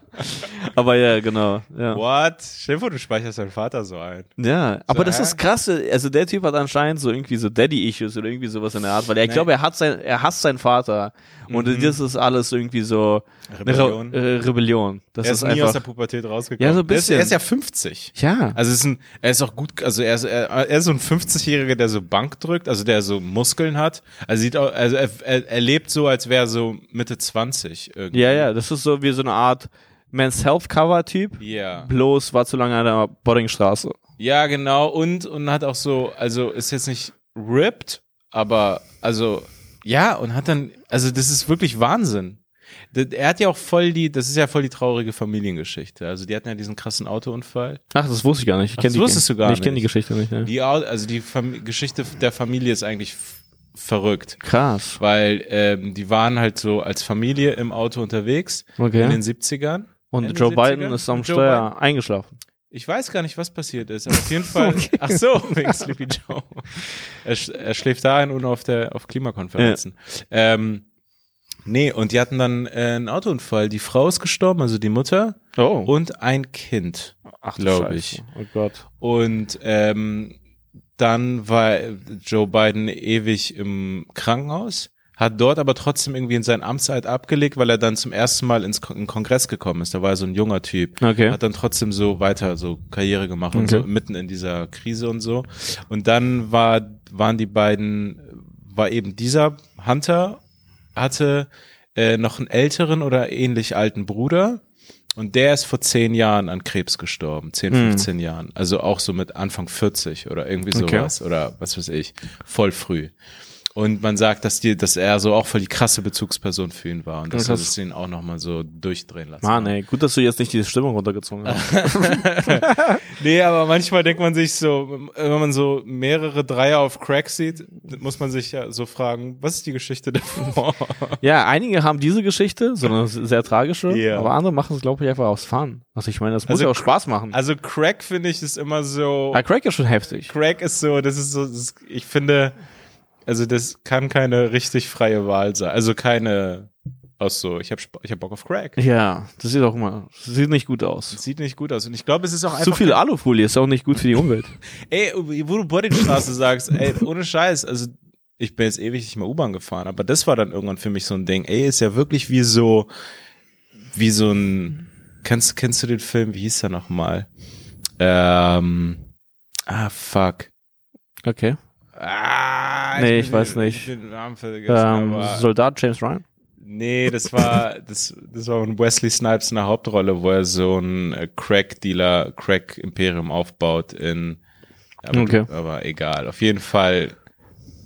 [SPEAKER 1] aber ja, genau. Ja.
[SPEAKER 2] What? Stell dir vor, du speicherst deinen Vater so ein.
[SPEAKER 1] Ja, aber das
[SPEAKER 2] hä?
[SPEAKER 1] ist krass. Also der Typ hat anscheinend so irgendwie so Daddy-Issues oder irgendwie sowas in der Art, weil er, ich glaube, er hat sein, er hasst seinen Vater und das ist alles irgendwie so eine
[SPEAKER 2] Mhm. Rebellion.
[SPEAKER 1] Re äh, Rebellion. Das
[SPEAKER 2] er
[SPEAKER 1] ist
[SPEAKER 2] ist, nie aus der
[SPEAKER 1] einfach.
[SPEAKER 2] Pubertät rausgekommen.
[SPEAKER 1] Ja, so ein
[SPEAKER 2] Der ist-
[SPEAKER 1] bisschen.
[SPEAKER 2] Er ist ja 50.
[SPEAKER 1] Ja,
[SPEAKER 2] Also es ist ein, er ist auch gut, also er ist, er, er ist so ein 50-Jähriger, der so Bank drückt, also der so Muskeln hat. Also sieht auch, also er, er, er lebt so, als wäre er so Mitte 20 irgendwie.
[SPEAKER 1] ja, ja. Das ist so wie so eine Art Men's Health Cover-Typ.
[SPEAKER 2] Ja.
[SPEAKER 1] Bloß war zu lange an der Boddingstraße.
[SPEAKER 2] Ja, genau. Und, und hat auch so, also ist jetzt nicht ripped, aber also, ja, und hat dann, also das ist wirklich Wahnsinn. D- Er hat ja auch voll die, das ist ja voll die traurige Familiengeschichte. Also die hatten ja diesen krassen Autounfall.
[SPEAKER 1] Ach, das wusste ich gar nicht. Ich kenn
[SPEAKER 2] das
[SPEAKER 1] die-
[SPEAKER 2] wusstest du gar
[SPEAKER 1] nee, Ich kenne
[SPEAKER 2] nicht.
[SPEAKER 1] die Geschichte nicht. Ne?
[SPEAKER 2] Die, Au- also die Fam Geschichte der Familie ist eigentlich f- verrückt.
[SPEAKER 1] Krass.
[SPEAKER 2] weil ähm, die waren halt so als Familie im Auto unterwegs
[SPEAKER 1] Okay.
[SPEAKER 2] in den 70ern.
[SPEAKER 1] Und
[SPEAKER 2] Ende
[SPEAKER 1] Joe
[SPEAKER 2] 70er?
[SPEAKER 1] Biden ist am
[SPEAKER 2] Joe
[SPEAKER 1] Steuer eingeschlafen.
[SPEAKER 2] Ich weiß gar nicht, was passiert ist, aber auf jeden Fall. Ach so, wegen Sleepy Joe. Er, sch- er schläft dahin und auf der auf Klimakonferenzen. Ähm, nee, und die hatten dann äh, einen Autounfall. Die Frau ist gestorben, also die Mutter
[SPEAKER 1] Oh,
[SPEAKER 2] und ein Kind,
[SPEAKER 1] ach du
[SPEAKER 2] glaube
[SPEAKER 1] Scheiße.
[SPEAKER 2] ich.
[SPEAKER 1] Oh Gott.
[SPEAKER 2] Und ähm, dann war Joe Biden ewig im Krankenhaus, hat dort aber trotzdem irgendwie in sein Amtszeit abgelegt, weil er dann zum ersten Mal ins Kon in den Kongress gekommen ist. Da war er so ein junger Typ.
[SPEAKER 1] Okay.
[SPEAKER 2] Hat dann trotzdem so weiter so Karriere gemacht und
[SPEAKER 1] Okay.
[SPEAKER 2] so mitten in dieser Krise und so. Und dann war, waren die beiden, war eben dieser Hunter hatte äh, noch einen älteren oder ähnlich alten Bruder. Und der ist vor zehn Jahren an Krebs gestorben, 10,
[SPEAKER 1] Mhm.
[SPEAKER 2] 15 Jahren. Also auch so mit Anfang 40 oder irgendwie
[SPEAKER 1] Okay.
[SPEAKER 2] sowas. Oder was weiß ich, voll früh. Und man sagt, dass, die, dass er so auch voll die krasse Bezugsperson für ihn war. Und dass
[SPEAKER 1] Krass.
[SPEAKER 2] es ihn auch nochmal so durchdrehen lassen.
[SPEAKER 1] Mann, ey, gut, dass du jetzt nicht diese Stimmung runtergezogen hast.
[SPEAKER 2] Nee, aber manchmal denkt man sich so, äh, wenn man so mehrere Dreier auf Crack sieht, muss man sich ja so fragen, was ist die Geschichte davor?
[SPEAKER 1] ja, einige haben diese Geschichte, so eine sehr tragische,
[SPEAKER 2] Ja.
[SPEAKER 1] aber andere machen es, glaube ich, einfach aus Fun. Also ich meine, das muss
[SPEAKER 2] Also
[SPEAKER 1] ja auch Spaß machen.
[SPEAKER 2] Also Crack finde ich ist immer so,
[SPEAKER 1] Aber Crack ist schon heftig.
[SPEAKER 2] Crack ist so, das ist so, das ist, ich finde, also das kann keine richtig freie Wahl sein. Also keine aus so, ich habe ich hab Bock auf Crack.
[SPEAKER 1] Ja, das sieht auch immer, das sieht nicht gut aus.
[SPEAKER 2] Sieht nicht gut aus. Und ich glaube, es ist auch einfach.
[SPEAKER 1] Zu viel Alufolie ist auch nicht gut für die Umwelt.
[SPEAKER 2] Ey, wo du Boddingstraße sagst, ey, ohne Scheiß, also ich bin jetzt ewig nicht mehr U-Bahn gefahren, aber das war dann irgendwann für mich so ein Ding. Ey, ist ja wirklich wie so, wie so ein, kennst, kennst du den Film, wie hieß der nochmal? Ähm, ah, fuck.
[SPEAKER 1] Okay.
[SPEAKER 2] Ah,
[SPEAKER 1] Nee,
[SPEAKER 2] bin
[SPEAKER 1] ich weiß
[SPEAKER 2] den-
[SPEAKER 1] nicht.
[SPEAKER 2] Den Namen vergessen,
[SPEAKER 1] Ähm,
[SPEAKER 2] aber
[SPEAKER 1] Soldat James Ryan?
[SPEAKER 2] nee, das war, das, das war ein Wesley Snipes in der Hauptrolle, wo er so ein äh, Crack-Dealer, Crack-Imperium aufbaut in Aber,
[SPEAKER 1] Okay.
[SPEAKER 2] aber egal. Auf jeden Fall,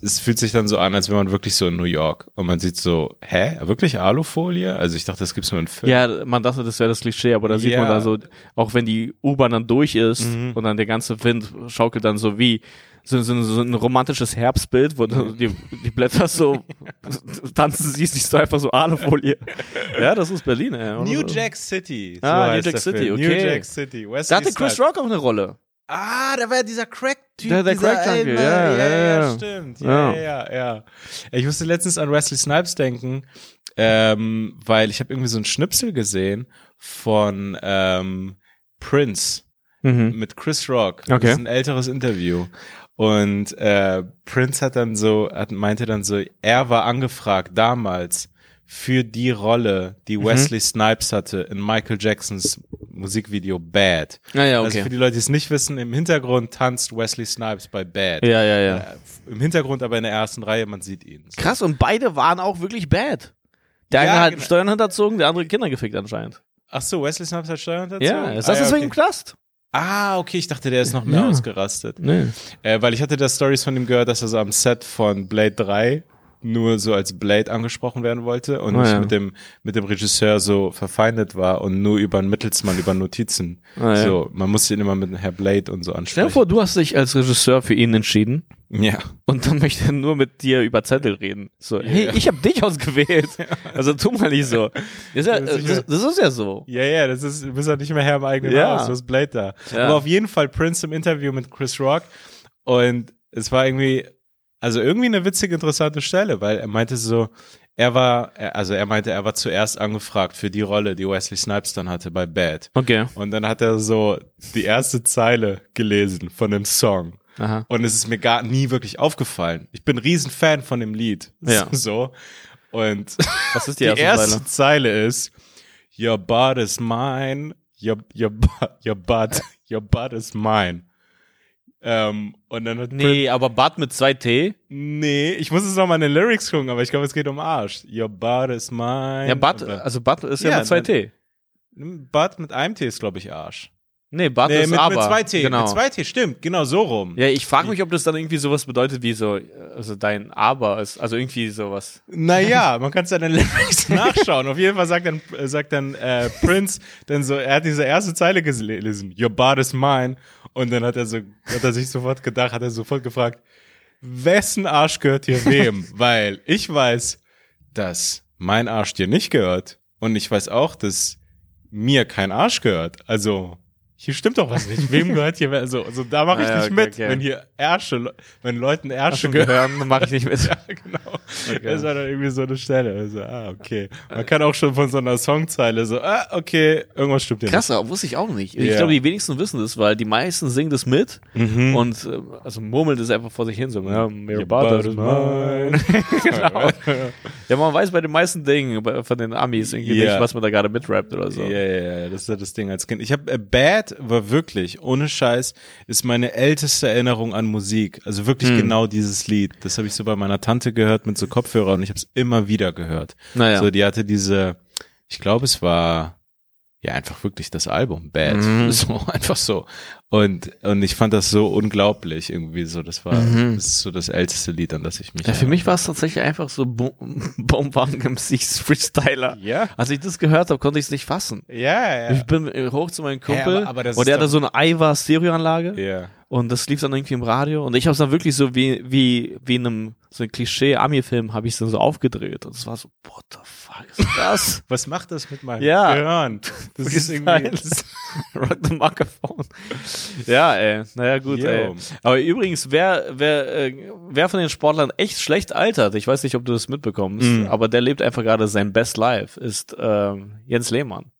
[SPEAKER 2] es fühlt sich dann so an, als wäre man wirklich so in New York. Und man sieht so, hä? Wirklich Alufolie? Also ich dachte, das gibt's nur in Filmen.
[SPEAKER 1] Ja, man dachte, das wäre das Klischee, aber da sieht
[SPEAKER 2] Ja. Mhm.
[SPEAKER 1] man da so, auch wenn die U-Bahn dann durch ist und dann der ganze Wind schaukelt dann so wie so, so, so ein romantisches Herbstbild, wo du die, die Blätter so tanzen siehst, siehst du einfach so Alufolie. Ja, das ist Berlin, ey.
[SPEAKER 2] New
[SPEAKER 1] Oder?
[SPEAKER 2] Jack City.
[SPEAKER 1] Ah, New
[SPEAKER 2] heißt
[SPEAKER 1] Jack
[SPEAKER 2] der
[SPEAKER 1] City,
[SPEAKER 2] Film. New
[SPEAKER 1] okay.
[SPEAKER 2] Jack City. West
[SPEAKER 1] Da hatte
[SPEAKER 2] East
[SPEAKER 1] Chris
[SPEAKER 2] Side.
[SPEAKER 1] Rock auch eine Rolle.
[SPEAKER 2] Ah, da war dieser Crack-Typ.
[SPEAKER 1] Der- der
[SPEAKER 2] dieser
[SPEAKER 1] Crack-Junkie,
[SPEAKER 2] Elmer.
[SPEAKER 1] ja,
[SPEAKER 2] ja,
[SPEAKER 1] ja,
[SPEAKER 2] ja,
[SPEAKER 1] ja.
[SPEAKER 2] stimmt. Ja,
[SPEAKER 1] Ja.
[SPEAKER 2] ja, ja, ja. Ich musste letztens an Wesley Snipes denken, ähm, weil ich habe irgendwie so einen Schnipsel gesehen von ähm, Prince
[SPEAKER 1] Mhm.
[SPEAKER 2] mit Chris Rock.
[SPEAKER 1] Okay.
[SPEAKER 2] Das ist ein älteres Interview. Und äh, Prince hat dann so, hat, meinte dann so, er war angefragt damals für die Rolle, die
[SPEAKER 1] Mhm.
[SPEAKER 2] Wesley Snipes hatte in Michael Jacksons Musikvideo Bad.
[SPEAKER 1] Naja,
[SPEAKER 2] Also für
[SPEAKER 1] Ah, okay.
[SPEAKER 2] die Leute, die es nicht wissen, im Hintergrund tanzt Wesley Snipes bei Bad.
[SPEAKER 1] Ja, ja, ja.
[SPEAKER 2] Äh, Im Hintergrund aber in der ersten Reihe, man sieht ihn. So.
[SPEAKER 1] Krass, und beide waren auch wirklich bad. Der
[SPEAKER 2] Ja,
[SPEAKER 1] eine hat
[SPEAKER 2] genau.
[SPEAKER 1] Steuern hinterzogen, der andere Kinder gefickt anscheinend.
[SPEAKER 2] Ach so, Wesley Snipes hat Steuern dazu?
[SPEAKER 1] Ja, ist das
[SPEAKER 2] ah,
[SPEAKER 1] deswegen im
[SPEAKER 2] okay.
[SPEAKER 1] Knast?
[SPEAKER 2] Ah, okay, ich dachte, der ist noch mehr
[SPEAKER 1] Ja.
[SPEAKER 2] ausgerastet.
[SPEAKER 1] Nee.
[SPEAKER 2] Äh, weil ich hatte da Stories von ihm gehört, dass er so am Set von Blade 3 nur so als Blade angesprochen werden wollte und
[SPEAKER 1] Ah,
[SPEAKER 2] nicht
[SPEAKER 1] ja.
[SPEAKER 2] mit dem mit dem Regisseur so verfeindet war und nur über einen Mittelsmann, über Notizen.
[SPEAKER 1] Ah, ja.
[SPEAKER 2] So, man musste ihn immer mit Herr Blade und so
[SPEAKER 1] Stell dir
[SPEAKER 2] ansprechen.
[SPEAKER 1] vor, du hast dich als Regisseur für ihn entschieden.
[SPEAKER 2] Ja.
[SPEAKER 1] Und dann möchte er nur mit dir über Zettel reden. So, hey, ich habe dich ausgewählt. Also tu mal nicht so. Das ist ja,
[SPEAKER 2] Das ist
[SPEAKER 1] das, das ist ja so.
[SPEAKER 2] Ja, ja, das ist, du bist halt nicht mehr Herr im eigenen
[SPEAKER 1] Ja.
[SPEAKER 2] Haus, du hast Blade da.
[SPEAKER 1] Ja.
[SPEAKER 2] Aber auf jeden Fall Prince im Interview mit Chris Rock und es war irgendwie, also irgendwie eine witzige, interessante Stelle, weil er meinte so, er war, er- also er meinte, er war zuerst angefragt für die Rolle, die Wesley Snipes dann hatte bei Bad.
[SPEAKER 1] Okay.
[SPEAKER 2] Und dann hat er so die erste Zeile gelesen von dem Song.
[SPEAKER 1] Aha.
[SPEAKER 2] Und es ist mir gar nie wirklich aufgefallen. Ich bin ein riesen Fan von dem Lied.
[SPEAKER 1] Ja.
[SPEAKER 2] So. Und
[SPEAKER 1] Was ist
[SPEAKER 2] die erste, Zeile. ist Your butt is mine, your, your, butt- your butt, your butt is mine. Ähm, und dann hat Prince-
[SPEAKER 1] Nee, aber Bad mit zwei T.
[SPEAKER 2] nee, ich muss jetzt nochmal in den Lyrics gucken, aber ich glaube, es geht um Arsch. Your butt is mine.
[SPEAKER 1] Ja, Bad,
[SPEAKER 2] Oder-
[SPEAKER 1] also Bad ist ja,
[SPEAKER 2] Ja,
[SPEAKER 1] mit zwei
[SPEAKER 2] dann-
[SPEAKER 1] T.
[SPEAKER 2] Butt mit einem T ist, glaube ich, Arsch.
[SPEAKER 1] Nee, Bad
[SPEAKER 2] Nee,
[SPEAKER 1] ist
[SPEAKER 2] mit,
[SPEAKER 1] aber.
[SPEAKER 2] mit zwei T.
[SPEAKER 1] Genau.
[SPEAKER 2] Mit zwei T, stimmt, genau so rum.
[SPEAKER 1] ja, ich frage mich, ob das dann irgendwie sowas bedeutet wie so, also dein Aber ist, also irgendwie sowas.
[SPEAKER 2] Naja, man kann es dann in den Lyrics nachschauen. Auf jeden Fall sagt dann, äh, sagt dann äh, Prince, dann so, er hat diese erste Zeile gelesen, Your body is mine. Und dann hat er so, hat er sich sofort gedacht, hat er sofort gefragt, wessen Arsch gehört hier wem? Weil ich weiß, dass mein Arsch dir nicht gehört. Und ich weiß auch, dass mir kein Arsch gehört. Also, hier stimmt doch was nicht. Wem gehört hier? wer? Also, also da mache ich
[SPEAKER 1] Ah ja,
[SPEAKER 2] nicht
[SPEAKER 1] okay,
[SPEAKER 2] mit,
[SPEAKER 1] okay.
[SPEAKER 2] wenn hier Ärsche, wenn Leuten Ärsche gehören.
[SPEAKER 1] Gehören mache ich nicht mit.
[SPEAKER 2] Ja, genau. Das war dann irgendwie so eine Stelle. Also, ah, okay. Man kann auch schon von so einer Songzeile so, ah, okay, irgendwas stimmt ja
[SPEAKER 1] Krass, aber wusste ich auch nicht. Ich
[SPEAKER 2] Ja. Mhm.
[SPEAKER 1] glaube, die wenigsten wissen das, weil die meisten singen das mit und äh, also murmeln das einfach vor sich hin so. Ja,
[SPEAKER 2] nicht.
[SPEAKER 1] your butter is mine. genau. Ja, man weiß bei den meisten Dingen bei- von den Amis irgendwie
[SPEAKER 2] Ja.
[SPEAKER 1] nicht, was man da gerade mitrappt oder so.
[SPEAKER 2] Ja, ja, ja, das ist ja das Ding als Kind. Ich habe äh, Bad war wirklich, ohne Scheiß, ist meine älteste Erinnerung an Musik. Also wirklich
[SPEAKER 1] Hm.
[SPEAKER 2] genau dieses Lied. Das habe ich so bei meiner Tante gehört mit so Kopfhörer und ich habe es immer wieder gehört.
[SPEAKER 1] Naja.
[SPEAKER 2] So, die hatte diese, ich glaube, es war ja einfach wirklich das Album Bad.
[SPEAKER 1] Mhm.
[SPEAKER 2] So, einfach so. Und, und ich fand das so unglaublich irgendwie so. Das war,
[SPEAKER 1] Mhm.
[SPEAKER 2] das ist so das älteste Lied, an das ich mich
[SPEAKER 1] ja, für mich war es tatsächlich einfach so Bombang im Six Freestyler.
[SPEAKER 2] Ja.
[SPEAKER 1] Als ich das gehört habe, konnte ich es nicht fassen.
[SPEAKER 2] Ja,
[SPEAKER 1] Ich bin äh, hoch zu meinem Kumpel
[SPEAKER 2] aber- aber das
[SPEAKER 1] und
[SPEAKER 2] ist
[SPEAKER 1] der hatte
[SPEAKER 2] doch-
[SPEAKER 1] so eine Ivar Stereoanlage
[SPEAKER 2] Ja.
[SPEAKER 1] und das lief dann irgendwie im Radio und ich habe es dann wirklich so wie wie wie in einem so ein Klischee Ami Film habe ich es dann so aufgedreht und es war so what the fuck ist das?
[SPEAKER 2] Was macht das mit meinem
[SPEAKER 1] Ja.
[SPEAKER 2] Gehirn? Das ist irgendwie, das ist
[SPEAKER 1] Rock the Microphone. Ja, ey. Naja, gut,
[SPEAKER 2] Yo.
[SPEAKER 1] ey. Aber übrigens, wer, wer, äh, wer von den Sportlern echt schlecht altert, ich weiß nicht, ob du das mitbekommst,
[SPEAKER 2] Mm.
[SPEAKER 1] aber der lebt einfach gerade sein Best Life, ist ähm, Jens Lehmann.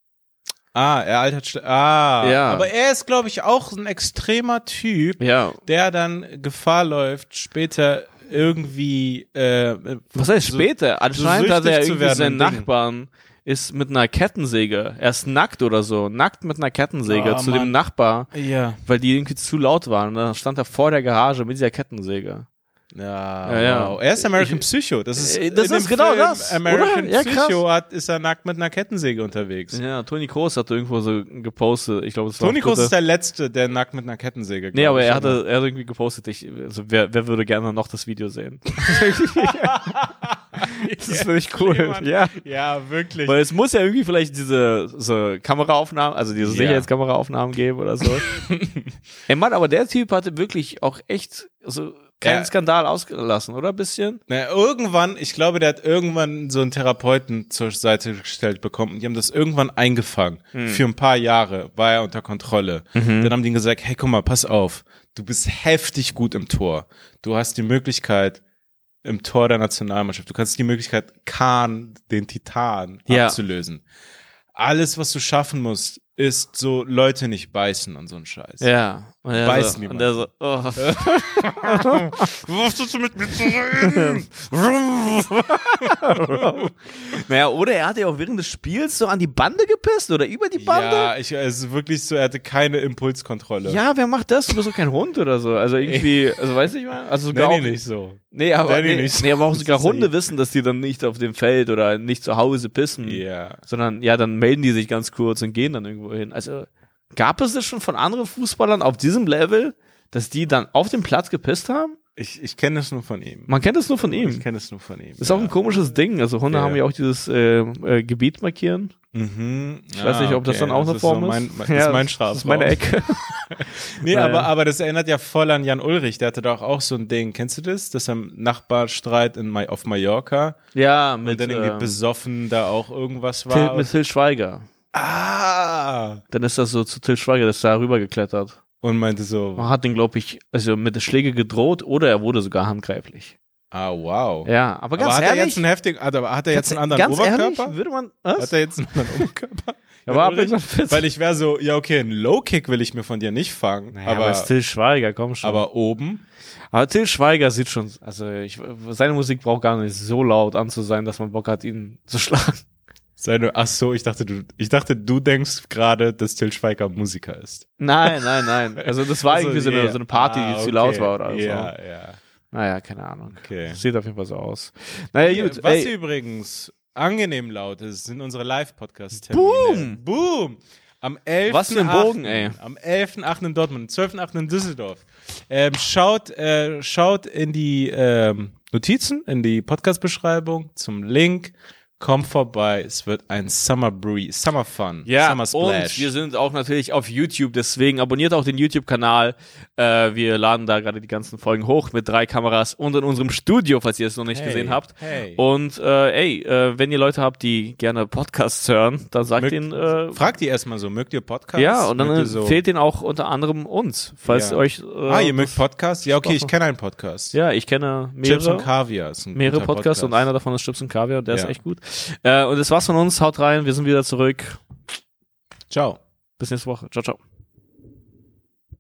[SPEAKER 2] Ah, er altert schle- Ah,
[SPEAKER 1] Ja.
[SPEAKER 2] aber er ist, glaube ich, auch ein extremer Typ,
[SPEAKER 1] Ja.
[SPEAKER 2] der dann Gefahr läuft, später irgendwie äh,
[SPEAKER 1] Was heißt später? Anscheinend hat
[SPEAKER 2] süchtig
[SPEAKER 1] er
[SPEAKER 2] zu
[SPEAKER 1] irgendwie
[SPEAKER 2] werden
[SPEAKER 1] seinen
[SPEAKER 2] in Dingen.
[SPEAKER 1] Nachbarn ist mit einer Kettensäge, er ist nackt oder so, nackt mit einer Kettensäge
[SPEAKER 2] Oh,
[SPEAKER 1] zu dem
[SPEAKER 2] Mann.
[SPEAKER 1] Nachbar,
[SPEAKER 2] Ja.
[SPEAKER 1] weil die irgendwie zu laut waren. Und dann stand er vor der Garage mit dieser Kettensäge.
[SPEAKER 2] Ja,
[SPEAKER 1] Ja, ja.
[SPEAKER 2] Wow. Er ist American Psycho. Das ist,
[SPEAKER 1] Äh, das
[SPEAKER 2] in dem
[SPEAKER 1] ist genau
[SPEAKER 2] Film
[SPEAKER 1] das,
[SPEAKER 2] American
[SPEAKER 1] oder? Ja, krass.
[SPEAKER 2] Psycho hat, ist er nackt mit einer Kettensäge unterwegs.
[SPEAKER 1] Ja, Toni Kroos hatte irgendwo so gepostet. Ich glaube, es war.
[SPEAKER 2] Toni
[SPEAKER 1] auf
[SPEAKER 2] Kroos
[SPEAKER 1] Twitter. genau.
[SPEAKER 2] ist der Letzte, der nackt mit einer Kettensäge
[SPEAKER 1] Nee,
[SPEAKER 2] glaub
[SPEAKER 1] aber
[SPEAKER 2] ich,
[SPEAKER 1] er hatte, er hat irgendwie gepostet, ich, also wer, wer würde gerne noch das Video sehen? das ist wirklich cool.
[SPEAKER 2] Jemand-
[SPEAKER 1] Ja.
[SPEAKER 2] Ja, wirklich.
[SPEAKER 1] Weil es muss ja irgendwie vielleicht diese so Kameraaufnahmen, also diese
[SPEAKER 2] Ja.
[SPEAKER 1] Sicherheitskameraaufnahmen geben oder so. Ey Mann, aber der Typ hatte wirklich auch echt so keinen
[SPEAKER 2] Ja.
[SPEAKER 1] Skandal ausgelassen, oder ein bisschen?
[SPEAKER 2] Naja, irgendwann, ich glaube, der hat irgendwann so einen Therapeuten zur Seite gestellt bekommen und die haben das irgendwann eingefangen.
[SPEAKER 1] Hm.
[SPEAKER 2] Für ein paar Jahre war er unter Kontrolle.
[SPEAKER 1] Mhm.
[SPEAKER 2] Dann haben die ihm gesagt, hey, guck mal, pass auf, du bist heftig gut im Tor. Du hast die Möglichkeit im Tor der Nationalmannschaft, du kannst die Möglichkeit, Kahn, den Titan,
[SPEAKER 1] Ja.
[SPEAKER 2] abzulösen. Alles, was du schaffen musst, ist so Leute nicht beißen und so ein Scheiß.
[SPEAKER 1] Ja. Und er
[SPEAKER 2] Weiß
[SPEAKER 1] so,
[SPEAKER 2] niemand.
[SPEAKER 1] Und der so, oh.
[SPEAKER 2] Was hast du mit mir zu reden?
[SPEAKER 1] Naja, oder er hatte ja auch während des Spiels so an die Bande gepisst oder über die Bande.
[SPEAKER 2] Ja, ich, es ist wirklich so, er hatte keine Impulskontrolle.
[SPEAKER 1] Ja, wer macht das? Du bist doch kein Hund oder so. Also irgendwie, also weiß ich mal. Also sogar
[SPEAKER 2] Nenn
[SPEAKER 1] auch,
[SPEAKER 2] ihn nicht so.
[SPEAKER 1] Nee, aber,
[SPEAKER 2] Nenn ihn
[SPEAKER 1] nee,
[SPEAKER 2] nicht.
[SPEAKER 1] nee, aber auch sogar
[SPEAKER 2] Das ist ja
[SPEAKER 1] Hunde
[SPEAKER 2] eh-
[SPEAKER 1] wissen, dass die dann nicht auf dem Feld oder nicht zu Hause pissen.
[SPEAKER 2] Ja.
[SPEAKER 1] Sondern ja, dann melden die sich ganz kurz und gehen dann irgendwo hin. Also gab es das schon von anderen Fußballern auf diesem Level, dass die dann auf dem Platz gepisst haben?
[SPEAKER 2] Ich, ich kenne es nur von ihm.
[SPEAKER 1] Man kennt das nur von
[SPEAKER 2] Ich
[SPEAKER 1] ihm.
[SPEAKER 2] kenne es nur von ihm.
[SPEAKER 1] Das ist auch ein komisches Ding. Also Hunde
[SPEAKER 2] Ja.
[SPEAKER 1] haben ja auch dieses äh, äh, Gebiet markieren.
[SPEAKER 2] Mhm.
[SPEAKER 1] Ich weiß nicht, ob das dann auch eine Form ist.
[SPEAKER 2] Also ist. so Mein, mein, das ist mein Strafraum.
[SPEAKER 1] Das ist meine Ecke.
[SPEAKER 2] Nee,
[SPEAKER 1] Ja, ja.
[SPEAKER 2] aber, aber das erinnert ja voll an Jan Ulrich. Der hatte doch auch so ein Ding. Kennst du das? Das am Nachbarstreit in, Ma- auf Mallorca.
[SPEAKER 1] ja,
[SPEAKER 2] Und
[SPEAKER 1] mit,
[SPEAKER 2] dann irgendwie
[SPEAKER 1] ähm,
[SPEAKER 2] besoffen da auch irgendwas
[SPEAKER 1] Till,
[SPEAKER 2] war.
[SPEAKER 1] mit Till Schweiger.
[SPEAKER 2] ah!
[SPEAKER 1] Dann ist das so zu Till Schweiger, das ist da rübergeklettert.
[SPEAKER 2] Und meinte so,
[SPEAKER 1] Man hat den, glaube ich, also mit der Schläge gedroht oder er wurde sogar handgreiflich.
[SPEAKER 2] ah, wow.
[SPEAKER 1] Ja, aber ganz
[SPEAKER 2] aber hat
[SPEAKER 1] ehrlich.
[SPEAKER 2] er jetzt einen heftigen, hat er, hat er jetzt einen anderen
[SPEAKER 1] ganz
[SPEAKER 2] Oberkörper?
[SPEAKER 1] Ehrlich, würde man.
[SPEAKER 2] Hat
[SPEAKER 1] Was?
[SPEAKER 2] er jetzt einen anderen Oberkörper?
[SPEAKER 1] Er war ab
[SPEAKER 2] Ulrich?
[SPEAKER 1] irgendwann fit.
[SPEAKER 2] Weil ich wäre so, ja, okay, einen Low-Kick will ich mir von dir nicht fangen.
[SPEAKER 1] Naja, aber,
[SPEAKER 2] aber,
[SPEAKER 1] ist Till Schweiger, komm schon.
[SPEAKER 2] aber oben.
[SPEAKER 1] aber Till Schweiger sieht schon, also ich, seine Musik braucht gar nicht so laut an zu sein, dass man Bock hat, ihn zu schlagen.
[SPEAKER 2] Seine, ach so, ich dachte, du, ich dachte, du denkst gerade, dass Till Schweiger Musiker ist.
[SPEAKER 1] Nein, nein, nein. Also das war irgendwie so, eine,
[SPEAKER 2] yeah.
[SPEAKER 1] so eine Party,
[SPEAKER 2] Ah,
[SPEAKER 1] die zu
[SPEAKER 2] okay.
[SPEAKER 1] laut war oder so.
[SPEAKER 2] Ja, ja.
[SPEAKER 1] Naja, keine Ahnung.
[SPEAKER 2] Okay.
[SPEAKER 1] Sieht auf jeden Fall so aus. Naja, gut.
[SPEAKER 2] Was
[SPEAKER 1] ey,
[SPEAKER 2] übrigens angenehm laut ist, sind unsere Live-Podcast-Termine.
[SPEAKER 1] Boom!
[SPEAKER 2] Boom! Am 11.
[SPEAKER 1] Was für ein Bogen, ey.
[SPEAKER 2] Am 11.8. in Dortmund, 12.8. in Düsseldorf. Ähm, schaut, äh, schaut in die ähm, Notizen, in die Podcast-Beschreibung zum Link. Kommt vorbei, es wird ein Summer Breeze, Summer Fun,
[SPEAKER 1] Ja,
[SPEAKER 2] Summer
[SPEAKER 1] und
[SPEAKER 2] Splash.
[SPEAKER 1] wir sind auch natürlich auf YouTube, deswegen abonniert auch den YouTube-Kanal. Äh, wir laden da gerade die ganzen Folgen hoch mit drei Kameras und in unserem Studio, falls ihr es noch nicht
[SPEAKER 2] Hey,
[SPEAKER 1] gesehen habt.
[SPEAKER 2] hey.
[SPEAKER 1] Und äh, ey, äh, wenn ihr Leute habt, die gerne Podcasts hören, dann sagt
[SPEAKER 2] Mögt-
[SPEAKER 1] ihnen, äh,
[SPEAKER 2] Fragt ihr erstmal so, mögt ihr Podcasts?
[SPEAKER 1] ja, und dann
[SPEAKER 2] Mögt
[SPEAKER 1] äh,
[SPEAKER 2] ihr so,
[SPEAKER 1] fehlt ihnen auch unter anderem uns, falls
[SPEAKER 2] Ja.
[SPEAKER 1] euch. Äh,
[SPEAKER 2] Ah, ihr mögt Podcasts? Ja, okay,
[SPEAKER 1] Doch.
[SPEAKER 2] ich kenne einen Podcast.
[SPEAKER 1] ja, ich kenne
[SPEAKER 2] Chips
[SPEAKER 1] mehrere,
[SPEAKER 2] und Kaviar ist ein
[SPEAKER 1] mehrere
[SPEAKER 2] guter
[SPEAKER 1] Podcasts und einer davon ist Chips und Kaviar und der ist
[SPEAKER 2] Ja.
[SPEAKER 1] echt gut. Äh, und das war's von uns. Haut rein, wir sind wieder zurück.
[SPEAKER 2] Ciao.
[SPEAKER 1] Bis nächste Woche. Ciao, ciao.